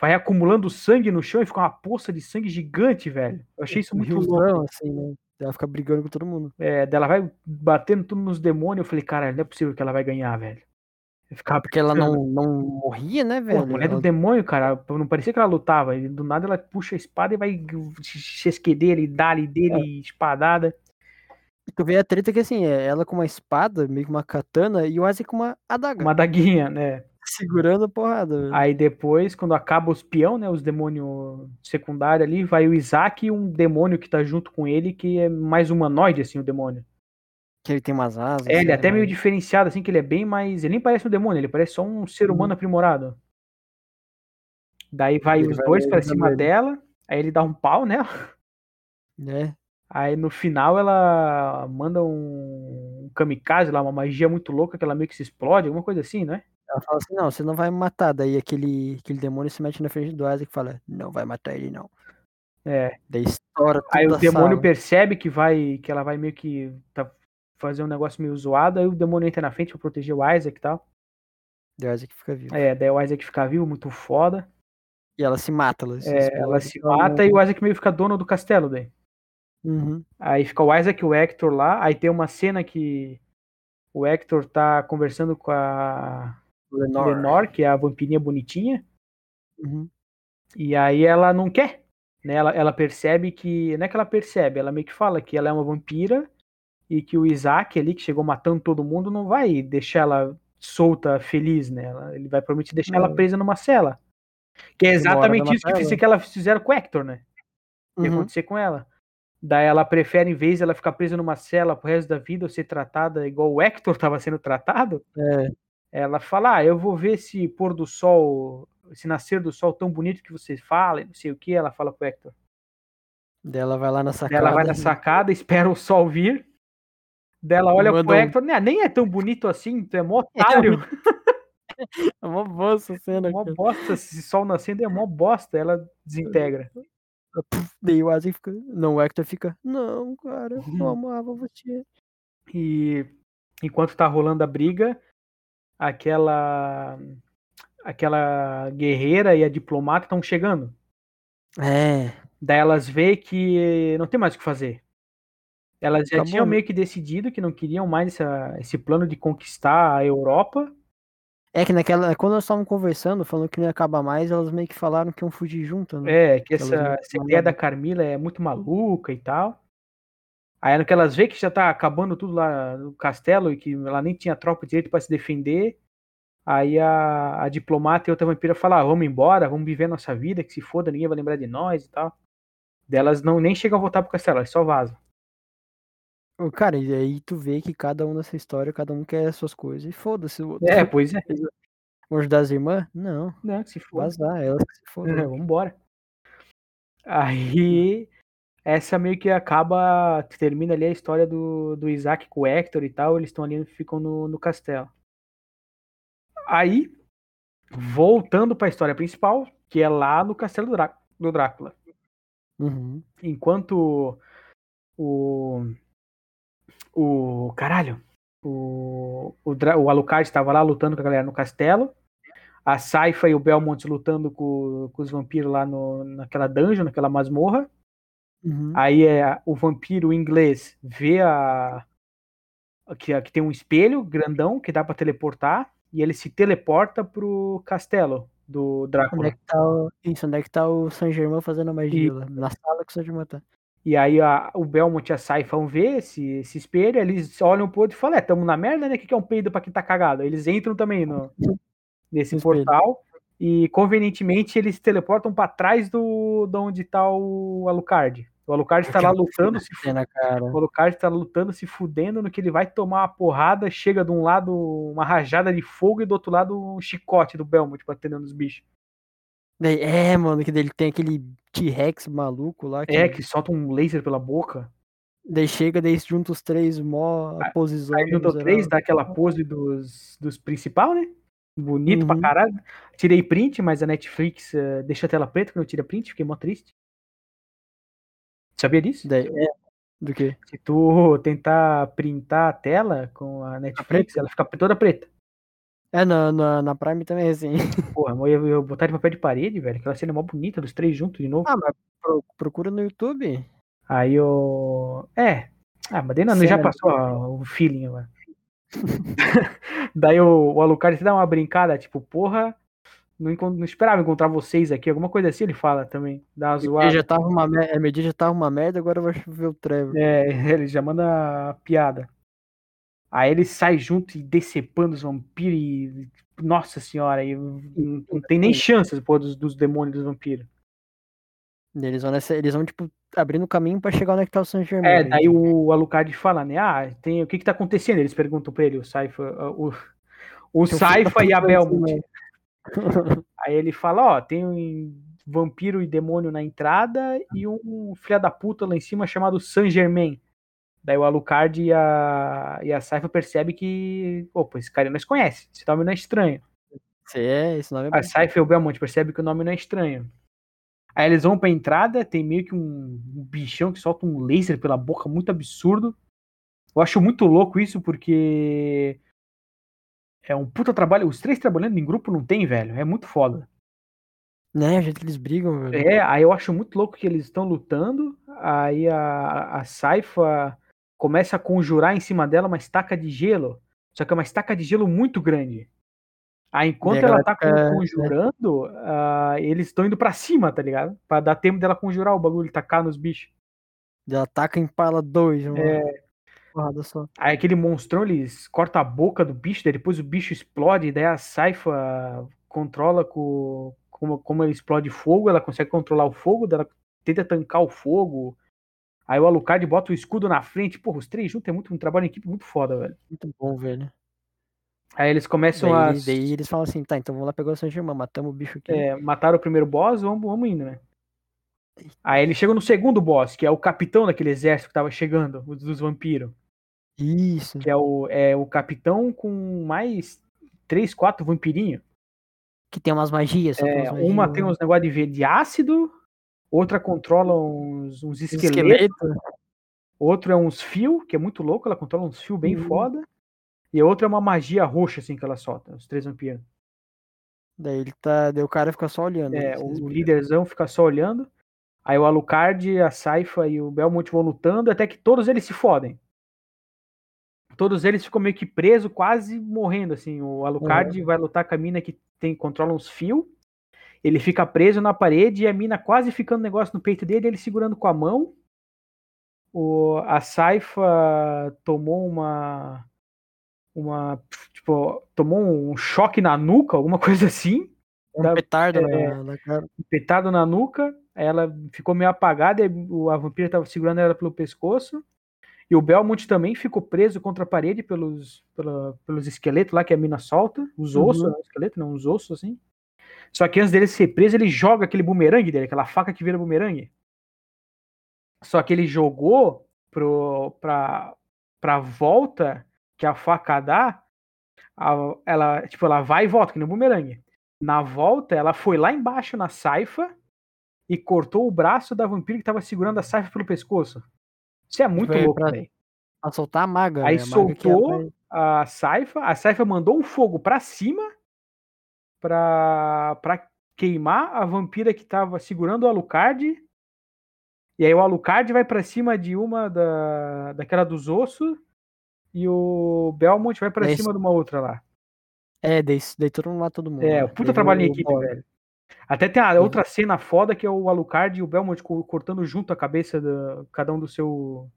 vai acumulando sangue no chão e fica uma poça de sangue gigante, velho. Eu achei isso é Um muito louco. riozão, assim, né? Ela fica brigando com todo mundo. É, dela vai batendo tudo nos demônios. Eu falei, cara, não é possível que ela vai ganhar, velho. Eu ficava Porque ela pensando, não, não morria, né, Pô, velho? a mulher do Ela- demônio, cara, não parecia que ela lutava. E do nada ela puxa a espada e vai chesque dele, dali dele, espadada. E tu vê a treta que assim, é ela com uma espada, meio que uma katana, e o Isaac com uma adaga, Uma daguinha, né? segurando a porrada, velho. Aí depois, quando acaba os peão, né? Os demônios secundários ali, vai o Isaac e um demônio que tá junto com ele, que é mais humanoide, assim, o demônio. Que ele tem umas asas. É, ele né, é até meio mas- diferenciado, assim, que ele é bem mais. Ele nem parece um demônio, ele parece só um ser humano aprimorado. Daí vai Uhum. Ele os vai dois pra ajudando cima ele. dela, aí ele dá um pau nela. né? Aí no final ela manda um, um kamikaze lá, uma magia muito louca que ela meio que se explode, alguma coisa assim, né? Ela fala assim, não, você não vai me matar. Daí aquele, aquele demônio se mete na frente do Isaac e fala, não vai matar ele, não. É. Daí estoura toda Aí a o demônio sala. percebe que vai, que ela vai meio que tá fazer um negócio meio zoado, aí o demônio entra na frente pra proteger o Isaac e tal. Daí o Isaac fica vivo. É, daí o Isaac fica vivo, muito foda. E ela se mata, ela se, É, explode, ela se ela mata e o morre. Isaac meio que fica dono do castelo daí. Uhum. Aí fica o Isaac e o Hector lá, aí tem uma cena que o Hector tá conversando com a Lenore. Lenore, que é a vampirinha bonitinha. Uhum. E aí ela não quer. Né? Ela, ela percebe que. Não é que ela percebe, ela meio que fala que ela é uma vampira e que o Isaac ali, que chegou matando todo mundo, não vai deixar ela solta, feliz, né? Ela- ele vai provavelmente deixar ela É. presa numa cela. Que é Demora pra exatamente isso que, matar fiz- ela. que ela fizeram com o Hector, né? O que ia Uhum. acontecer com ela. Daí ela prefere, em vez de ela ficar presa numa cela pro resto da vida ou ser tratada igual o Hector estava sendo tratado, É. ela fala: Ah, eu vou ver esse pôr do sol, esse nascer do sol tão bonito que você fala, e não sei o que. Ela fala pro Hector. Daí ela vai lá na Daí sacada. É Ela vai na e- sacada, espera o sol vir. Dela olha pro Manda um- Hector, né? Nem é tão bonito assim, tu é mó otário, É uma boa essa cena, mó cara. bosta. Esse sol nascendo é mó bosta. Ela desintegra. Daí o Isaac fica. Não, o Hector fica. Não, cara, eu amava você. E enquanto tá rolando a briga, aquela aquela guerreira e a diplomata estão chegando. É. Daí elas veem que não tem mais o que fazer. Elas já Acabou, tinham né? meio que decidido que não queriam mais essa- esse plano de conquistar a Europa. É que naquela. Quando nós estávamos conversando, falando que não ia acabar mais, elas meio que falaram que iam fugir juntas, né? É, que Elas essa, meio que essa não ideia da davam- Carmila é muito maluca e tal. Aí, no que elas vê que já tá acabando tudo lá no castelo e que ela nem tinha tropa direito para se defender, aí a, a, diplomata e outra vampira falam: ah, vamos embora, vamos viver a nossa vida, que se foda, ninguém vai lembrar de nós e tal. Delas não nem chegam a voltar pro castelo, elas só vazam. Ô, Cara, e aí tu vê que cada um nessa história, cada um quer as suas coisas e foda-se o outro. É, pois é. Vão ajudar as irmãs? Não, Não, Né, que se foda. vazar, elas que se Né, Uhum. fodam. vamos embora. Aí, essa meio que acaba, termina ali a história do, do Isaac com o Hector e tal, eles estão ali, ficam no, no castelo. Aí, voltando pra história principal, que é lá no castelo do, Drá- do Drácula. Uhum. Enquanto o. O. Caralho! O, o, Dra- o Alucard estava lá lutando com a galera no castelo. A Saifa e o Belmont lutando com, com os vampiros lá no, naquela dungeon, naquela masmorra. Uhum. Aí é, o vampiro inglês vê a. Que, que tem um espelho grandão que dá para teleportar. E ele se teleporta pro castelo do Onde é Drácula. que tá o... Isso, onde é que tá o San Germão fazendo a magia E- lá? Na sala que o San Germão tá. E aí a- o Belmont e a Saifa vão ver esse, esse espelho, eles olham pro outro e falam, é, tamo na merda, né? O que que é um peido pra quem tá cagado? Eles entram também no, nesse No espelho. portal e convenientemente eles se teleportam pra trás do, de onde tá o Alucard. O Alucard tá lá lutando, se É na cara. o Alucard tá lutando, se fudendo, no que ele vai tomar uma porrada, chega de um lado uma rajada de fogo e do outro lado um chicote do Belmont batendo nos bichos. Daí, é, mano, que daí ele tem aquele T-Rex maluco lá. É, que solta um laser pela boca. Daí chega, daí junta os três mó posição. Aí juntou três, dá aquela pose dos, dos principal, né? Bonito pra Uhum. caralho. Tirei print, mas a Netflix eh, deixa a tela preta quando eu tira print, fiquei mó triste. Sabia disso? Daí, é. Do que? Se tu tentar printar a tela com a Netflix, ela fica toda preta. É, na, na, na Prime também é assim. Porra, mas eu eu botar de papel de parede, velho. Aquela cena é mó bonita dos três juntos de novo. Ah, mas pro- procura no YouTube. Aí eu. É. Ah, mas daí não, já Cena passou ó, o feeling agora. daí o, o Alucard se dá uma brincada, tipo, porra, não, encon- não esperava encontrar vocês aqui, alguma coisa assim ele fala também. Dá uma Meu dia zoada. já tava uma merda, meu dia já tava uma merda, agora eu vou ver o Trevor. É, ele já manda a piada. Aí ele sai junto e decepando os vampiros e. Nossa senhora, e não, não tem nem chances, pô, dos, dos demônios dos vampiros. Eles vão, nessa- eles vão, tipo, abrindo caminho pra chegar onde é que tá o San Germão. É, daí o Alucard fala, né? Ah, tem, o que que tá acontecendo? Eles perguntam pra ele, o Saifa, o, o Saifa e a Belmont. Aí ele fala, ó, tem um vampiro e demônio na entrada e um filha da puta lá em cima chamado San Germain. Daí o Alucard e a, e a Saifa percebe que, opa, esse cara nós conhece, esse nome não é estranho. É, esse nome é A bom. Saifa e o Belmont percebem que o nome não é estranho. Aí eles vão pra entrada, tem meio que um, um bichão que solta um laser pela boca, muito absurdo. Eu acho muito louco isso, porque é um puta trabalho. Os três trabalhando em grupo não tem, velho. É muito foda. Né, o jeito que eles brigam, velho. É, aí eu acho muito louco que eles estão lutando, aí a, a Saifa começa a conjurar em cima dela uma estaca de gelo, só que é uma estaca de gelo muito grande. Aí enquanto Daí ela ela tá fica, né? con- conjurando, ah, eles estão indo pra cima, tá ligado? Pra dar tempo dela conjurar o bagulho, tacar nos bichos. Ela ataca em pala dois, mano. É. Porrada só. Aí aquele monstrão, eles corta a boca do bicho, daí depois o bicho explode, daí a Saifa controla com, como, como ele explode fogo, ela consegue controlar o fogo, daí ela tenta tancar o fogo. Aí o Alucard bota o escudo na frente. Porra, os três juntos é muito um trabalho em equipe muito foda, velho. Muito bom, velho. Aí eles começam Daí, a eles- daí eles falam assim, tá, então vamos lá pegar o San Germão, matamos o bicho aqui. é, matar o primeiro boss, vamos, vamos indo, né? Aí eles chegam no segundo boss, que é o capitão daquele exército que tava chegando, os dos vampiros. Isso. Que é o, é o capitão com mais três, quatro vampirinhos. Que tem umas magias. Só tem É, umas uma magias, tem né? uns negócios de, ve- de ácido, outra controla uns, uns Tem uns esqueletos, esqueleto. outro é uns fios, que é muito louco, ela controla uns fios bem Hum. foda. E a outra é uma magia roxa, assim, que ela solta, os três vampiros. Daí ele tá. Daí o cara fica só olhando. né, É, eles- o, eles o brigam. líderzão fica só olhando. Aí o Alucard, a Saifa e o Belmont vão lutando até que todos eles se fodem. Todos eles ficam meio que presos, quase morrendo, assim. O Alucard vai lutar com a mina que tem, controla uns fios. Ele fica preso na parede e a mina quase ficando um negócio no peito dele, ele segurando com a mão. o, a Saifa tomou uma uma tipo tomou um choque na nuca, alguma coisa assim, Um Da- petardo é. na, na cara. petado na nuca. aí Ela ficou meio apagada, e o- a vampira estava segurando ela pelo pescoço. E o Belmont também ficou preso contra a parede pelos, pela- pelos esqueletos lá que a mina solta. Os Uhum. ossos, não, esqueleto não, os ossos assim. Só que antes dele ser preso, ele joga aquele bumerangue dele, aquela faca que vira bumerangue. Só que ele jogou pro, pra, pra volta que a faca dá, a- ela, tipo, ela vai e volta, que no bumerangue. Na volta, ela foi lá embaixo na saifa e cortou o braço da vampira que tava segurando a saifa pelo pescoço. Isso é muito Foi louco, pra- velho. Pra soltar a maga. Aí né? a maga que soltou, atrai- A saifa, a saifa mandou um fogo pra cima pra, pra queimar a vampira que tava segurando o Alucard. E aí o Alucard vai pra cima de uma da, daquela dos ossos e o Belmont vai pra Daí- cima de uma outra lá. É, daí, daí todo mundo lá todo mundo. É, né? puta Daí trabalho em o- equipe, velho. Até tem a outra cena foda que é o Alucard e o Belmont co- cortando junto a cabeça da cada um do seu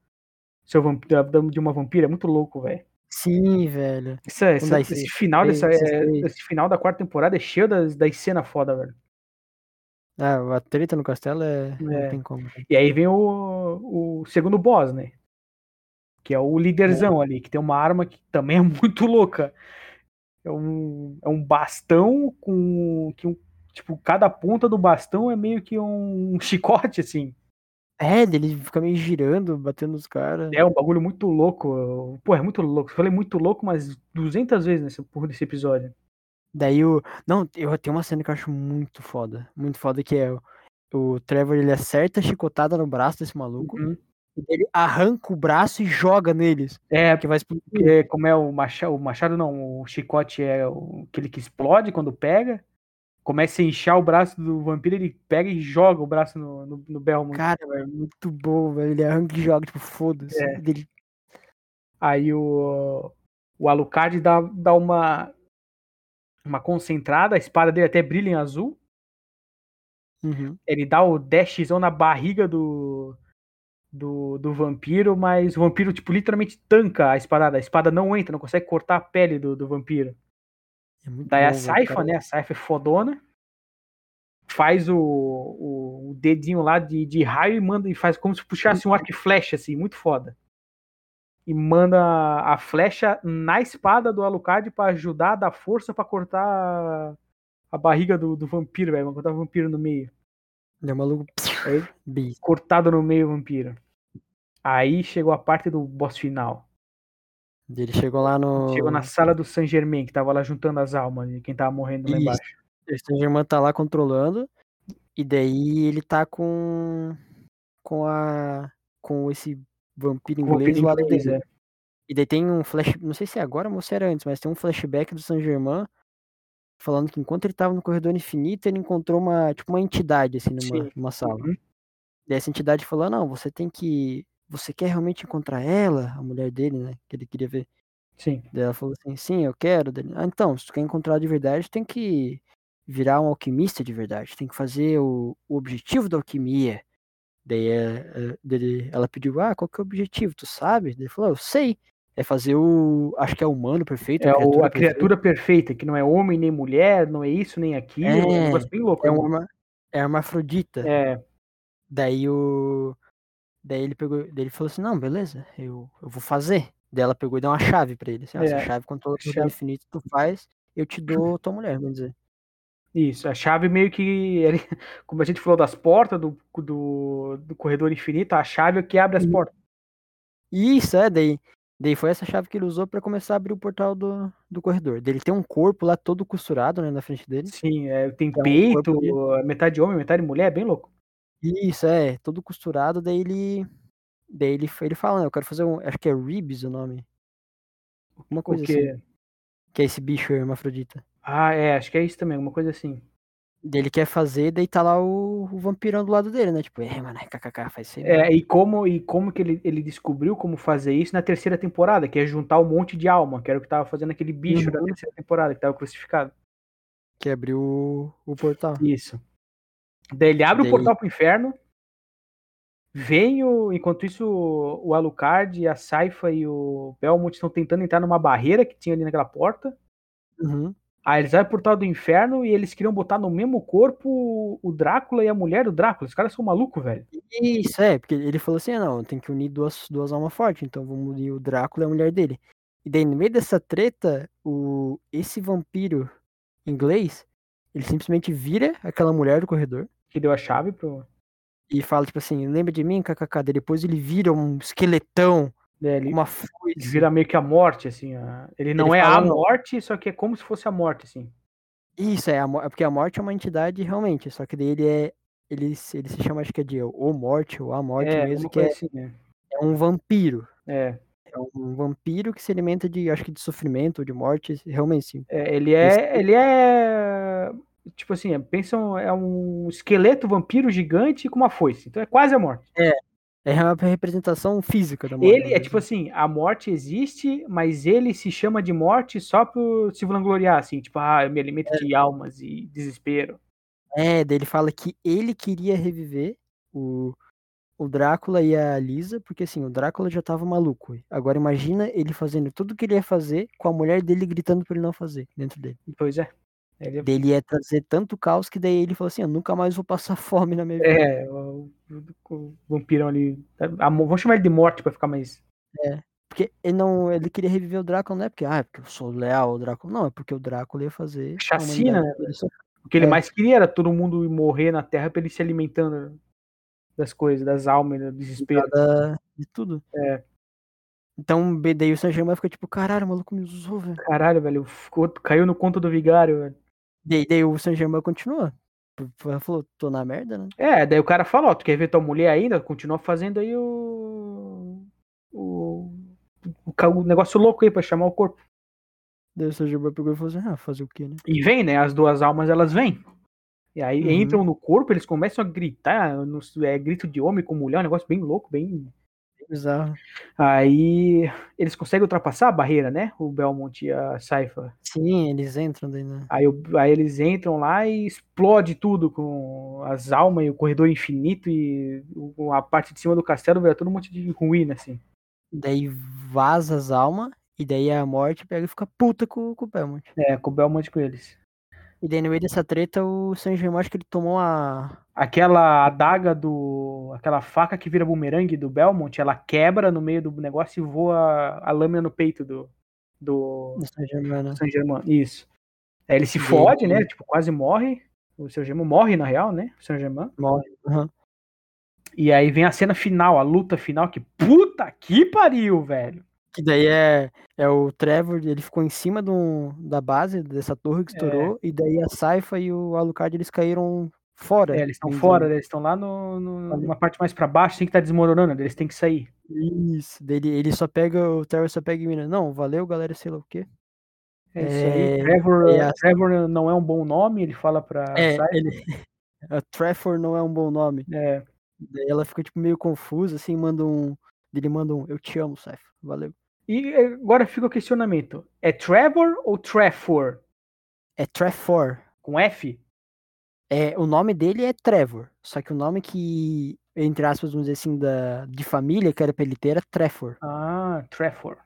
seu vamp- da- da- de uma vampira, é muito louco, velho. Sim, velho. Isso é- essa- das esse seis, final três, dessa essas é, três. esse final da quarta temporada é cheio das, das cenas foda, velho. Ah, a treta no castelo é. É. Não tem como. E aí vem o, o segundo boss, né? Que é o líderzão ali, que tem uma arma que também é muito louca. É um, é um bastão com que um, tipo, cada ponta do bastão é meio que um chicote assim. É, ele fica meio girando, batendo nos caras. É um bagulho muito louco. Pô, é muito louco. Eu falei muito louco, mas 200 vezes nesse, porra desse episódio. Daí o. Não, eu tenho uma cena que eu acho muito foda. Muito foda que é o, o Trevor, ele acerta a chicotada no braço desse maluco. Uhum. e Ele arranca o braço e joga neles. É, Que vai explodir. porque como é o machado, o machado não, o chicote é o- aquele que explode quando pega. Começa a inchar o braço do vampiro, ele pega e joga o braço no, no, no Belmont. Cara, velho, muito bom, velho. Ele arranca e joga, tipo, foda-se. É. Daí ele- Aí o, o Alucard dá, dá uma, uma concentrada, a espada dele até brilha em azul. Uhum. Ele dá o dashzão na barriga do, do, do vampiro, mas o vampiro, tipo, literalmente tanca a espadada. A espada não entra, não consegue cortar a pele do, do vampiro. É muito Daí a bom, velho, Saifa, cara. né? A Saifa é fodona. Faz o, o, o dedinho lá de, de raio e manda e faz como se puxasse um arco e flecha, assim, muito foda. E manda a flecha na espada do Alucard pra ajudar a dar força pra cortar a- a barriga do, do vampiro, velho. Vai cortar o vampiro no meio Daí o é um maluco. Aí- Bis. cortado no meio, vampiro. Aí chegou a parte do boss final. Daí Ele chegou lá no. Chegou na sala do Saint Germain, que tava lá juntando as almas de quem tava morrendo lá Isso. embaixo. O Sandgerman tá lá controlando. E daí ele tá com. Com a. Com esse vampiro Com o inglês vampiro lá né? inglês, dele. é. E daí tem um flash. Não sei se é agora ou se era antes, mas tem um flashback do San Germain falando que enquanto ele tava no corredor infinito, ele encontrou uma. Tipo uma entidade, assim, numa, Sim. numa sala. Uhum. Daí essa entidade falou, não, você tem que. Você quer realmente encontrar ela, a mulher dele, né? Que ele queria ver. Sim. Daí ela falou assim, sim, eu quero. Daí ele, ah, então, se tu quer encontrar de verdade, tem que virar um alquimista de verdade. Tem que fazer o, o objetivo da alquimia. Daí eh, eh, dele- ela pediu, ah, qual que é o objetivo? Tu sabe? Daí ele falou, eu sei. É fazer o. Acho que é o humano perfeito. É o, a perfeita." criatura perfeita, que não é homem nem mulher, não é isso nem aquilo. É, um É, negócio bem louco. É uma, é hermafrodita. É, Daí o. Daí ele pegou. Daí ele falou assim, não, beleza, eu, eu vou fazer. Daí ela pegou e deu uma chave pra ele. Assim, ó, É, essa chave controla tudo chave. infinito, tu faz, eu te dou tua mulher, vamos dizer. isso. A chave meio que. ele- Como a gente falou das portas do, do, do corredor infinito, a chave é que abre as Uhum. portas. Isso, é, daí, daí foi essa chave que ele usou pra começar a abrir o portal do, do corredor. Daí ele tem um corpo lá todo costurado, né, na frente dele. Sim, é, tem É um peito, corpo metade homem, metade mulher, é bem louco. Isso, é, todo costurado, daí ele. Daí ele, ele fala, né, eu quero fazer um. Acho que é Ribs o nome. Alguma coisa Porque. assim. Que é esse bicho hermafrodita. Ah, é, acho que é isso também, alguma coisa assim. Daí ele quer fazer, daí tá lá o, o vampirão do lado dele, né? Tipo, é, mano, kkk, faz isso aí. É, e como, e como que ele, ele descobriu como fazer isso na terceira temporada, que é juntar um monte de alma, que era o que tava fazendo aquele bicho da Uhum. terceira temporada, que tava crucificado. que abriu o, o portal. Isso. Daí ele abre Daí- o portal pro inferno, Vem o, enquanto isso, o Alucard, a Saifa e o Belmont estão tentando entrar numa barreira que tinha ali naquela porta. Uhum. Aí eles vão pro tal do inferno e eles queriam botar no mesmo corpo o Drácula e a mulher do Drácula. Os caras são malucos, velho. Isso, é, porque ele falou assim: ah, não, tem que unir duas, duas almas fortes, então vamos unir o Drácula e a mulher dele. E daí, no meio dessa treta, o, esse vampiro inglês, ele simplesmente vira aquela mulher do corredor Que deu a chave pro. e fala, tipo assim, lembra de mim, kkk. Daí depois ele vira um esqueletão, né, ele uma foice. vira meio que a morte, assim. a- Ele não é fala, a "Não." morte, só que é como se fosse a morte, assim. Isso, é, a mo- é porque a morte é uma entidade realmente, só que daí ele é. Ele, se- ele se chama, acho que é de ou morte, ou a morte É, mesmo, uma que é, coisa assim, né? é um vampiro. É. É um vampiro que se alimenta de, acho que de sofrimento, de morte, realmente sim. É, ele é, ele é tipo assim, é, pensam é um esqueleto vampiro gigante com uma foice. Então é quase a morte. É uma representação física da né? morte. Ele é tipo assim, a morte existe, mas ele se chama de morte só por se vangloriar, assim, tipo, ah, eu me alimento de almas e desespero. É, daí ele fala que ele queria reviver o, o Drácula e a Lisa, porque assim, o Drácula já tava maluco. Agora imagina ele fazendo tudo o que ele ia fazer com a mulher dele gritando pra ele não fazer dentro dele. Pois é. Ele é- Daí ele ia trazer tanto caos que daí ele falou assim, eu nunca mais vou passar fome na minha vida. é, o, o- o vampirão ali. a mo- vamos chamar ele de morte pra ficar mais. Porque ele não, ele queria reviver o Drácula, não é porque, ah, é porque eu sou leal ao Drácula. Não, é porque o Drácula ia fazer a Chacina, humanidade né, toda sofrer. O que ele É. mais queria era todo mundo ir morrer na Terra pra ele se alimentando das coisas, das almas, né, do desespero. da- de tudo. É. Então, be- daí o Saint Germain fica tipo, caralho, o maluco me usou, velho. Caralho, velho, ficou- caiu no conto do vigário, velho. Daí, daí o Saint Germain continua. P- p- Falou, tô na merda, né? É, daí o cara fala, ó, tu quer ver tua mulher ainda? Continua fazendo aí o. O, o ca- o negócio louco aí pra chamar o corpo. Daí o Saint Germain pegou e falou assim, ah, fazer o quê, né? E vem, né? As duas almas, elas vêm. E aí Uhum. entram no corpo, eles começam a gritar, eu não sei, é grito de homem com mulher, um negócio bem louco, bem. Bem Bizarro. Aí eles conseguem ultrapassar a barreira, né? O Belmont e a Saifa. Sim, eles entram daí, né? Aí, o- aí eles entram lá e explode tudo com as almas e o corredor infinito e o- a parte de cima do castelo vira todo um monte de ruína, assim. Daí vaza as almas, e daí a morte pega e fica puta com, com o Belmont. É, com o Belmont com eles. E daí no meio dessa treta, o Saint Germain acho que ele tomou a... Aquela adaga do. Aquela faca que vira bumerangue do Belmont, ela quebra no meio do negócio e voa a lâmina no peito do. Do do Saint Germain, né? Saint Germain. Isso. Aí ele se Gente. fode, né? Tipo, quase morre. O seu Germain morre, na real, né? O seu Germain. Morre. aham. E aí vem a cena final, a luta final, que puta que pariu, velho. Que daí é, é o Trevor, ele ficou em cima de um- da base dessa torre que estourou, É. e daí a Saifa e o Alucard eles caíram fora. É, eles estão bem fora, né? eles estão lá no, no- numa parte mais pra baixo, assim que tá desmoronando, eles têm que sair. dizendo. Isso, daí ele, ele só pega, o Trevor só pega e mira, não, valeu galera, sei lá o quê. É isso aí. É, Trevor, e a- Trevor não é um bom nome, ele fala pra. É, Sai- ele... a Trevor não é um bom nome. é, Daí ela fica tipo meio confusa, assim, manda um... Ele manda um, eu te amo, Saifa, valeu. E agora fica o questionamento: é Trevor ou Trevor? É Trevor. Com F? É, o nome dele é Trevor, só que o nome que, entre aspas, vamos dizer assim, da, de família que era pra ele ter era Trevor. Ah, Trevor.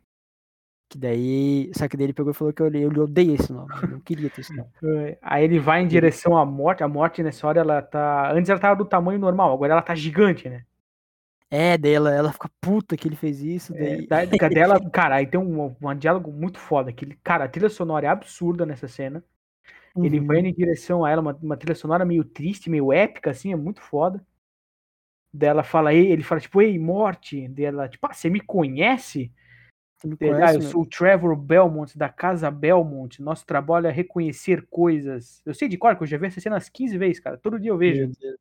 Que daí. Só que daí ele pegou e falou que eu, ele odeia esse nome. Eu não queria ter esse nome. É, Aí ele vai em direção à morte. A morte nessa hora ela tá. Antes ela tava do tamanho normal, agora ela tá gigante, né? É, daí ela, ela fica puta que ele fez isso. É, Daí. da- da- dela, cara, aí tem um, um diálogo muito foda. Que, cara, a trilha sonora é absurda nessa cena. É, um Ele Uhum. vai indo em direção a ela, uma, uma trilha sonora meio triste, meio épica, assim, é muito foda. Daí ela fala, ei, ele fala, tipo, ei, morte. Daí ela, tipo, ah, você me conhece? Você me Daí ele, ah, conhece, né?" eu meu? sou o Trevor Belmont, da Casa Belmont. Nosso trabalho é reconhecer coisas. Eu sei de cor, que eu já vi essa cena umas 15 vezes, cara. Todo dia eu Meu vejo. Deus.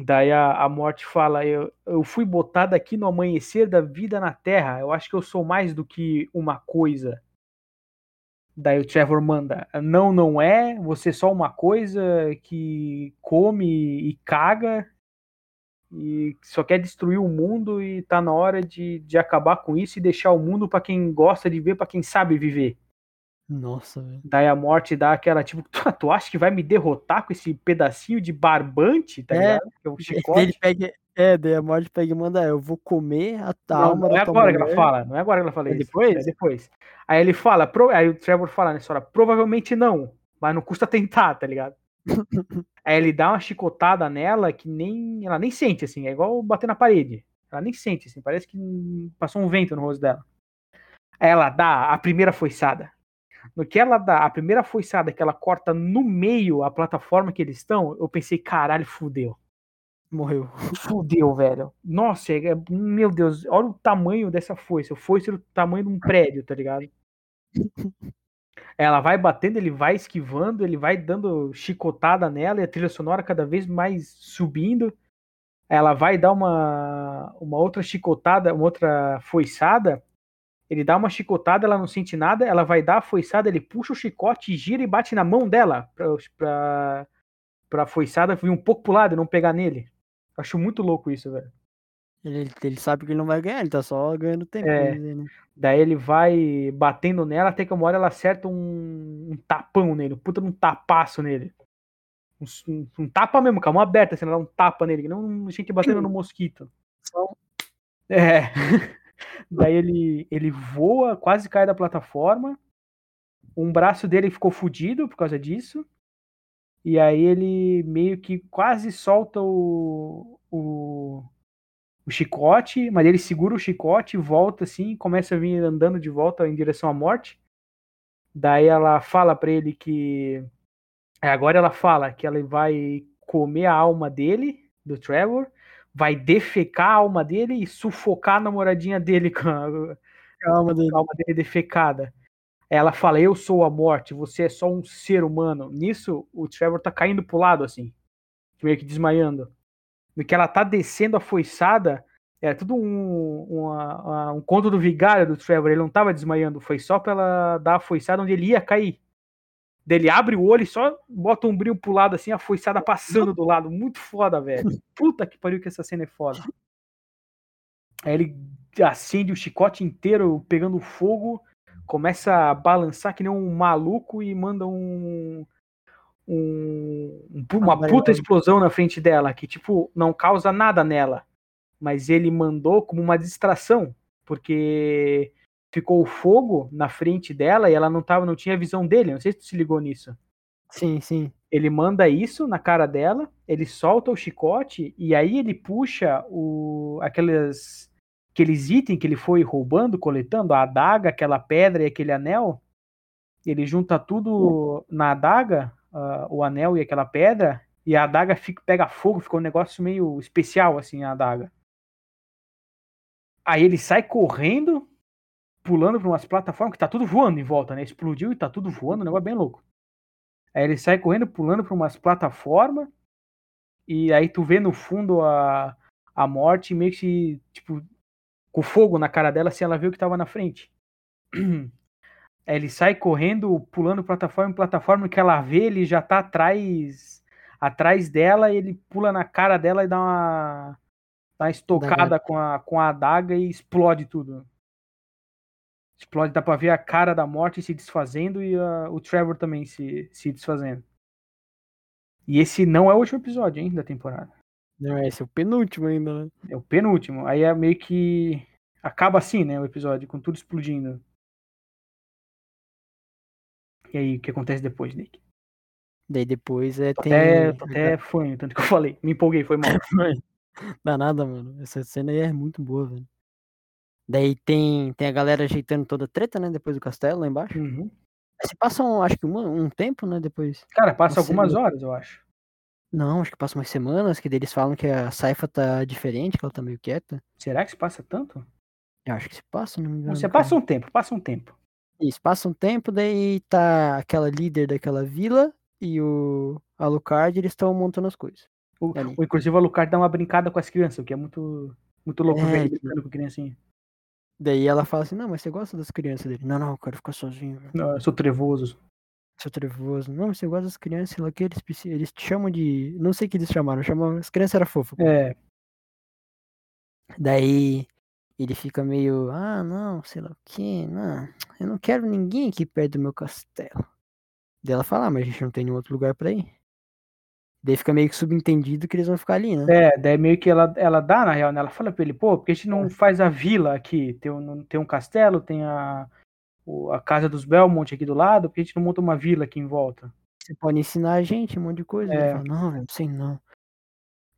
Daí a, a morte fala, eu, eu fui botada aqui no amanhecer da vida na Terra. Eu acho que eu sou mais do que uma coisa. Daí o Trevor manda: Não, não é. Você é só uma coisa que come e caga e só quer destruir o mundo e tá na hora de, de acabar com isso e deixar o mundo pra quem gosta de ver, pra quem sabe viver. Nossa, velho. Daí a morte dá aquela, tipo, tu, tu acha que vai me derrotar com esse pedacinho de barbante, tá É, ligado? Que é um Daí chicote. Ele pega, é, daí a morte pega e manda, "Ah, eu vou comer a tua Não, alma não é da tua agora que ela mulher." fala, não é agora que ela fala É isso. depois? É depois. Aí ele fala, pro- aí o Trevor fala nessa hora, provavelmente não, mas não custa tentar, tá ligado? aí ele dá uma chicotada nela que nem, ela nem sente, assim, é igual bater na parede. Ela nem sente, assim, parece que passou um vento no rosto dela. Aí ela dá a primeira foiçada. No que ela dá a primeira foiçada que ela corta no meio a plataforma que eles estão, eu pensei, caralho, fudeu. Morreu. Fudeu, velho. Nossa, é- é- meu Deus, olha o tamanho dessa foice. A foice era o tamanho de um prédio, tá ligado? Ela vai batendo, ele vai esquivando, ele vai dando chicotada nela e a trilha sonora cada vez mais subindo. Ela vai dar uma, uma outra chicotada, uma outra foiçada. Ele dá uma chicotada, ela não sente nada. Ela vai dar a foiçada, ele puxa o chicote, gira e bate na mão dela pra, pra, pra foiçada vir um pouco pro lado e não pegar nele. Acho muito louco isso, velho. Ele, ele sabe que ele não vai ganhar, ele tá só ganhando tempo. É. vamos dizer, né? Daí ele vai batendo nela até que uma hora ela acerta um, um tapão nele, um puta de um tapaço nele. Um, s- um- um tapa mesmo, com a mão aberta, assim, ela dá um tapa nele, que não gente batendo no mosquito. Só- É. Daí ele, ele voa, quase cai da plataforma. Um braço dele ficou fudido por causa disso. E aí ele meio que quase solta o, o, o chicote, mas ele segura o chicote, volta assim, começa a vir andando de volta em direção à morte. Daí ela fala pra ele que. é, Agora ela fala que ela vai comer a alma dele, do Trevor, vai defecar a alma dele e sufocar a namoradinha dele com a, Calma, dele. a alma dele defecada. Ela fala: Eu sou a morte, você é só um ser humano. Nisso, o Trevor tá caindo pro lado, assim, meio que desmaiando. No que ela tá descendo a foiçada, é tudo um, uma- uma- um conto do vigário do Trevor. Ele não tava desmaiando, foi só pra ela dar a foiçada onde ele ia cair. Daí Ele abre o olho e só bota um brilho pro lado, assim, a foiçada passando do lado. Muito foda, velho. Puta que pariu que essa cena é foda. Aí ele acende o chicote inteiro pegando fogo, começa a balançar que nem um maluco e manda um. um- um pu- uma puta explosão na frente dela, que tipo, não causa nada nela. Mas ele mandou como uma distração, porque ficou o fogo na frente dela e ela não, tava, não tinha visão dele. Não sei se tu se ligou nisso. Sim, sim. Ele manda isso na cara dela, ele solta o chicote e aí ele puxa o, aqueles, aqueles itens que ele foi roubando, coletando, a adaga, aquela pedra e aquele anel. Ele junta tudo na adaga, ah, o anel e aquela pedra, e a adaga fica, pega fogo, fica um negócio meio especial assim, a adaga. Aí ele sai correndo, pulando para umas plataformas, que tá tudo voando em volta, né? Explodiu e tá tudo voando, um negócio bem louco. Aí ele sai correndo, pulando pra umas plataformas. E aí tu vê no fundo a, a morte meio que, se, tipo, com fogo na cara dela, assim, ela viu que tava na frente. Aí ele sai correndo, pulando plataforma em plataforma, que ela vê, ele já tá atrás atrás dela, ele pula na cara dela e dá uma, dá uma estocada com a, com a adaga e explode tudo. Explode, dá pra ver a cara da morte se desfazendo e ah, o Trevor também se, se desfazendo. E esse não é o último episódio, hein, da temporada. Não, esse é o penúltimo ainda, né? É o penúltimo. Aí é meio que. Acaba assim, né? O episódio, com tudo explodindo. E aí, o que acontece depois, Nick? Daí depois é, Tô tem. até, tô até fanho, tanto que eu falei. Me empolguei, foi mal. Dá nada, mano. Essa cena aí é muito boa, velho. Daí tem, tem a galera ajeitando toda a treta, né? Depois do castelo, lá embaixo. Uhum. Se passa, um, acho que uma- um tempo, né? Depois. Cara, passa Você algumas não- horas, eu acho. Não, acho que passa umas semanas, que daí eles falam que a Saifa tá diferente, que ela tá meio quieta. Será que se passa tanto? Eu acho que se passa, não me engano. Você cara. passa um tempo, passa um tempo. Isso, passa um tempo, daí tá aquela líder daquela vila e o Alucard, eles estão montando as coisas. O, Ali. o, inclusive, o Alucard dá uma brincada com as crianças, o que é muito, muito louco É, ver ele tipo- brincando com criancinha. Daí ela fala assim, não, mas você gosta das crianças dele. Não, não, eu quero ficar sozinho, velho. Não, eu sou trevoso. sou trevoso. Não, mas você gosta das crianças, sei lá o que, eles, precis- eles te chamam de... Não sei o que eles chamaram, chamaram... As crianças eram fofas. É, Daí ele fica meio, ah, não, sei lá o que, não, eu não quero ninguém aqui perto do meu castelo. Daí ela fala, ah, mas a gente não tem nenhum outro lugar pra ir. Daí fica meio que subentendido que eles vão ficar ali, né? É. É, daí meio que ela, ela dá, na real, né? Ela fala pra ele, pô, porque a gente não faz a vila aqui? Tem um, tem um castelo, tem a, o- a casa dos Belmont aqui do lado, porque a gente não monta uma vila aqui em volta. Você pode ensinar a gente um monte de coisa. Ele É. fala, não, velho, não sei não.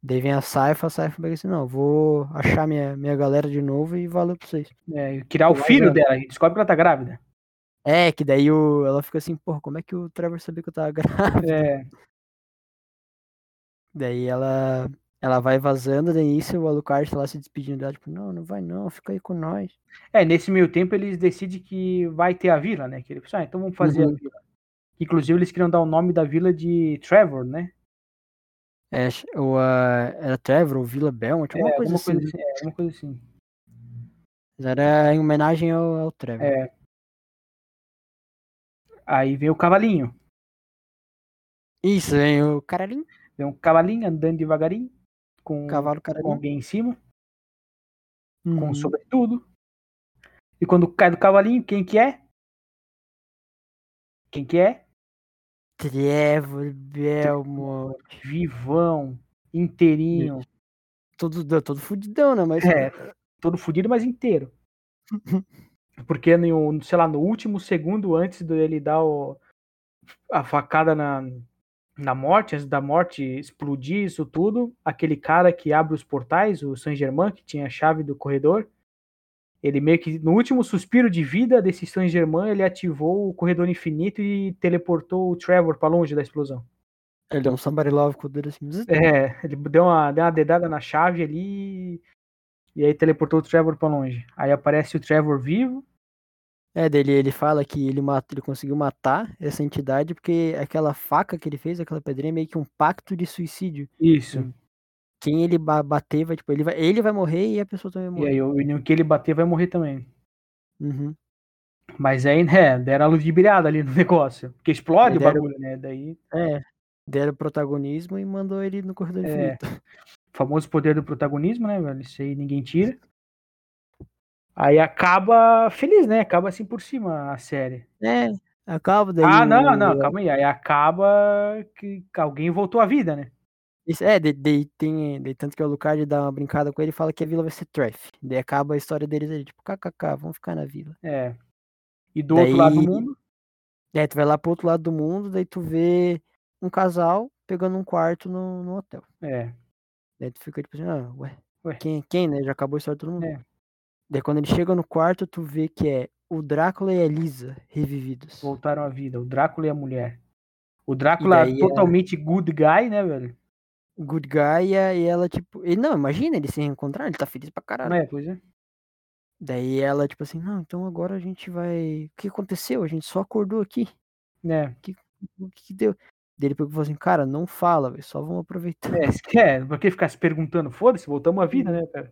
Daí vem a Saifa, a Saifa pega assim, não, vou achar minha, minha galera de novo e valeu pra vocês. É, criar o filho dela, a gente descobre que ela tá grávida. É, que daí o, ela fica assim, porra, como é que o Trevor sabia que eu tava grávida? É, Daí ela, ela vai vazando, daí início o Alucard tá lá se despedindo dela, tipo, não, não vai não, fica aí com nós. é, nesse meio tempo eles decidem que vai ter a vila, né? Que ele pensa, ah, então vamos fazer Uhum. a vila. Inclusive eles queriam dar o nome da vila de Trevor, né? É, ch- ou, ah, era Trevor ou Vila Belmont, alguma é, coisa alguma assim. coisa assim. É, alguma coisa assim. Mas Era em homenagem ao, ao Trevor. É. Aí vem o cavalinho. Isso, hein, o Caralim, Vem um cavalinho andando devagarinho, com, cavalo com Caralim. alguém em cima, com Uhum. um sobretudo. E quando cai do cavalinho, quem que é? Quem que é? Trevor Belmont. Vivão, inteirinho. Todo, deu todo fudidão, né? Mas É, todo fudido, mas inteiro. Porque, no, sei lá, no último segundo antes dele dar o- a facada na, na morte, antes da morte explodir isso tudo, aquele cara que abre os portais, o Saint-Germain, que tinha a chave do corredor, ele meio que, no último suspiro de vida desse Saint-Germain, ele ativou o corredor infinito e teleportou o Trevor pra longe da explosão. ele deu um somebody love com o dedo assim. zzz. É, ele deu uma, deu uma dedada na chave ali e aí teleportou o Trevor pra longe. Aí aparece o Trevor vivo. É, dele ele fala que ele, mata, ele conseguiu matar essa entidade porque aquela faca que ele fez, aquela pedrinha, é meio que um pacto de suicídio. Isso. Quem ele ba- bater vai, tipo, ele vai, ele vai morrer e a pessoa também E morre. aí o menino que ele bater vai morrer também. Uhum. Mas aí, né, deram a luz de brilhada ali no negócio. Porque explode o É, Deram- bagulho, né? Daí, É. Deram protagonismo e mandou ele no corredor É. infinito. famoso poder do protagonismo, né, velho? Isso aí ninguém tira. Aí acaba feliz, né? Acaba assim por cima a série. É, acaba daí. é. ah, não, o- não, calma aí. Aí acaba que alguém voltou à vida, né? Isso, é, de, de- tem, de- tanto que o Alucard dá uma brincada com ele e fala que a vila vai ser Treff. Daí acaba a história deles ali, tipo, kkk, vamos ficar na vila. É. E do outro lado do Daí- mundo, Daí É, tu vai lá pro outro lado do mundo, daí tu vê um casal pegando um quarto no, no hotel. é. Daí tu fica tipo assim, ah, ué, Ué. Quem, quem, né? Já acabou a história de todo mundo. É. Daí quando ele chega no quarto, tu vê que é o Drácula e a Lisa revividos. voltaram à vida, o Drácula e a mulher. O Drácula daí a- totalmente good guy, né, velho? O Good Guy e a- e ela, tipo. Ele, não, imagina ele se reencontrar, ele tá feliz pra caralho. É, pois é. Daí ela, tipo assim, não, então agora a gente vai. O que aconteceu? A gente só acordou aqui. É, O que, que deu? Daí ele pegou e falou assim, cara, não fala, velho, só vamos aproveitar. é, se quer, pra que ficar se perguntando? Foda-se, voltamos à vida, né, cara?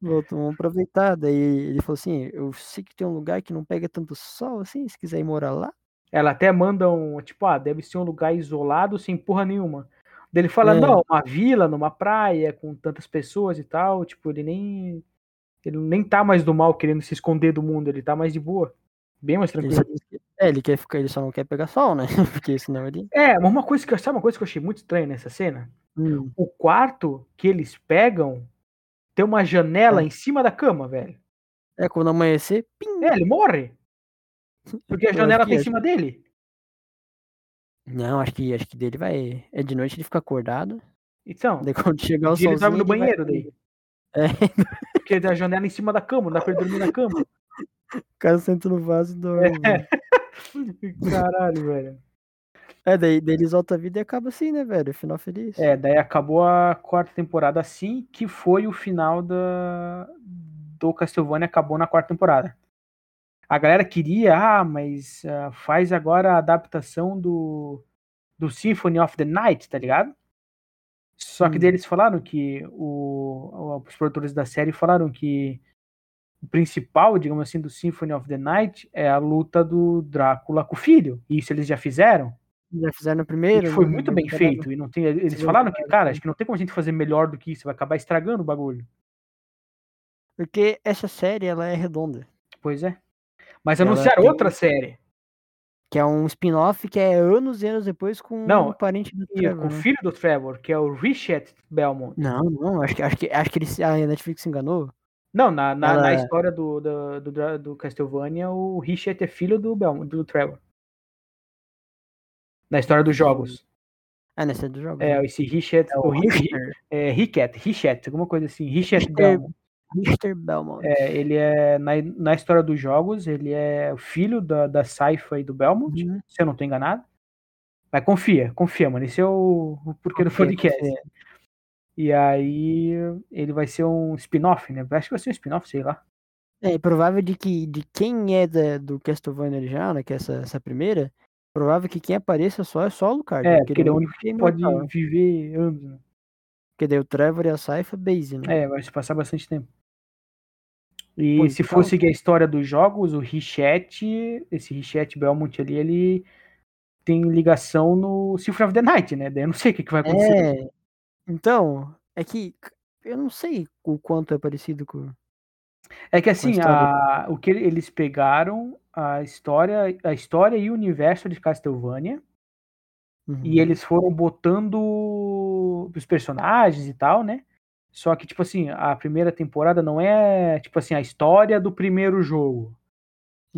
Voltou, vamos aproveitar. Daí ele falou assim: Eu sei que tem um lugar que não pega tanto sol assim, se quiser ir morar lá. Ela até manda um, tipo, ah, deve ser um lugar isolado sem porra nenhuma. Daí Ele fala, É. não, uma vila, numa praia, com tantas pessoas e tal. Tipo, ele nem. Ele nem tá mais do mal querendo se esconder do mundo, ele tá mais de boa. Bem mais Ele tranquilo. só disse que- é, ele quer ficar, ele só não quer pegar sol, né? Porque senão ele. É, mas uma coisa que eu, sabe uma coisa que eu achei muito estranha nessa cena? Hum, o quarto que eles pegam tem uma janela É. em cima da cama, velho. É, quando amanhecer, pim! É, ele morre. Porque a Eu janela acho tá que em é. cima dele. Não, acho que acho que dele vai. É de noite ele fica acordado. Então, Daí quando chegar o e ele solzinho. dorme no vai- banheiro daí. É, Porque tem a janela é em cima da cama, não dá pra ele dormir na cama. o cara senta no vaso e dorme. né? Caralho, velho. É, daí, daí eles voltam a vida e acaba assim, né, velho? Final feliz. É, daí acabou a quarta temporada assim, que foi o final da... do Castlevania, acabou na quarta temporada. A galera queria, ah, mas ah, faz agora a adaptação do, do Symphony of the Night, tá ligado? Só que Hum. daí eles falaram que o, o- os produtores da série falaram que o principal, digamos assim, do Symphony of the Night é a luta do Drácula com o filho. E isso eles já fizeram. Já fizeram no E primeiro. foi né, muito não bem quero- feito. E não tem, eles Segundo falaram que, lugar, cara, né? acho que não tem como a gente fazer melhor do que isso, vai acabar estragando o bagulho. Porque essa série, ela é redonda. Pois é. Mas Ela anunciaram tem- outra série. Que é um spin-off que é anos e anos depois com Não, um parente do E Trevor, com o né? filho do Trevor, que é o Richard Belmont. Não, não, acho que, acho que, acho que ele, se- a Netflix se enganou. Não, na, na, na Ela- é. história do, do, do, dra- do Castlevania, o Richard é filho do, Belmont, do Trevor. Na história dos jogos. Ah, nessa é do jogo. É, esse Richard. É o o Ri- Richter, é, Ricket, Richet, alguma coisa assim. Richet Richter- Belmont. Richter Belmont. É, ele é, na, na história dos jogos, ele é o filho da, da Saifa e do Belmont, Uhum. se eu não tô enganado. Mas confia, confia, mano. Esse é o, o porquê do Confia, podcast. confia. E aí, ele vai ser um spin-off, né? Acho que vai ser um spin-off, sei lá. É, e provável de que de quem é da- do Castlevania original, né? Que é essa, essa primeira, provável que quem apareça só é só o Lucard. É, porque ele é o não- único que não pode tá, viver anos, né? Porque daí o Trevor e a Saifa Base, né? É, vai se passar bastante tempo. E Pô, se então- for seguir a história dos jogos, o Richete, esse Richete Belmont ali, ele tem ligação no Cifra of the Night, né? Daí eu não sei o que, que vai acontecer. É, Então, é que c- eu não sei o quanto é parecido com. É que assim, história. a- o que ele- eles pegaram a história, a história e o universo de Castlevania Uhum. e eles foram botando os personagens e tal, né? Só que tipo assim, a primeira temporada não é tipo assim a história do primeiro jogo.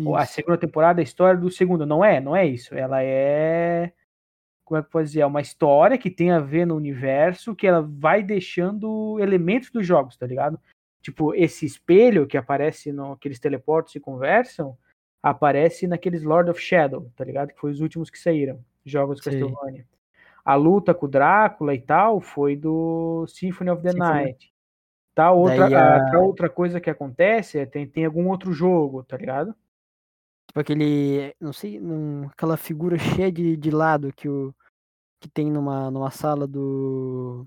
Ou A Isso. segunda temporada é a história do segundo, não é? Não é isso. Ela é como é que eu posso dizer? É uma história que tem a ver no universo, que ela vai deixando elementos dos jogos, tá ligado? Tipo, esse espelho que aparece no que eles teleportam e conversam, aparece naqueles Lord of Shadow, tá ligado? Que foi os últimos que saíram, jogos Sim. Castlevania. A luta com o Drácula e tal foi do Symphony of the Symphony. Night. Tal outra, Daí a- a- tal outra coisa que acontece é tem, tem algum outro jogo, tá ligado? Tipo aquele. Não sei, num- aquela figura cheia de, de lado que o. Que tem numa, numa sala do.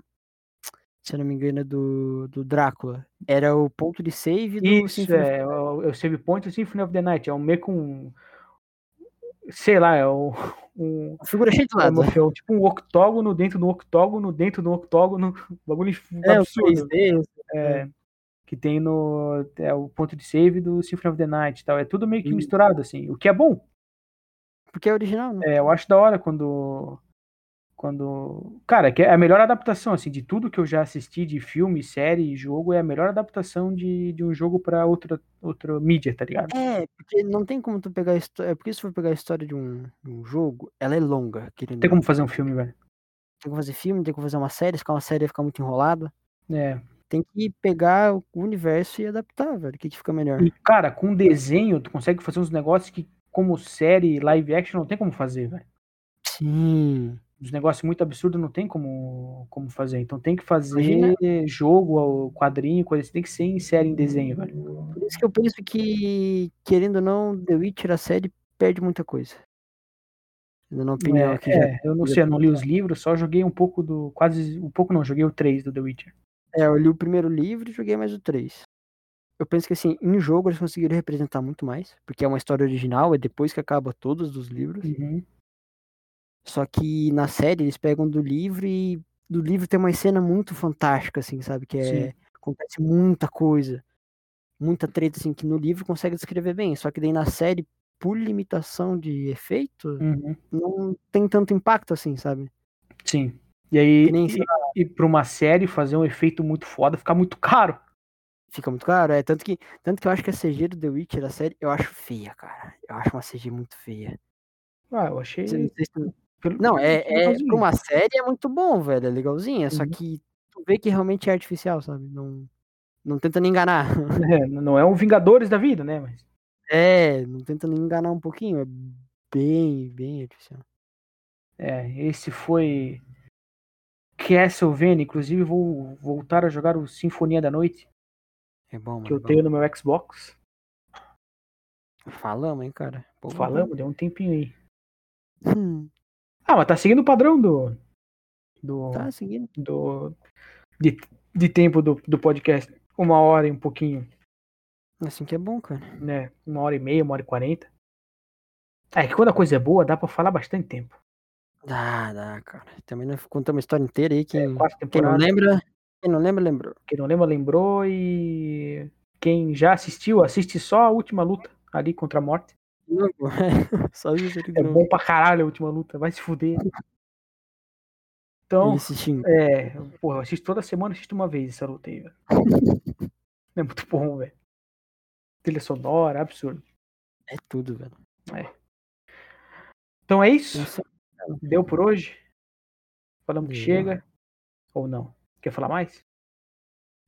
Se eu não me engano, é do, do Drácula. Era o ponto de save do Isso, Symphony of- é. o- Eu Save Point e o Symphony of the Night. É um meio que um. Sei lá, é um. um Uma figura cheia de é lado. uma- é um- tipo um octógono dentro do octógono, dentro do octógono. um Bagulho É, o absurdo. 3D, é, que tem no. É o ponto de save do Symphony of the Night e tal. É tudo meio que Sim. misturado, assim. O que é bom. porque é original, né? É, eu acho da hora quando. Quando. Cara, que é a melhor adaptação, assim, de tudo que eu já assisti de filme, série e jogo, é a melhor adaptação de, de um jogo pra outra, outra mídia, tá ligado? É, porque não tem como tu pegar a história. Porque se for pegar a história de um, de um jogo, ela é longa. Querendo. Não tem como fazer um filme, velho. tem que fazer filme, tem que fazer uma série, se ficar uma série ia ficar muito enrolado. É. Tem que pegar o universo e adaptar, velho. O que, que fica melhor? E, cara, com desenho, tu consegue fazer uns negócios que, como série, live action, não tem como fazer, velho. Sim. Uns negócios muito absurdos não tem como, como fazer. Então tem que fazer Imagina. jogo, ao quadrinho, coisa assim. Tem que ser em série, em desenho, velho. Por isso que eu penso que, querendo ou não, The Witcher, a série, perde muita coisa. Na minha opinião, É, aqui já. é, eu não sei, eu não li os livros, só joguei um pouco do. Quase. Um pouco não, joguei o 3 do The Witcher. É, eu li o primeiro livro e joguei mais o 3. Eu penso que, assim, em jogo eles conseguiram representar muito mais, porque é uma história original, é depois que acaba todos os livros. Uhum. Só que na série eles pegam do livro e do livro tem uma cena muito fantástica, assim, sabe? Que Sim. é, acontece muita coisa, muita treta, assim, que no livro consegue descrever bem. Só que daí na série, por limitação de efeito, Uhum. não tem tanto impacto, assim, sabe? Sim. E aí, Que nem, sei e, e pra uma série fazer um efeito muito foda fica muito caro. Fica muito claro, é. Tanto que, tanto que eu acho que a CG do The Witcher, a série, eu acho feia, cara. Eu acho uma CG muito feia. Ah, eu achei. Não sei se tu- pelo- Não, é, achei é legalzinho. pra uma série é muito bom, velho. É legalzinha. Só Uhum. que tu vê que realmente é artificial, sabe? Não, não tenta nem enganar. É, não é um Vingadores da vida, né? Mas É, não tenta nem enganar um pouquinho. É bem, bem artificial. é, esse foi Castlevania. Inclusive, vou voltar a jogar o Sinfonia da Noite, É bom, mano. que é eu bom. tenho no meu Xbox. Falamos, hein, cara. Pô, Falamos, deu um tempinho aí. Hum, Ah, mas tá seguindo o padrão do. do, tá seguindo. do de, de tempo do, do podcast. Uma hora e um pouquinho, Assim que é bom, cara. né? Uma hora e meia, uma hora e quarenta. É que quando a coisa é boa, dá pra falar bastante tempo. Dá, dá, cara. Também não contamos a história inteira aí. Quem, É Quatro quem não temporadas. lembra, quem não lembra, lembrou. Quem não lembra, lembrou e. Quem já assistiu, assiste só a última luta ali contra a morte. Não, pô. Só isso aqui É não. bom pra caralho a última luta, vai se fuder. Então, Ele se xinga. é, porra, eu assisto toda semana, assisto uma vez essa luta aí, velho. É muito bom, velho. Trilha sonora, absurdo. É tudo, velho. Então é isso. Nossa, Deu por hoje. Falamos que Deu. chega. Ou não. Quer falar mais?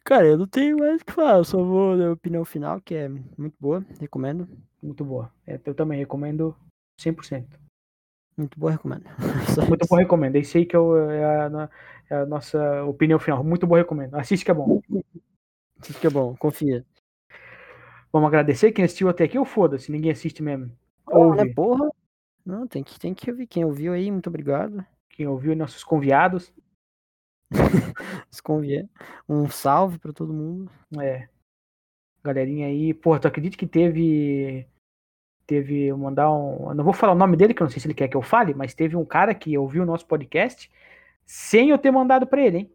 Cara, eu não tenho mais o que falar, eu só vou dar a opinião final, que é muito boa, recomendo. Muito boa. É, eu também recomendo 100%. Muito boa, recomendo. Só Muito isso. bom, recomendo. Esse aí que é, o- é a, na- é a nossa opinião final. Muito bom, recomendo. Assiste que é bom. Isso que é bom, confia. Vamos agradecer quem assistiu até aqui ou foda-se, ninguém assiste mesmo. Não, Ouve né, porra? Não, tem que, tem que ouvir. Quem ouviu aí, muito obrigado. quem ouviu, nossos conviados. Se convier. Um salve pra todo mundo. É. Galerinha aí. Porra, tu acredita que teve. Teve eu mandar um. Eu não vou falar o nome dele, que eu não sei se ele quer que eu fale, mas teve um cara que ouviu o nosso podcast sem eu ter mandado pra ele, hein?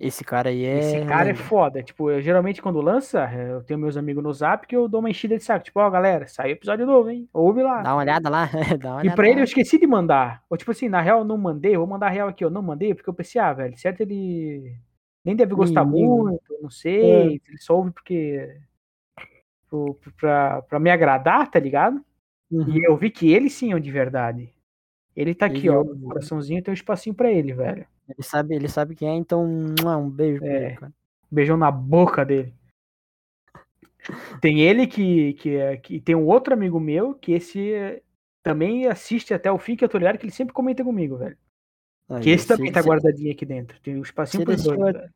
Esse cara aí é. Esse cara é lenda. foda. Tipo, eu, geralmente quando lança, eu tenho meus amigos no zap que eu dou uma enchida de saco. Tipo, ó, galera, saiu episódio novo, hein? Ouve lá. Dá uma olhada lá. Dá E uma olhada pra ele lá. eu esqueci de mandar. Ou tipo assim, na real eu não mandei, eu vou mandar a real aqui, eu não mandei, porque eu pensei, ah, velho, certo ele nem deve gostar Menino. muito, não É. sei, ele só ouve porque. pro- Pra, pra me agradar, tá ligado? Uhum. E eu vi que ele sim é um de verdade. Ele tá aqui, Ele é ó, ouve. no coraçãozinho, tem um espacinho pra ele, velho. Ele sabe, ele sabe quem é, então mua, um beijo pra É. ele, cara. Beijão na boca dele. Tem ele que, que, é- que tem um outro amigo meu que esse é, também assiste até o fim, que eu tô ligado que ele sempre comenta comigo, velho. Aí, Que esse se- também tá se- guardadinho aqui dentro. Tem um espacinho se pros ele dois. senhor- velho.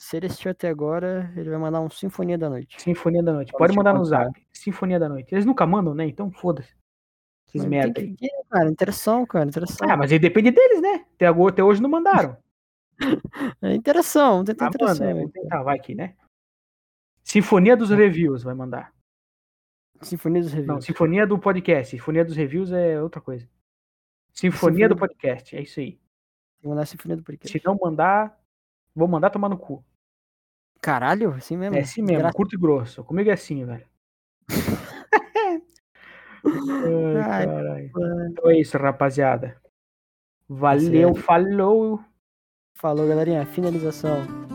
Se ele assistiu até agora, ele vai mandar um Sinfonia da Noite. Sinfonia da Noite. Pode Pode te mandar no contar. zap. Sinfonia da Noite. Eles nunca mandam, né? Então foda-se. Esses Mas merda. aí. Tem que ver, cara. Interação, cara. Interação. Ah, mas aí depende deles, né? Até, agora, até hoje não mandaram. É interação, tenta Ah, mano, interação. é, vou aí, cara. tentar, vai aqui, né? Sinfonia dos Reviews vai mandar. Sinfonia dos Não, Reviews. Sinfonia do Podcast. Sinfonia dos Reviews é outra coisa. Sinfonia Sinfonia do do- Podcast, é isso aí. Vou mandar a Sinfonia do Porquê. Se não mandar, vou mandar tomar no cu. Caralho, assim mesmo? É assim mesmo, Desgraça. curto e grosso. Comigo é assim, velho. Ai, Ai, caralho. mano. Então é isso, rapaziada. Valeu, aí. falou. Falou, galerinha. Finalização.